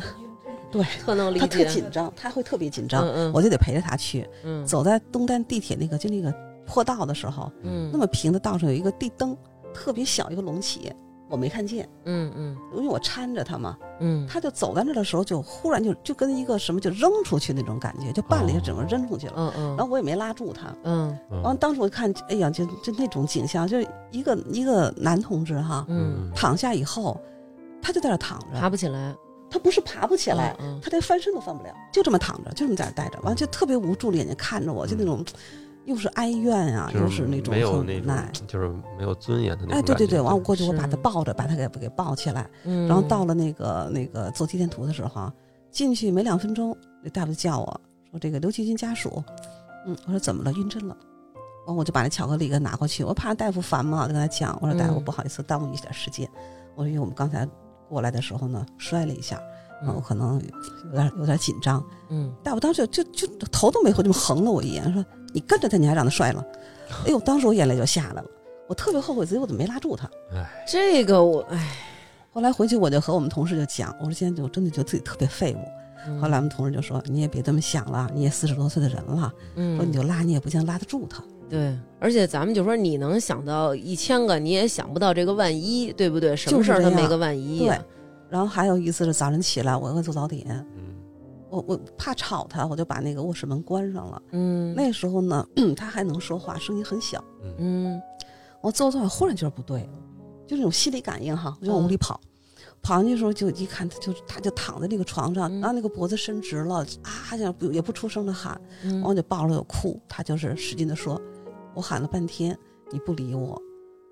[SPEAKER 1] 特哦能理
[SPEAKER 3] 他特
[SPEAKER 1] 解，
[SPEAKER 3] 紧张，他会特别紧张，
[SPEAKER 1] 嗯嗯，
[SPEAKER 3] 我就得陪着他去。
[SPEAKER 1] 嗯
[SPEAKER 3] 走在东单地铁那个就那个坡道的时候，
[SPEAKER 1] 嗯，
[SPEAKER 3] 那么平的道上有一个地灯，特别小一个隆起，我没看见，
[SPEAKER 1] 嗯嗯
[SPEAKER 3] 因为我搀着他嘛。
[SPEAKER 1] 嗯，
[SPEAKER 3] 他就走在那儿的时候，就忽然就就跟一个什么就扔出去那种感觉，就半了一下整个扔出去了。
[SPEAKER 1] 嗯嗯，
[SPEAKER 3] 然后我也没拉住他，
[SPEAKER 1] 嗯
[SPEAKER 3] 然后
[SPEAKER 2] 嗯
[SPEAKER 3] 当时我看，哎呀，就就那种景象，就是一个一个男同志哈，
[SPEAKER 1] 嗯，
[SPEAKER 3] 躺下以后，他就在那儿躺着，
[SPEAKER 1] 爬不起来，
[SPEAKER 3] 他不是爬不起来，
[SPEAKER 2] 哦
[SPEAKER 1] 嗯
[SPEAKER 3] 他连翻身都翻不了，就这么躺着，就这么在那儿待着，完了就特别无助的眼睛看着我，就那种，又是哀怨啊，又是那
[SPEAKER 2] 嗯
[SPEAKER 3] 种
[SPEAKER 2] 没有
[SPEAKER 3] 很
[SPEAKER 2] 那
[SPEAKER 3] 无
[SPEAKER 2] 种
[SPEAKER 3] 奈。
[SPEAKER 2] 就是没有尊严的那种。
[SPEAKER 3] 哎，对对对，完我过去我
[SPEAKER 1] 是
[SPEAKER 3] 把他抱着，把他给给抱起来，
[SPEAKER 1] 嗯，
[SPEAKER 3] 然后到了那个那个做肌电图的时候啊，进去没两分钟，那大夫就叫我说这个刘其军家属，嗯，我说怎么了？晕针了。完我就把那巧克力给拿过去，我怕大夫烦嘛，我就跟他讲，我说大夫
[SPEAKER 1] 嗯
[SPEAKER 3] 不好意思耽误你一点时间，我说因为我们刚才过来的时候呢摔了一下，嗯，我可能有点有点紧张。
[SPEAKER 1] 嗯
[SPEAKER 3] 大夫当时就就就头都没回，就横了我一眼，说你跟着他，你还让他摔了。哎呦，当时我眼泪就下来了，我特别后悔自己我怎么没拉住他。
[SPEAKER 2] 哎，
[SPEAKER 1] 这个我哎，
[SPEAKER 3] 后来回去我就和我们同事就讲，我说现在就真的觉得自己特别废物。
[SPEAKER 1] 嗯
[SPEAKER 3] 后来我们同事就说，你也别这么想了，你也四十多岁的人了，
[SPEAKER 1] 嗯
[SPEAKER 3] 说你就拉你也不像拉得住他。
[SPEAKER 1] 对，而且咱们就说你能想到一千个，你也想不到这个万一，对不对？什么事儿
[SPEAKER 3] 就是
[SPEAKER 1] 都
[SPEAKER 3] 这样
[SPEAKER 1] 没个万一呀，
[SPEAKER 3] 然后还有一次是早晨起来，我要做早点，
[SPEAKER 2] 嗯
[SPEAKER 3] 我我怕吵他，我就把那个卧室门关上了。
[SPEAKER 1] 嗯，
[SPEAKER 3] 那时候呢， 他还能说话，声音很小。
[SPEAKER 2] 嗯
[SPEAKER 1] 嗯
[SPEAKER 3] 我做做，忽然觉得不对，就这种心理感应哈，我就往屋里跑。
[SPEAKER 1] 嗯
[SPEAKER 3] 跑进去的时候就一看，他就他就躺在那个床上，
[SPEAKER 1] 嗯
[SPEAKER 3] 然后那个脖子伸直了啊，这样不也不出声的喊，
[SPEAKER 1] 嗯
[SPEAKER 3] 然后就抱着我哭，他就是使劲的说，我喊了半天你不理我，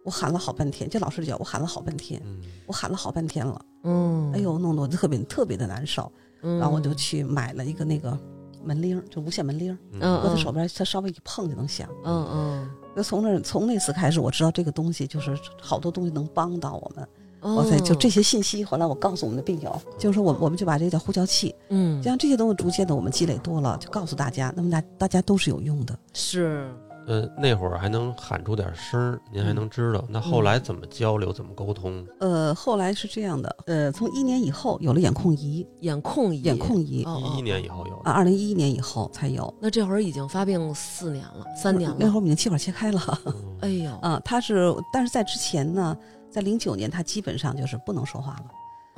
[SPEAKER 3] 我喊了好半天，就老师讲我喊了好半天，
[SPEAKER 2] 嗯
[SPEAKER 3] 我喊了好半天了，
[SPEAKER 1] 嗯，
[SPEAKER 3] 哎呦，弄得我特别特别的难受，
[SPEAKER 1] 嗯，
[SPEAKER 3] 然后我就去买了一个那个门铃儿，就无线门铃儿，
[SPEAKER 1] 嗯
[SPEAKER 3] 搁他手边，他稍微一碰就能响。
[SPEAKER 1] 嗯嗯，
[SPEAKER 3] 就从那从那次开始，我知道这个东西就是好多东西能帮到我们，
[SPEAKER 1] 嗯
[SPEAKER 3] 我才就这些信息。后来我告诉我们的病友，就是说我我们就把这叫呼叫器，
[SPEAKER 1] 嗯，嗯
[SPEAKER 3] 像这些东西逐渐的我们积累多了，就告诉大家，那么大大家都是有用的。
[SPEAKER 1] 是
[SPEAKER 2] 呃，那会儿还能喊出点声儿，您还能知
[SPEAKER 3] 嗯
[SPEAKER 2] 道。那后来怎么交流？怎么沟通？
[SPEAKER 3] 呃，后来是这样的，呃，从一年以后有了眼控仪，
[SPEAKER 1] 眼控仪
[SPEAKER 3] 眼控仪
[SPEAKER 1] 哦
[SPEAKER 2] 一一年以后有的
[SPEAKER 3] 啊，二零一一年以后才有，
[SPEAKER 1] 那这会儿已经发病四年了，三年
[SPEAKER 3] 那会
[SPEAKER 1] 了。
[SPEAKER 3] 儿我们已经气管切开了
[SPEAKER 2] 嗯
[SPEAKER 1] 哎呦，
[SPEAKER 3] 啊。他是，但是在之前呢，在零九年他基本上就是不能说话了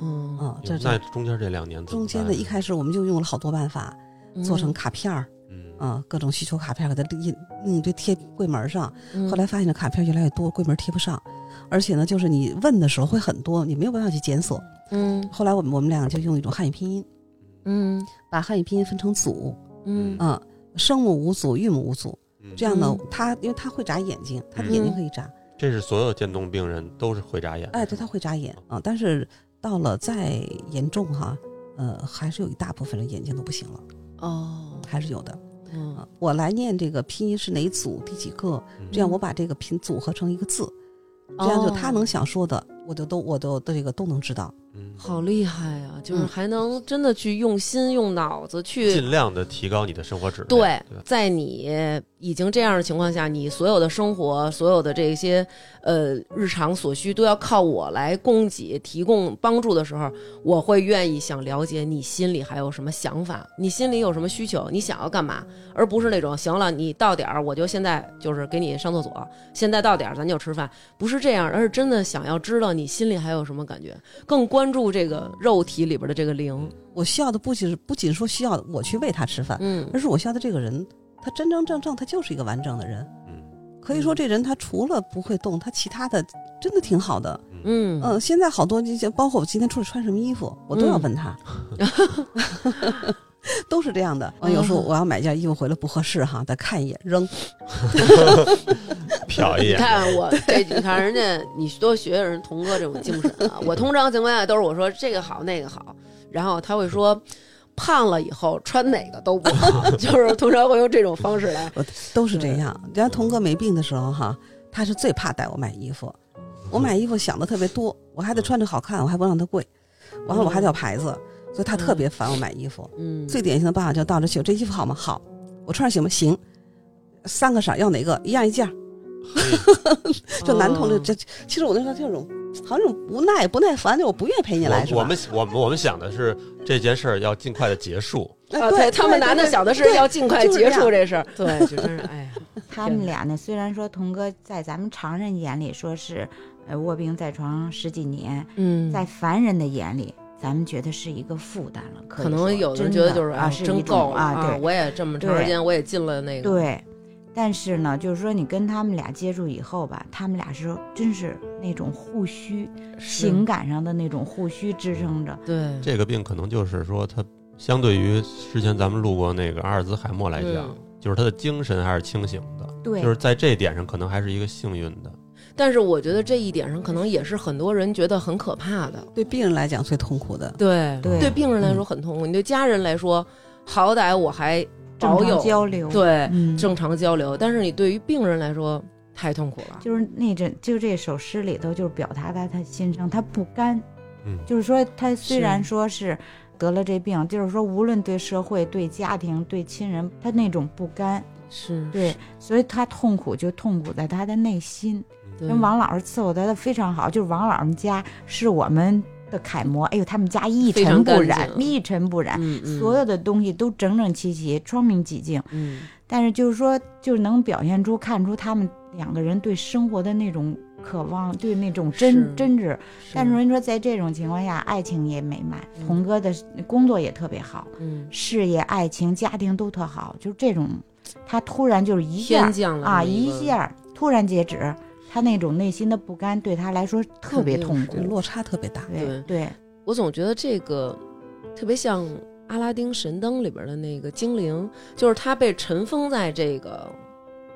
[SPEAKER 1] 嗯，
[SPEAKER 3] 啊。这
[SPEAKER 2] 那
[SPEAKER 3] 这
[SPEAKER 2] 中间这两年怎么
[SPEAKER 3] 中
[SPEAKER 2] 办，啊
[SPEAKER 3] 间呢，一开始我们就用了好多办法，
[SPEAKER 1] 嗯
[SPEAKER 3] 做成卡片儿。
[SPEAKER 2] 嗯
[SPEAKER 3] 啊，各种需求卡片给它印，嗯，就贴柜门上。
[SPEAKER 1] 嗯，
[SPEAKER 3] 后来发现这卡片越来越多，柜门贴不上，而且呢，就是你问的时候会很多，你没有办法去检索。
[SPEAKER 1] 嗯
[SPEAKER 3] 后来我们我们俩就用一种汉语拼音，
[SPEAKER 1] 嗯
[SPEAKER 3] 把汉语拼音分成组，
[SPEAKER 1] 嗯
[SPEAKER 3] 啊，声母五组，韵母五组，
[SPEAKER 2] 嗯
[SPEAKER 3] 这样呢
[SPEAKER 1] 嗯，
[SPEAKER 3] 他因为他会眨眼睛，他的眼睛可以眨，
[SPEAKER 2] 这是所有渐冻病人都是会眨眼。
[SPEAKER 3] 哎，对，他会眨眼啊。但是到了再严重哈、呃，还是有一大部分人眼睛都不行了，
[SPEAKER 1] 哦，
[SPEAKER 3] 还是有的。
[SPEAKER 1] 嗯
[SPEAKER 3] 啊，我来念这个拼音是哪组第几个，
[SPEAKER 1] 嗯
[SPEAKER 3] 这样我把这个拼组合成一个字，这样就
[SPEAKER 1] 哦
[SPEAKER 3] 他能想说的，我就都我都这个都能知道。
[SPEAKER 2] 嗯，
[SPEAKER 1] 好厉害呀、就是
[SPEAKER 3] 嗯
[SPEAKER 1] 还能真的去用心用脑子去
[SPEAKER 2] 尽量的提高你的生活质量。
[SPEAKER 1] 对呃
[SPEAKER 2] 对，
[SPEAKER 1] 在你呃已经这样的情况下，你所有的生活、所有的这些呃日常所需都要靠我来供给、提供帮助的时候，我会愿意想了解你心里还有什么想法，你心里有什么需求，你想要干嘛，而不是那种行了，你到点儿我就现在就是给你上厕所，现在到点儿咱就吃饭，不是这样，而是真的想要知道你心里还有什么感觉，更关注这个肉体里边的这个灵。
[SPEAKER 3] 我需要的不仅是不仅说需要我去喂他吃饭，
[SPEAKER 1] 嗯
[SPEAKER 3] 而是我需要的这个人，他真真正正他就是一个完整的人。
[SPEAKER 2] 嗯
[SPEAKER 3] 可以说这人他除了不会动，他其他的真的挺好的。
[SPEAKER 1] 嗯
[SPEAKER 3] 嗯，现在好多就像包括我今天出去穿什么衣服，我都要问他，都是这样的。嗯完有时候我要买件衣服回来不合适哈，再看一眼扔。
[SPEAKER 2] 瞟一
[SPEAKER 1] 你
[SPEAKER 2] 眼，
[SPEAKER 1] 看我这，你看人家，你多学学人童哥这种精神啊。我通常情况下都是我说这个好那个好，然后他会说胖了以后穿哪个都不好，就是通常会用这种方式来。
[SPEAKER 3] 我都是这样。人家童哥没病的时候哈，他是最怕带我买衣服。我买衣服想的特别多，我还得穿着好看，我还不让它贵，完了我还得要牌子，所以他特别烦我买衣服。
[SPEAKER 1] 嗯，
[SPEAKER 3] 最典型的办法就到这去，这衣服好吗？好，我穿上行吗？行。三个色儿要哪个？一样一件儿。就男
[SPEAKER 1] 哦
[SPEAKER 3] 同志，这其实我那时候就有种，好像这种无奈不耐烦，就我不愿意陪你来，是
[SPEAKER 2] 我我
[SPEAKER 3] 吧？
[SPEAKER 2] 们我们我们想的是这件事儿要尽快的结束，
[SPEAKER 3] 哎
[SPEAKER 1] 啊，对他们男的想的是
[SPEAKER 3] 对
[SPEAKER 1] 要尽快
[SPEAKER 3] 就是
[SPEAKER 1] 结
[SPEAKER 3] 这
[SPEAKER 1] 束
[SPEAKER 3] 样
[SPEAKER 1] 这事儿， 对，就真是哎，
[SPEAKER 4] 他们俩呢，虽然说童哥在咱们常人眼里说是，呃，卧病在床十几年，
[SPEAKER 1] 嗯
[SPEAKER 4] 在凡人的眼里，咱们觉得是一个负担了。可以
[SPEAKER 1] 可能
[SPEAKER 4] 说
[SPEAKER 1] 有的
[SPEAKER 4] 真
[SPEAKER 1] 人觉得就是
[SPEAKER 4] 啊，
[SPEAKER 1] 哎
[SPEAKER 4] 是一
[SPEAKER 1] 真
[SPEAKER 4] 种
[SPEAKER 1] 够
[SPEAKER 4] 啊，对，
[SPEAKER 1] 我也这么长时间，我也进了那个，
[SPEAKER 4] 对，但是呢，就是说你跟他们俩接触以后吧，他们俩是真是那种互需
[SPEAKER 1] 是
[SPEAKER 4] 情感上的那种互需支撑着。
[SPEAKER 1] 对，
[SPEAKER 2] 这个病可能就是说，它相对于之前咱们录过那个阿尔兹海默来讲，
[SPEAKER 1] 嗯
[SPEAKER 2] 就是他的精神还是清醒的，
[SPEAKER 4] 对
[SPEAKER 2] 就是在这一点上可能还是一个幸运的。
[SPEAKER 1] 但是我觉得这一点上，可能也是很多人觉得很可怕的，
[SPEAKER 3] 对病人来讲最痛苦的。
[SPEAKER 1] 对
[SPEAKER 4] 对嗯
[SPEAKER 1] 对病人来说很痛苦，你对家人来说，好歹我还
[SPEAKER 4] 正
[SPEAKER 1] 保
[SPEAKER 4] 常
[SPEAKER 1] 有
[SPEAKER 4] 交流，，
[SPEAKER 1] 对
[SPEAKER 4] 嗯，
[SPEAKER 1] 正常交流，但是你对于病人来说太痛苦了。
[SPEAKER 4] 就是那阵就这首诗里头就是表达他他心声，他不甘，
[SPEAKER 2] 嗯，
[SPEAKER 4] 就是说他虽
[SPEAKER 1] 是
[SPEAKER 4] 然说是得了这病，就是说无论对社会、对家庭、对亲人，他那种不甘，
[SPEAKER 1] 是
[SPEAKER 4] 对，所以他痛苦就痛苦在他的内心。
[SPEAKER 1] 对
[SPEAKER 4] 跟王老师伺候他的非常好，就是王老师家是我们的楷模。哎呦，他们家一
[SPEAKER 1] 非
[SPEAKER 4] 尘
[SPEAKER 1] 常
[SPEAKER 4] 不
[SPEAKER 1] 干
[SPEAKER 4] 染，
[SPEAKER 1] 净
[SPEAKER 4] 一尘不染，
[SPEAKER 1] 嗯嗯，
[SPEAKER 4] 所有的东西都整整齐齐，窗明几净。
[SPEAKER 1] 嗯
[SPEAKER 4] 但是就是说，就能表现出看出他们两个人对生活的那种渴望，对那种
[SPEAKER 1] 是
[SPEAKER 4] 真真挚。
[SPEAKER 1] 嗯
[SPEAKER 4] 但是人说，在这种情况下，爱情也美满，童哥的工作也特别好，
[SPEAKER 1] 嗯
[SPEAKER 4] 事业、爱情、家庭都特好。就这种，他突然就是一下
[SPEAKER 1] 天降了
[SPEAKER 4] 啊，
[SPEAKER 1] 这么
[SPEAKER 4] 一
[SPEAKER 1] 个
[SPEAKER 4] 下儿突然截止，他那种内心的不甘对他来说特别痛
[SPEAKER 3] 这
[SPEAKER 4] 苦。
[SPEAKER 3] 落差特别大，
[SPEAKER 4] 对对，
[SPEAKER 1] 我总觉得这个特别像《阿拉丁神灯》里边的那个精灵，就是他被尘封在这个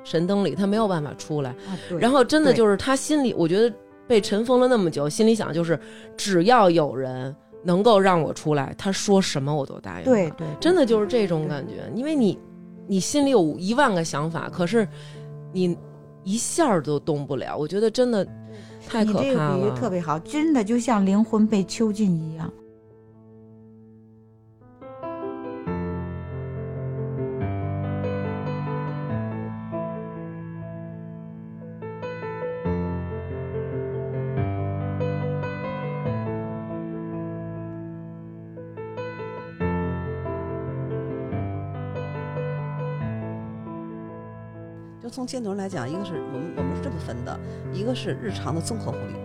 [SPEAKER 1] 神灯里，他没有办法出来。
[SPEAKER 4] 啊对
[SPEAKER 1] 然后真的
[SPEAKER 4] 对
[SPEAKER 1] 就是他心里，我觉得被尘封了那么久，心里想就是只要有人能够让我出来，他说什么我都答应。
[SPEAKER 4] 对，对，
[SPEAKER 1] 真的就是这种感觉，因为你你心里有一万个想法，可是你一下儿都动不了。我觉得真的太
[SPEAKER 4] 你
[SPEAKER 1] 可
[SPEAKER 4] 这
[SPEAKER 1] 怕
[SPEAKER 4] 个比喻
[SPEAKER 1] 了。
[SPEAKER 4] 特别好，真的就像灵魂被囚禁一样。
[SPEAKER 3] 就从监督来讲，一个是我们我们是这么分的，一个是日常的综合护理，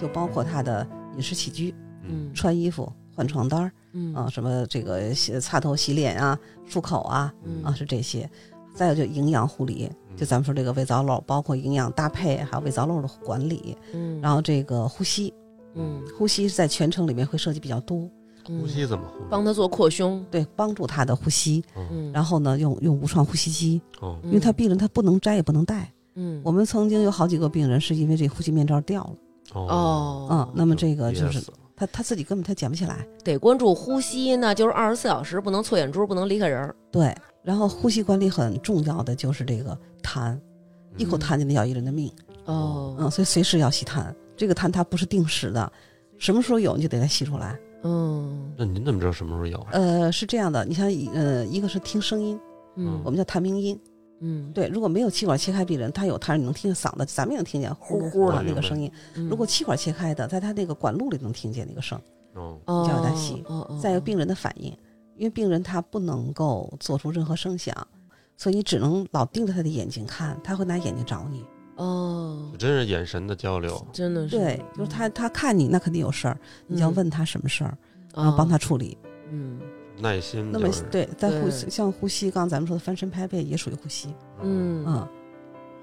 [SPEAKER 3] 就包括他的饮食起居、
[SPEAKER 1] 嗯
[SPEAKER 3] 穿衣服、换床单儿
[SPEAKER 1] 嗯
[SPEAKER 3] 啊，什么这个洗擦头、洗脸啊、漱口啊
[SPEAKER 1] 嗯
[SPEAKER 3] 啊是这些。再有就营养护理，
[SPEAKER 2] 嗯
[SPEAKER 3] 就咱们说这个胃造瘘，包括营养搭配，还有胃造瘘的管理，
[SPEAKER 1] 嗯
[SPEAKER 3] 然后这个呼吸，
[SPEAKER 1] 嗯
[SPEAKER 3] 呼吸在全程里面会涉及比较多，
[SPEAKER 1] 嗯
[SPEAKER 2] 呼吸怎么呼？
[SPEAKER 1] 帮他做扩胸，
[SPEAKER 3] 对，帮助他的呼吸。
[SPEAKER 2] 嗯
[SPEAKER 1] 嗯，
[SPEAKER 3] 然后呢，用用无创呼吸机，
[SPEAKER 2] 哦，
[SPEAKER 1] 因
[SPEAKER 3] 因为他病人他不能摘也不能戴。
[SPEAKER 1] 嗯
[SPEAKER 3] 我们曾经有好几个病人是因为这呼吸面罩掉了，
[SPEAKER 2] 哦，
[SPEAKER 1] 哦
[SPEAKER 3] 嗯，那么这个
[SPEAKER 2] 噎
[SPEAKER 3] 就是
[SPEAKER 2] 死了
[SPEAKER 3] 他他自己根本他捡不起来，
[SPEAKER 1] 得关注呼吸，那就是二十四小时不能错眼珠，不能离开人儿。
[SPEAKER 3] 对。然后呼吸管理很重要的就是这个痰，一
[SPEAKER 1] 嗯
[SPEAKER 3] 口痰就能要一人的命，
[SPEAKER 1] 哦，
[SPEAKER 3] 嗯，所以随时要吸痰。这个痰它不是定时的，什么时候有你就得给它吸出来。
[SPEAKER 1] 嗯
[SPEAKER 2] 那您怎么知道什么时候有？啊
[SPEAKER 3] 呃，是这样的，你像呃，一个是听声音，
[SPEAKER 1] 嗯
[SPEAKER 3] 我们叫痰鸣音，
[SPEAKER 1] 嗯，
[SPEAKER 3] 对，如果没有气管切开病人，他有他你能听见嗓子，咱们也能听见呼呼的那个声音。
[SPEAKER 1] 嗯
[SPEAKER 3] 如果气管切开的，在他那个管路里能听见那个声。
[SPEAKER 2] 嗯，
[SPEAKER 1] 哦
[SPEAKER 3] 较大细
[SPEAKER 1] 哦哦
[SPEAKER 3] 再有病人的反应，因为病人他不能够做出任何声响，所以你只能老盯着他的眼睛看，他会拿眼睛找你。
[SPEAKER 1] 哦，
[SPEAKER 2] 真是眼神的交流，
[SPEAKER 1] 真的是
[SPEAKER 3] 对，就是嗯他他看你，那肯定有事儿，你就要
[SPEAKER 1] 嗯
[SPEAKER 3] 问他什么事儿，然
[SPEAKER 1] 啊
[SPEAKER 3] 后帮他处理。
[SPEAKER 1] 嗯
[SPEAKER 2] 耐心
[SPEAKER 3] 那么
[SPEAKER 2] 就是，
[SPEAKER 3] 对，在呼吸
[SPEAKER 1] 对
[SPEAKER 3] 像呼吸，刚才咱们说的翻身拍背也属于呼吸，
[SPEAKER 1] 嗯
[SPEAKER 3] 嗯，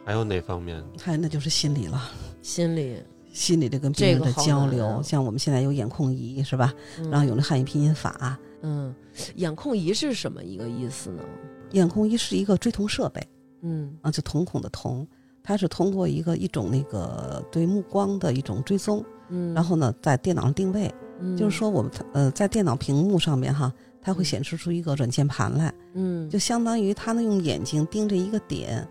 [SPEAKER 2] 还有哪方面？
[SPEAKER 3] 还有那就是心理了，
[SPEAKER 1] 心里，
[SPEAKER 3] 心理这跟
[SPEAKER 1] 这
[SPEAKER 3] 病人
[SPEAKER 1] 个
[SPEAKER 3] 的
[SPEAKER 1] 好
[SPEAKER 3] 交
[SPEAKER 1] 难
[SPEAKER 3] 流，
[SPEAKER 1] 啊
[SPEAKER 3] 像我们现在有眼控仪是吧？
[SPEAKER 1] 嗯
[SPEAKER 3] 然后有那汉语拼音法，
[SPEAKER 1] 嗯，眼控仪是什么一个意思呢？
[SPEAKER 3] 眼控仪是一个追瞳设备
[SPEAKER 1] 嗯
[SPEAKER 3] 啊，就瞳孔的瞳，它是通过一个一种那个对目光的一种追踪，
[SPEAKER 1] 嗯，
[SPEAKER 3] 然后呢在电脑上定位，
[SPEAKER 1] 嗯
[SPEAKER 3] 就是，说我们呃在电脑屏幕上面哈，它会显示出一个软键盘来，
[SPEAKER 1] 嗯，
[SPEAKER 3] 就相当于他呢用眼睛盯着一个点，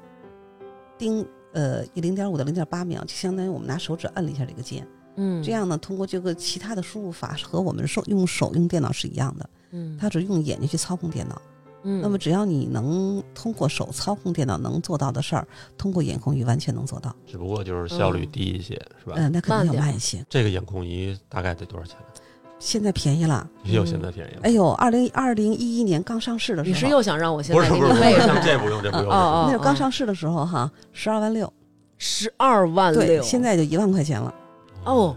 [SPEAKER 3] 盯呃一零点五到零点八秒，就相当于我们拿手指摁了一下这个键。
[SPEAKER 1] 嗯
[SPEAKER 3] 这，样呢，通过这个其他的输入法是和我们手用手用电脑是一样的，
[SPEAKER 1] 嗯，
[SPEAKER 3] 它只用眼睛去操控电脑。
[SPEAKER 1] 嗯，
[SPEAKER 3] 那么只要你能通过手操控电脑能做到的事儿，通过眼控仪完全能做到。
[SPEAKER 2] 只不过就是效率低一些，是吧？
[SPEAKER 3] 嗯、那肯定
[SPEAKER 1] 慢点
[SPEAKER 3] 要
[SPEAKER 1] 儿
[SPEAKER 3] 慢一些。
[SPEAKER 2] 这个眼控仪大概得多少钱？
[SPEAKER 3] 现在便宜了，
[SPEAKER 2] 又现在便宜了
[SPEAKER 3] 哎。呦，二零二零一一年刚上市的时
[SPEAKER 1] 你
[SPEAKER 3] 候，
[SPEAKER 1] 是又想让我现
[SPEAKER 2] 不
[SPEAKER 1] 在
[SPEAKER 2] 是
[SPEAKER 1] 给你
[SPEAKER 2] 不是，不
[SPEAKER 1] 背
[SPEAKER 2] 是
[SPEAKER 1] 上
[SPEAKER 2] 这不用，这不用。
[SPEAKER 1] 哦哦
[SPEAKER 3] 那是刚上市的时候哈，十二万六，
[SPEAKER 1] 十二万
[SPEAKER 3] 对，
[SPEAKER 1] 六，
[SPEAKER 3] 现在就一万块钱了。
[SPEAKER 2] 这不用
[SPEAKER 1] 哦，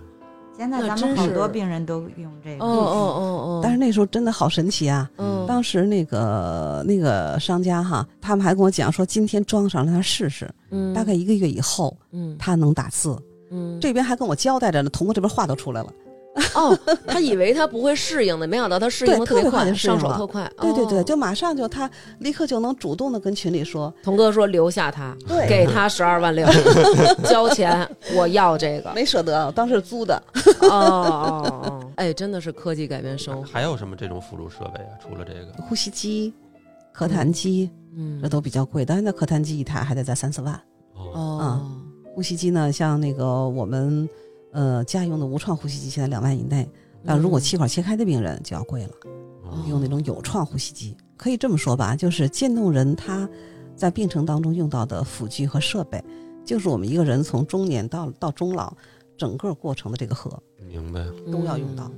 [SPEAKER 4] 现在
[SPEAKER 1] 那
[SPEAKER 4] 咱
[SPEAKER 1] 真
[SPEAKER 4] 们好
[SPEAKER 1] 是
[SPEAKER 4] 多病人都用这个。
[SPEAKER 1] 哦哦哦哦，
[SPEAKER 3] 但是那时候真的好神奇啊！
[SPEAKER 1] 嗯，
[SPEAKER 3] 当时那个那个商家哈，他们还跟我讲说，今天装上让他试试，
[SPEAKER 1] 嗯
[SPEAKER 3] 大概一个月以后
[SPEAKER 1] 嗯
[SPEAKER 3] 他能打字。
[SPEAKER 1] 嗯
[SPEAKER 3] 这边还跟我交代着呢，童哥这边话都出来了。
[SPEAKER 1] 哦，他以为他不会适应的，没想到他适应
[SPEAKER 3] 对
[SPEAKER 1] 的
[SPEAKER 3] 特别
[SPEAKER 1] 别
[SPEAKER 3] 快
[SPEAKER 1] 快，
[SPEAKER 3] 就适应
[SPEAKER 1] 上手
[SPEAKER 3] 了
[SPEAKER 1] 特快。
[SPEAKER 3] 对对对，
[SPEAKER 1] 哦
[SPEAKER 3] 就马上就他立刻就能主动的跟群里说，
[SPEAKER 1] 童哥说留下他，
[SPEAKER 3] 对
[SPEAKER 1] 给他十二万 六，交钱，我要这个。
[SPEAKER 3] 没舍得，啊当时租的。
[SPEAKER 1] 哦哦 哦，哎，真的是科技改变生活，
[SPEAKER 2] 还有什么这种辅助设备啊？除了这个，
[SPEAKER 3] 呼吸机、咳痰机
[SPEAKER 1] 嗯
[SPEAKER 3] 这，都比较贵，但是那咳痰机一台还得在三四万。
[SPEAKER 2] 哦，
[SPEAKER 1] 哦，
[SPEAKER 3] 呼吸机呢，像那个我们呃家用的无创呼吸机，现在两万以内。但
[SPEAKER 1] 嗯
[SPEAKER 3] 如果气管切开的病人就要贵了，
[SPEAKER 2] 哦
[SPEAKER 3] 用那种有创呼吸机。可以这么说吧，就是渐冻人他在病程当中用到的辅具和设备，就是我们一个人从中年到到中老整个过程的这个合。
[SPEAKER 2] 明白。
[SPEAKER 3] 都
[SPEAKER 1] 嗯
[SPEAKER 3] 要用到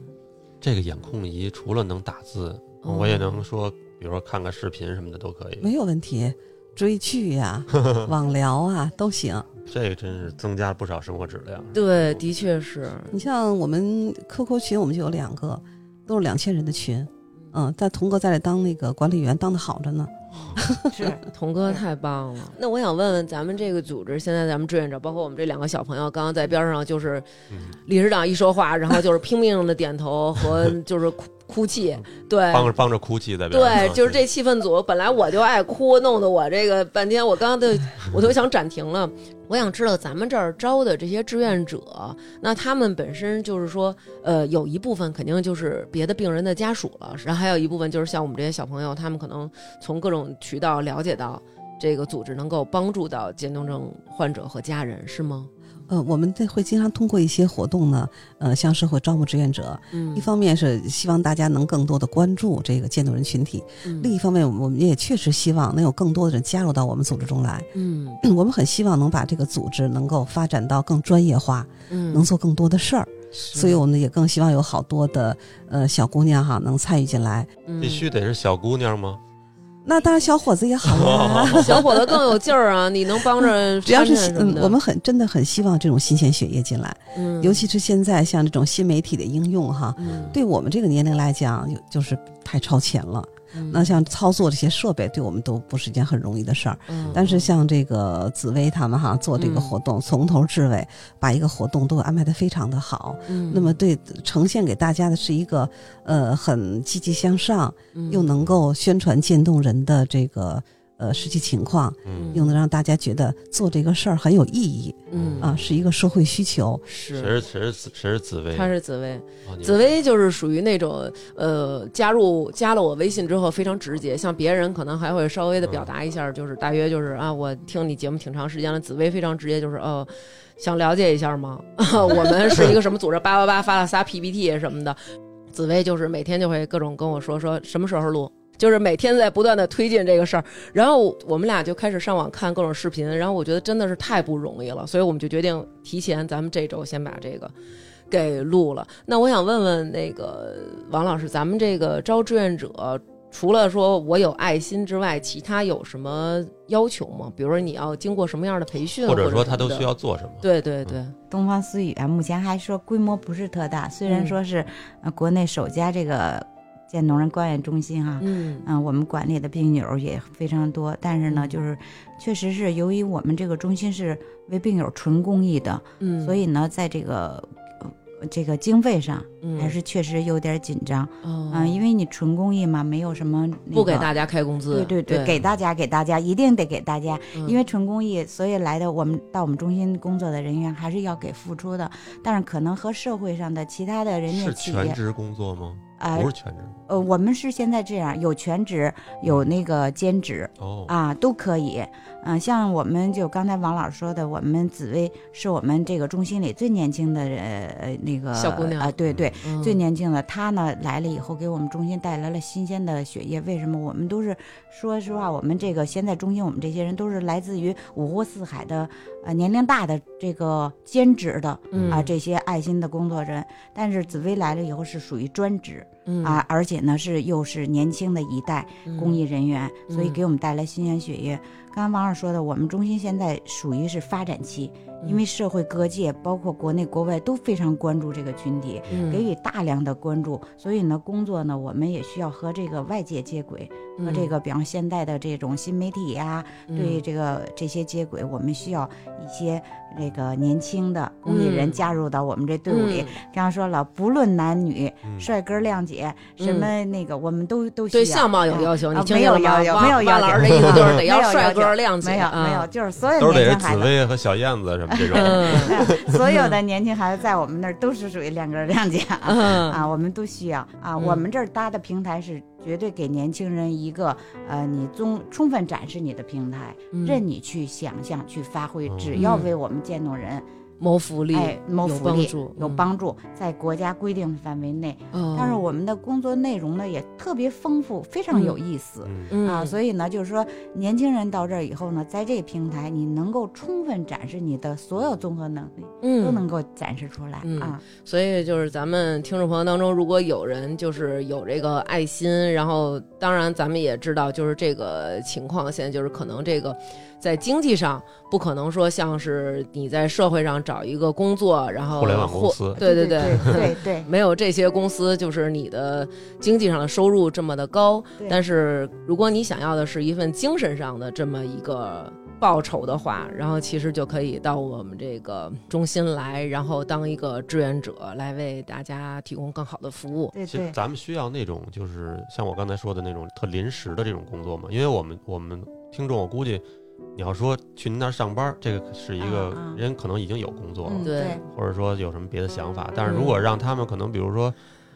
[SPEAKER 2] 这个眼控仪除了能打字，
[SPEAKER 1] 嗯，
[SPEAKER 2] 我也能说，比如说看个视频什么的都可以。
[SPEAKER 3] 没有问题。追剧呀、网聊啊都行。
[SPEAKER 2] 这个真是增加了不少生活质量。
[SPEAKER 1] 对，的确是，
[SPEAKER 3] 你像我们 QQ 群，我们就有两个，都是两千人的群。嗯，但童哥在这当那个管理员当的好着呢。
[SPEAKER 1] 哦
[SPEAKER 4] 是，
[SPEAKER 3] 嗯
[SPEAKER 1] 童哥太棒了。那我想问问咱们这个组织，现在咱们志愿者，包括我们这两个小朋友，刚刚在边上就是
[SPEAKER 2] 嗯，
[SPEAKER 1] 理事长一说话，然后就是拼命的点头 和就是哭哭泣，对。
[SPEAKER 2] 嗯帮着帮着哭泣在边上。啊
[SPEAKER 1] 对，就是这气氛组，本来我就爱哭，弄得我这个半天，我刚刚都我都想暂停了。我想知道咱们这儿招的这些志愿者，那他们本身就是说，呃，有一部分肯定就是别的病人的家属了，然后还有一部分就是像我们这些小朋友，他们可能从各种渠道了解到这个组织能够帮助到渐冻症患者和家人，是吗？
[SPEAKER 3] 呃，我们这会经常通过一些活动呢，呃，向社会招募志愿者。
[SPEAKER 1] 嗯
[SPEAKER 3] 一方面是希望大家能更多的关注这个渐冻人群体，另一方面，我们也确实希望能有更多的人加入到我们组织中来。
[SPEAKER 1] 嗯
[SPEAKER 3] 我们很希望能把这个组织能够发展到更专业化，
[SPEAKER 1] 嗯，
[SPEAKER 3] 能做更多的事儿。
[SPEAKER 1] 是，
[SPEAKER 3] 所以我们也更希望有好多的呃小姑娘哈能参与进来。
[SPEAKER 1] 嗯
[SPEAKER 2] 必须得是小姑娘吗？
[SPEAKER 3] 那当然，小伙子也 好啊。
[SPEAKER 1] 小伙子更有劲儿啊！你能帮着
[SPEAKER 3] 只要是
[SPEAKER 1] 搀搀什么
[SPEAKER 3] 嗯
[SPEAKER 1] 的，
[SPEAKER 3] 我们很真的很希望这种新鲜血液进来，
[SPEAKER 1] 嗯
[SPEAKER 3] 尤其是现在像这种新媒体的应用哈，
[SPEAKER 1] 嗯
[SPEAKER 3] 对我们这个年龄来讲，有就是太超前了。
[SPEAKER 1] 嗯
[SPEAKER 3] 那像操作这些设备，对我们都不是一件很容易的事儿。
[SPEAKER 1] 嗯
[SPEAKER 3] 但是像这个紫薇他们哈做这个
[SPEAKER 1] 嗯
[SPEAKER 3] 活动，从头至尾把一个活动都安排的非常的好。
[SPEAKER 1] 嗯
[SPEAKER 3] 那么对呈现给大家的是一个呃很积极向上，
[SPEAKER 1] 嗯
[SPEAKER 3] 又能够宣传渐冻人的这个呃实际情况，
[SPEAKER 2] 嗯，
[SPEAKER 3] 又能让大家觉得做这个事儿很有意义
[SPEAKER 1] 嗯
[SPEAKER 3] 啊，是一个社会需求。
[SPEAKER 2] 谁
[SPEAKER 1] 是。
[SPEAKER 2] 是谁是紫谁是紫薇？
[SPEAKER 1] 她是紫薇，
[SPEAKER 2] 哦你
[SPEAKER 1] 紫薇就是属于那种，呃，加入加了我微信之后非常直接，像别人可能还会稍微的表达一下，就是大约就是啊，我听你节目挺长时间了，紫薇非常直接，就是哦，想了解一下吗？啊我们是一个什么组织？八八八发了仨 PPT 什么的，紫薇就是每天就会各种跟我说说什么时候录，就是每天在不断的推进这个事儿。然后我们俩就开始上网看各种视频，然后我觉得真的是太不容易了，所以我们就决定提前咱们这周先把这个给录了。那我想问问那个王老师，咱们这个招志愿者。除了说我有爱心之外，其他有什么要求吗？比如说你要经过什么样的培训，
[SPEAKER 2] 或
[SPEAKER 1] 或
[SPEAKER 2] 者说
[SPEAKER 1] 什
[SPEAKER 2] 他
[SPEAKER 1] 么
[SPEAKER 2] 都
[SPEAKER 1] 的
[SPEAKER 2] 需要做什么？
[SPEAKER 1] 对对对，
[SPEAKER 4] 东方思雨啊，目前还说规模不是特大，虽然
[SPEAKER 1] 嗯
[SPEAKER 4] 说是、呃、国内首家这个建农人关爱中心哈、
[SPEAKER 1] 嗯
[SPEAKER 4] 嗯，我们管理的病友也非常多，但是呢，
[SPEAKER 1] 嗯
[SPEAKER 4] 就是确实是由于我们这个中心是为病友纯公益的，
[SPEAKER 1] 嗯，
[SPEAKER 4] 所以呢，在这个呃这个经费上
[SPEAKER 1] 嗯
[SPEAKER 4] 还是确实有点紧张
[SPEAKER 1] 嗯、
[SPEAKER 4] 啊、因为你纯公益嘛，没有什么、那个、
[SPEAKER 1] 不给大家开工资，
[SPEAKER 4] 对对
[SPEAKER 1] 对
[SPEAKER 4] 对，给大家给大家，一定得给大家，
[SPEAKER 1] 嗯
[SPEAKER 4] 因为纯公益，所以来的我们到我们中心工作的人员还是要给付出的，但是可能和社会上的其他的人家
[SPEAKER 2] 是
[SPEAKER 4] 企
[SPEAKER 2] 全
[SPEAKER 4] 业
[SPEAKER 2] 职工作吗？
[SPEAKER 4] 啊
[SPEAKER 2] 不是全职
[SPEAKER 4] 呃，我们是现在这样，有全职，有那个兼职，
[SPEAKER 2] 哦，
[SPEAKER 4] 啊，都可以。嗯、像我们就刚才王老师说的，我们紫薇是我们这个中心里最年轻的人，呃，那个
[SPEAKER 1] 小姑娘
[SPEAKER 4] 啊、对对，
[SPEAKER 1] 嗯
[SPEAKER 4] 最年轻的。她呢来了以后，给我们中心带来了新鲜的血液。为什么我们都是说实话，我们这个现在中心，我们这些人都是来自于五湖四海的，呃，年龄大的这个兼职的
[SPEAKER 1] 嗯
[SPEAKER 4] 啊，这些爱心的工作人。但是紫薇来了以后是属于专职
[SPEAKER 1] 嗯
[SPEAKER 4] 啊，而且呢是又是年轻的一代。公益人员，所以
[SPEAKER 1] 嗯
[SPEAKER 4] 给我们带来新鲜血液。刚才王老师说的，我们中心现在属于是发展期，
[SPEAKER 1] 嗯
[SPEAKER 4] 因为社会各界，包括国内国外都非常关注这个群体，给
[SPEAKER 1] 给
[SPEAKER 4] 予大量的关注。所以呢，工作呢，我们也需要和这个外界接轨，
[SPEAKER 1] 嗯
[SPEAKER 4] 和这个比方现在的这种新媒体呀、对这个这些接轨，我们需要一些那个年轻的公益人
[SPEAKER 1] 嗯
[SPEAKER 4] 加入到我们这队伍里。刚刚说了，不论男女，
[SPEAKER 2] 嗯
[SPEAKER 4] 帅哥亮姐，什么那个，我们都都需要
[SPEAKER 1] 嗯对相貌有要求，
[SPEAKER 4] 啊
[SPEAKER 1] 你听
[SPEAKER 4] 没
[SPEAKER 1] 见
[SPEAKER 4] 有
[SPEAKER 1] 了吗？
[SPEAKER 4] 要求
[SPEAKER 1] 汪
[SPEAKER 4] 没有要
[SPEAKER 1] 汪老师的
[SPEAKER 4] 求
[SPEAKER 1] 意思就是得
[SPEAKER 4] 没有
[SPEAKER 1] 要
[SPEAKER 4] 要
[SPEAKER 1] 帅
[SPEAKER 4] 求
[SPEAKER 1] 哥亮姐，
[SPEAKER 4] 没有没有，
[SPEAKER 1] 啊
[SPEAKER 4] 就是所有
[SPEAKER 2] 都是
[SPEAKER 4] 年
[SPEAKER 2] 得是
[SPEAKER 4] 轻
[SPEAKER 2] 紫
[SPEAKER 4] 孩子。
[SPEAKER 2] 薇和小燕子什么这种。
[SPEAKER 1] 嗯
[SPEAKER 4] 所有的年轻孩子在我们那儿都是属于亮哥亮姐啊，
[SPEAKER 1] 嗯
[SPEAKER 4] 啊我们都需要啊。
[SPEAKER 1] 嗯
[SPEAKER 4] 我们这儿搭的平台是绝对给年轻人一个呃，你充充分展示你的平台，
[SPEAKER 1] 嗯
[SPEAKER 4] 任你去想象、去发挥，
[SPEAKER 2] 嗯
[SPEAKER 4] 只要为我们渐冻人
[SPEAKER 1] 谋福利，
[SPEAKER 4] 哎谋
[SPEAKER 1] 嗯有
[SPEAKER 4] 福
[SPEAKER 1] 帮
[SPEAKER 4] 利
[SPEAKER 1] 助
[SPEAKER 4] 有
[SPEAKER 1] 嗯哦
[SPEAKER 4] 帮助，在国家规定的范围内。但
[SPEAKER 1] 但
[SPEAKER 4] 是我们的工作内容呢也特别丰富，非常有意思。
[SPEAKER 2] 嗯，
[SPEAKER 4] 啊，
[SPEAKER 1] 以
[SPEAKER 4] 所以呢，就是说年轻人到这儿以后呢，在这个平台，你能够充分展示你的所有综合能力，都能够展示出来、
[SPEAKER 1] 嗯
[SPEAKER 4] 啊。
[SPEAKER 1] 所以就是咱们听众朋友当中，如果有人就是有这个爱心，然后当然咱们也知道，就是这个情况现在就是可能这个在经济上不可能说像是你在社会上找一个工作，然后
[SPEAKER 2] 互联网公
[SPEAKER 1] 或
[SPEAKER 4] 嗯
[SPEAKER 2] 司
[SPEAKER 1] 对对
[SPEAKER 4] 对对对
[SPEAKER 1] 没有这些公司，就是你的经济上的收入这么的高。
[SPEAKER 4] 对
[SPEAKER 1] 但是如果你想要的是一份精神上的这么一个报酬的话，然后其实就可以到我们这个中心来，然后当一个志愿者来为大家提供更好的服务。
[SPEAKER 4] 对
[SPEAKER 2] 其实
[SPEAKER 4] 对，
[SPEAKER 2] 咱们需要那种就是像我刚才说的那种特临时的这种工作嘛，因为我们我们听众我估计，你要说去您那儿上班，这个是一个
[SPEAKER 1] 嗯
[SPEAKER 4] 啊啊
[SPEAKER 2] 人可能已经有工作了，
[SPEAKER 4] 嗯
[SPEAKER 1] 对
[SPEAKER 4] 对
[SPEAKER 2] 或者说有什么别的想法，但是
[SPEAKER 1] 嗯
[SPEAKER 2] 如果让他们可能比如说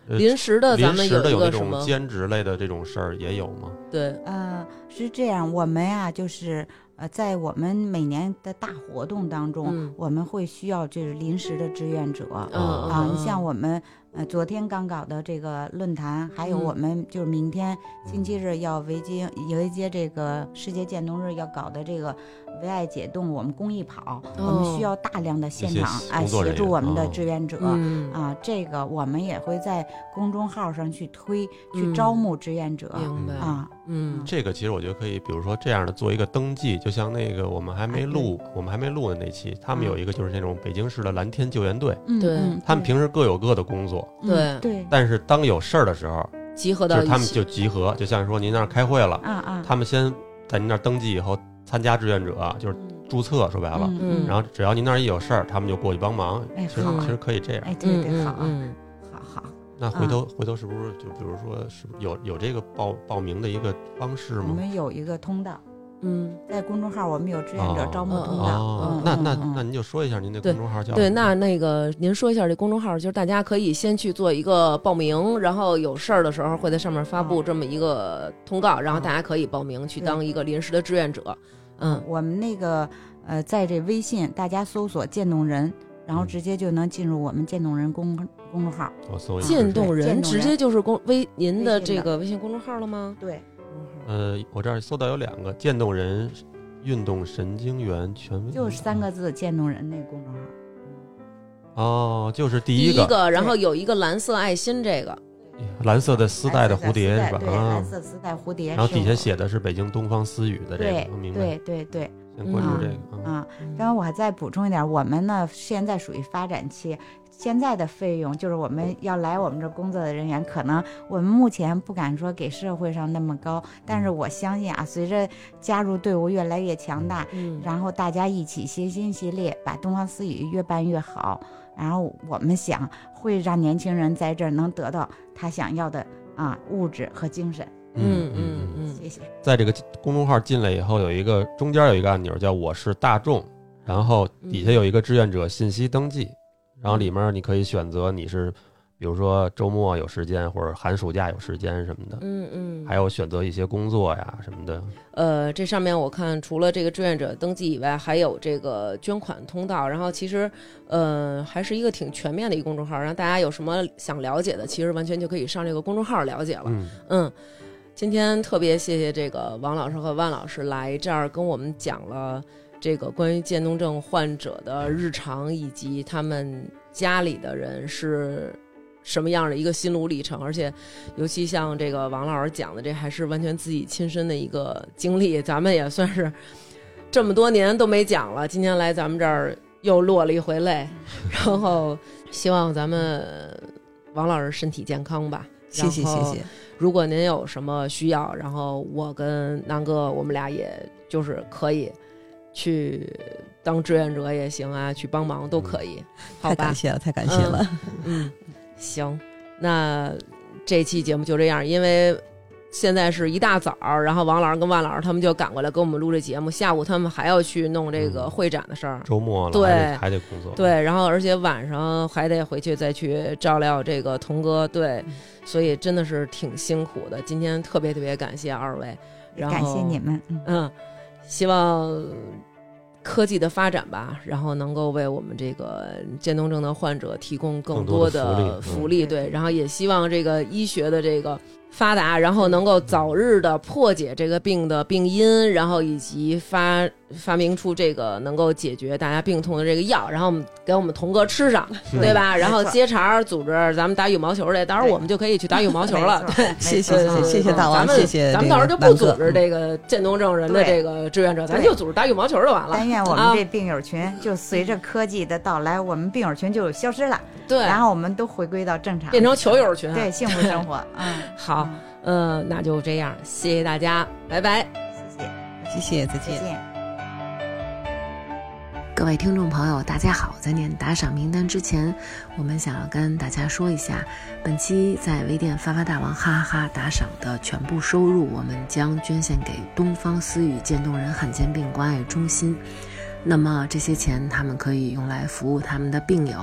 [SPEAKER 2] 呃
[SPEAKER 1] 临时的，咱
[SPEAKER 2] 临
[SPEAKER 1] 们
[SPEAKER 2] 时的
[SPEAKER 1] 一
[SPEAKER 2] 有那
[SPEAKER 1] 个什
[SPEAKER 2] 种
[SPEAKER 1] 么？
[SPEAKER 2] 兼职类的这种事儿也有吗？
[SPEAKER 1] 对，
[SPEAKER 4] 呃，是这样，我们呀、就是呃，在我们每年的大活动当中，
[SPEAKER 1] 嗯
[SPEAKER 4] 我们会需要就是临时的志愿者。
[SPEAKER 1] 嗯
[SPEAKER 4] 啊，你像
[SPEAKER 1] 我，
[SPEAKER 4] 我们呃昨天刚搞的这个论坛，还有
[SPEAKER 1] 嗯
[SPEAKER 4] 我们就是明天星期
[SPEAKER 2] 嗯
[SPEAKER 4] 日要围接围接这个世界渐冻日要搞的这个为爱解冻，我们公益跑，我们
[SPEAKER 1] 哦
[SPEAKER 4] 需要大量的现
[SPEAKER 2] 些
[SPEAKER 4] 场啊
[SPEAKER 2] 工作
[SPEAKER 4] 协
[SPEAKER 2] 人
[SPEAKER 4] 助
[SPEAKER 2] 员
[SPEAKER 4] 我们的
[SPEAKER 2] 哦
[SPEAKER 4] 志愿者。
[SPEAKER 1] 嗯，
[SPEAKER 4] 啊，这个我们也会在公众号上去推，去
[SPEAKER 1] 嗯
[SPEAKER 4] 招募志愿者、
[SPEAKER 1] 明白，
[SPEAKER 4] 啊。
[SPEAKER 1] 嗯
[SPEAKER 2] 这个其实我觉得可以，比如说这样的做一个登记，就像那个我们还没
[SPEAKER 4] 啊对
[SPEAKER 2] 录，我们还没录的那期，他
[SPEAKER 1] 嗯
[SPEAKER 2] 们
[SPEAKER 4] 啊
[SPEAKER 2] 有一个就是那种北京市的蓝天救援队，
[SPEAKER 4] 嗯
[SPEAKER 1] 对
[SPEAKER 4] 嗯
[SPEAKER 2] 他们
[SPEAKER 4] 对
[SPEAKER 2] 平时各有各的工作，
[SPEAKER 4] 嗯对
[SPEAKER 2] 但是当有事儿的时候，
[SPEAKER 1] 集合
[SPEAKER 2] 就
[SPEAKER 1] 到
[SPEAKER 2] 是他
[SPEAKER 1] 一
[SPEAKER 2] 们
[SPEAKER 1] 起，
[SPEAKER 2] 就集合，就像说您那儿开会了，
[SPEAKER 4] 啊啊，
[SPEAKER 2] 他们先在您那儿登记以后参加志愿者，就是注册，说白了，
[SPEAKER 4] 嗯
[SPEAKER 1] 嗯
[SPEAKER 2] 然后只要您那儿一有事儿，他们就过去帮忙。
[SPEAKER 4] 哎
[SPEAKER 2] 其实
[SPEAKER 4] 好
[SPEAKER 2] 其实可以这样。
[SPEAKER 4] 哎嗯对
[SPEAKER 1] 嗯
[SPEAKER 4] 对
[SPEAKER 1] 嗯
[SPEAKER 4] 好
[SPEAKER 1] 嗯
[SPEAKER 4] 好好，
[SPEAKER 2] 那回头回头是不是就比如说是不是有有这个报报名的一个方式
[SPEAKER 4] 我
[SPEAKER 2] 吗？
[SPEAKER 4] 们有一个通道，
[SPEAKER 1] 嗯。
[SPEAKER 4] 在公众号我们有志愿者
[SPEAKER 2] 哦
[SPEAKER 4] 招募通道。
[SPEAKER 2] 哦
[SPEAKER 4] 嗯，
[SPEAKER 2] 那
[SPEAKER 4] 嗯
[SPEAKER 2] 那
[SPEAKER 4] 嗯
[SPEAKER 2] 那您就说一下您那
[SPEAKER 1] 对
[SPEAKER 2] 公众号叫
[SPEAKER 1] 对，
[SPEAKER 2] 什么
[SPEAKER 1] 那那个您说一下这公众号，就是大家可以先去做一个报名，然后有事儿的时候会在上面发布这么一个通告，然后大家可以报名去当一个临时的志愿者。嗯，
[SPEAKER 4] 我们那个呃，在这微信大家搜索“渐冻人”，然后
[SPEAKER 2] 嗯
[SPEAKER 4] 直接就能进入我们“渐冻人公”公众号。
[SPEAKER 2] 我搜一下。
[SPEAKER 1] 渐冻
[SPEAKER 4] 嗯渐冻
[SPEAKER 1] 人
[SPEAKER 4] 人
[SPEAKER 1] 直接就是公微您的
[SPEAKER 4] 微信
[SPEAKER 1] 这
[SPEAKER 4] 的
[SPEAKER 1] 个微信公众号了吗？
[SPEAKER 4] 对，
[SPEAKER 2] 呃，我这儿搜到有两个渐冻人运动神经元权威，
[SPEAKER 4] 就是三个字“渐冻人”那公众号。
[SPEAKER 2] 哦，就是第
[SPEAKER 1] 第
[SPEAKER 2] 一个
[SPEAKER 1] 然后有一个蓝色爱心，这个
[SPEAKER 2] 蓝色的丝带的蝴蝶
[SPEAKER 4] 蓝
[SPEAKER 2] 是
[SPEAKER 4] 色
[SPEAKER 2] 吧？
[SPEAKER 4] 对，蓝
[SPEAKER 2] 啊，
[SPEAKER 4] 色丝带蝴蝶。
[SPEAKER 2] 然后
[SPEAKER 4] 是
[SPEAKER 2] 底下
[SPEAKER 4] 我
[SPEAKER 2] 写的是北京东方思雨的这
[SPEAKER 4] 对
[SPEAKER 2] 个，我明白。
[SPEAKER 4] 对对对
[SPEAKER 2] 先关注
[SPEAKER 4] 嗯
[SPEAKER 2] 这个啊，
[SPEAKER 4] 啊！然后我还再补充一点，我们呢现在属于发展期，现在的费用就是我们要来我们这工作的人员，可能我们目前不敢说给社会上那么高，
[SPEAKER 1] 嗯
[SPEAKER 4] 但是我相信啊，随着加入队伍越来越强大，
[SPEAKER 1] 嗯，
[SPEAKER 4] 然后大家一起协心协力，把东方思雨越办越好。然后我们想会让年轻人在这儿能得到他想要的啊物质和精神。
[SPEAKER 1] 嗯
[SPEAKER 2] 嗯嗯
[SPEAKER 1] 嗯嗯，
[SPEAKER 4] 谢谢。
[SPEAKER 2] 在这个公众号进来以后，有一个中间有一个按钮叫“我是大众”，然后
[SPEAKER 4] 嗯
[SPEAKER 2] 底下有一个志愿者信息登记，然后里面你可以选择你是，比如说周末有时间，或者寒暑假有时间什么的，
[SPEAKER 1] 嗯嗯，
[SPEAKER 2] 还有选择一些工作呀什么的。
[SPEAKER 1] 呃，这上面我看除了这个志愿者登记以外，还有这个捐款通道。然后其实，呃，还是一个挺全面的一个公众号。然后大家有什么想了解的，其实完全就可以上这个公众号了解了。
[SPEAKER 2] 嗯，
[SPEAKER 1] 嗯，今天特别谢谢这个王老师和万老师来这儿跟我们讲了这个关于渐冻症患者的日常，以及他们家里的人是什么样的一个心路历程，而且尤其像这个王老师讲的，这还是完全自己亲身的一个经历，咱们也算是这么多年都没讲了，今天来咱们这儿又落了一回泪，然后希望咱们王老师身体健康吧。
[SPEAKER 3] 谢谢
[SPEAKER 1] 然
[SPEAKER 3] 谢
[SPEAKER 1] 后
[SPEAKER 3] 谢，
[SPEAKER 1] 如果您有什么需要，然后我跟南哥，我们俩也就是可以去当志愿者也行啊，去帮忙都可以，好
[SPEAKER 3] 嗯太
[SPEAKER 1] 吧
[SPEAKER 3] 感？谢了，太感谢了。
[SPEAKER 1] 嗯，行，那这期节目就这样，因为。现在是一大早儿，然后王老师跟万老师他们就赶过来给我们录这节目。下午他们还要去弄这个
[SPEAKER 2] 嗯
[SPEAKER 1] 会展的事儿，
[SPEAKER 2] 周末了
[SPEAKER 1] 对
[SPEAKER 2] 还得还得工作。，
[SPEAKER 1] 对，然后而且晚上还得回去再去照料这个童哥，对，所以真的是挺辛苦的。今天特别特别感谢二位，然后
[SPEAKER 4] 感谢你，们，嗯，
[SPEAKER 1] 嗯，希望科技的发展吧，然后能够为我们这个渐冻症的患者提供更
[SPEAKER 2] 更多的
[SPEAKER 1] 的
[SPEAKER 2] 福利嗯
[SPEAKER 1] 福利，
[SPEAKER 4] 嗯
[SPEAKER 1] 对，然后也希望这个医学的这个。发
[SPEAKER 2] 嗯
[SPEAKER 1] 达，然后能够早日的破解这个病的病因，然后以及发发明出这个能够解决大家病痛的这个药，然后我们给我们童哥吃上，
[SPEAKER 2] 嗯
[SPEAKER 1] 对吧？然后
[SPEAKER 4] 没错
[SPEAKER 1] 接茬儿组织咱们打羽毛球去，到时候我们就可以去打羽毛球了
[SPEAKER 4] 没。错，没
[SPEAKER 3] 谢
[SPEAKER 4] 错
[SPEAKER 3] 谢
[SPEAKER 1] 对
[SPEAKER 3] 谢谢
[SPEAKER 1] 对
[SPEAKER 3] 大
[SPEAKER 1] 嗯
[SPEAKER 3] 王
[SPEAKER 1] 咱们
[SPEAKER 3] 谢谢
[SPEAKER 1] 咱们
[SPEAKER 3] 这
[SPEAKER 1] 到时候
[SPEAKER 3] 个
[SPEAKER 1] 就不
[SPEAKER 3] 南
[SPEAKER 1] 组
[SPEAKER 3] 哥嗯
[SPEAKER 1] 织这个渐冻症人的
[SPEAKER 4] 对
[SPEAKER 1] 这个志愿者，咱
[SPEAKER 4] 对哎
[SPEAKER 1] 就组织打羽毛球就完了。
[SPEAKER 4] 但愿我
[SPEAKER 1] 啊
[SPEAKER 4] 们这病友群就随着科技的到来，我们病友群就消失了，
[SPEAKER 1] 对，
[SPEAKER 4] 然后我们都回归到正常，
[SPEAKER 1] 变成球友群。
[SPEAKER 4] 对，幸福生 活。嗯，
[SPEAKER 1] 好，呃，那就这样，谢谢大家，拜拜。
[SPEAKER 4] 嗯，谢
[SPEAKER 3] 谢
[SPEAKER 4] 谢，
[SPEAKER 3] 谢，再
[SPEAKER 4] 再
[SPEAKER 3] 见。
[SPEAKER 4] 见。
[SPEAKER 5] 各位听众朋友，大家好！在念打赏名单之前，我们想要跟大家说一下，本期在微店发发大王哈哈打赏的全部收入，我们将捐献给东方思雨渐冻人罕见病关爱中心。那么这些钱，他们可以用来服务他们的病友，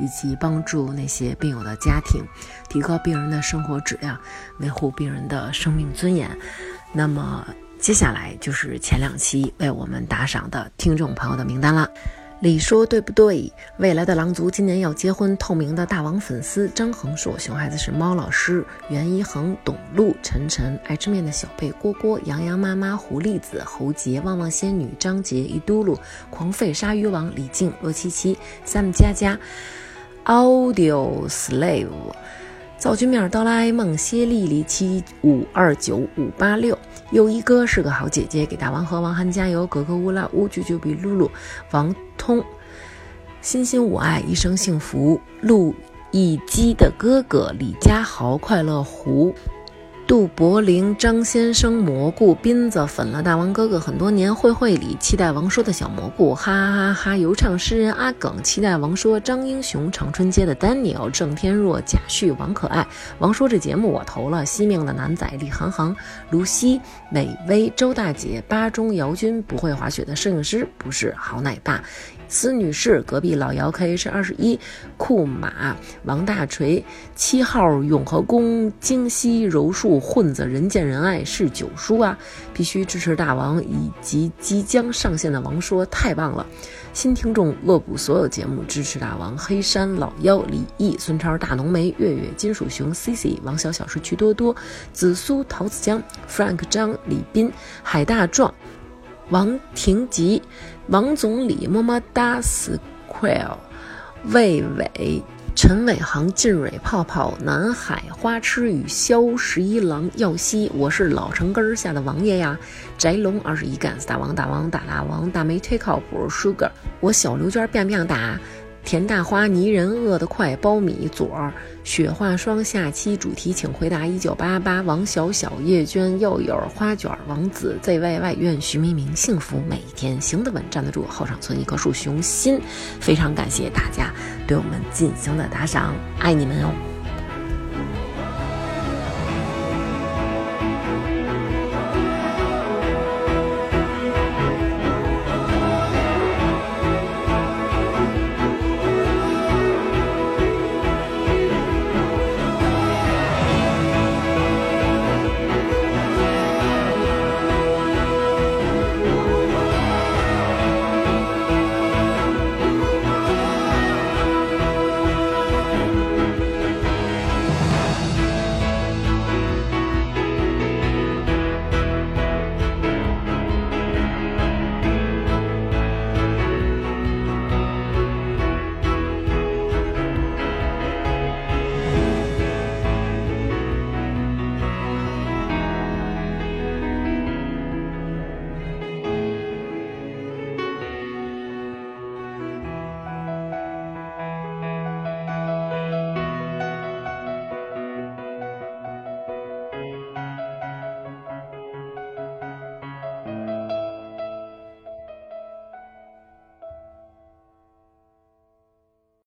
[SPEAKER 5] 以及帮助那些病友的家庭，提高病人的生活质量，维护病人的生命尊严。那么接下来就是前两期为我们打赏的听众朋友的名单啦。李说对不对？未来的狼族今年要结婚，透明的大王粉丝张恒硕，熊孩子是猫老师，袁一恒、董路、晨晨，爱吃面的小贝、郭郭、洋洋妈妈、狐狸子、侯杰、旺旺仙女、张杰、一嘟噜、狂吠鲨鱼王、李静、洛七七、Sam 佳佳、Audio Slave、灶君面、哆啦 A 梦、歇丽丽、七五二九五八六。又一哥是个好姐姐，给大王和王涵加油！格格乌拉乌，啾啾比露露，王通，欣欣我爱，一生幸福，陆亦基的哥哥李家豪，快乐湖。杜柏林、张先生、蘑菇、斌子粉了大王哥哥很多年，慧慧里期待王说的小蘑菇，哈哈哈哈！有唱诗人阿耿期待王说，张英雄、长春街的 Daniel、郑天若、贾旭、王可爱，王说这节目我投了，惜命的男仔李航航、卢西、美薇、周大姐、巴中、姚军，不会滑雪的摄影师不是好奶爸，司女士，隔壁老姚 K H 二十一，库马、王大锤、七号永和宫、京西柔术混子，人见人爱是九叔啊，必须支持大王以及即将上线的王说，太棒了！新听众乐谷所有节目支持大王、黑山老妖、李毅、孙超、大浓眉、月月、金属熊、Cici、王小小、是瞿多多、紫苏、桃子江、Frank 张、李斌、海大壮、王廷吉、王总理、么么哒、Square、魏伟。陈伟航、靳蕊、泡泡、南海、花痴与萧十一郎、耀西，我是老城根儿下的王爷呀。翟龙二十一干，大王大王大大王，大梅忒靠谱，Sugar，我小刘娟变变打，田大花泥人饿得快，苞米左儿，雪化霜，下期主题请回答一九八八，王小小、叶娟、佑友、花卷、王子 ZYY，愿徐明明幸福每一天，行得稳，站得住，后场村一棵树，熊心，非常感谢大家。对我们进行的打赏，爱你们哦。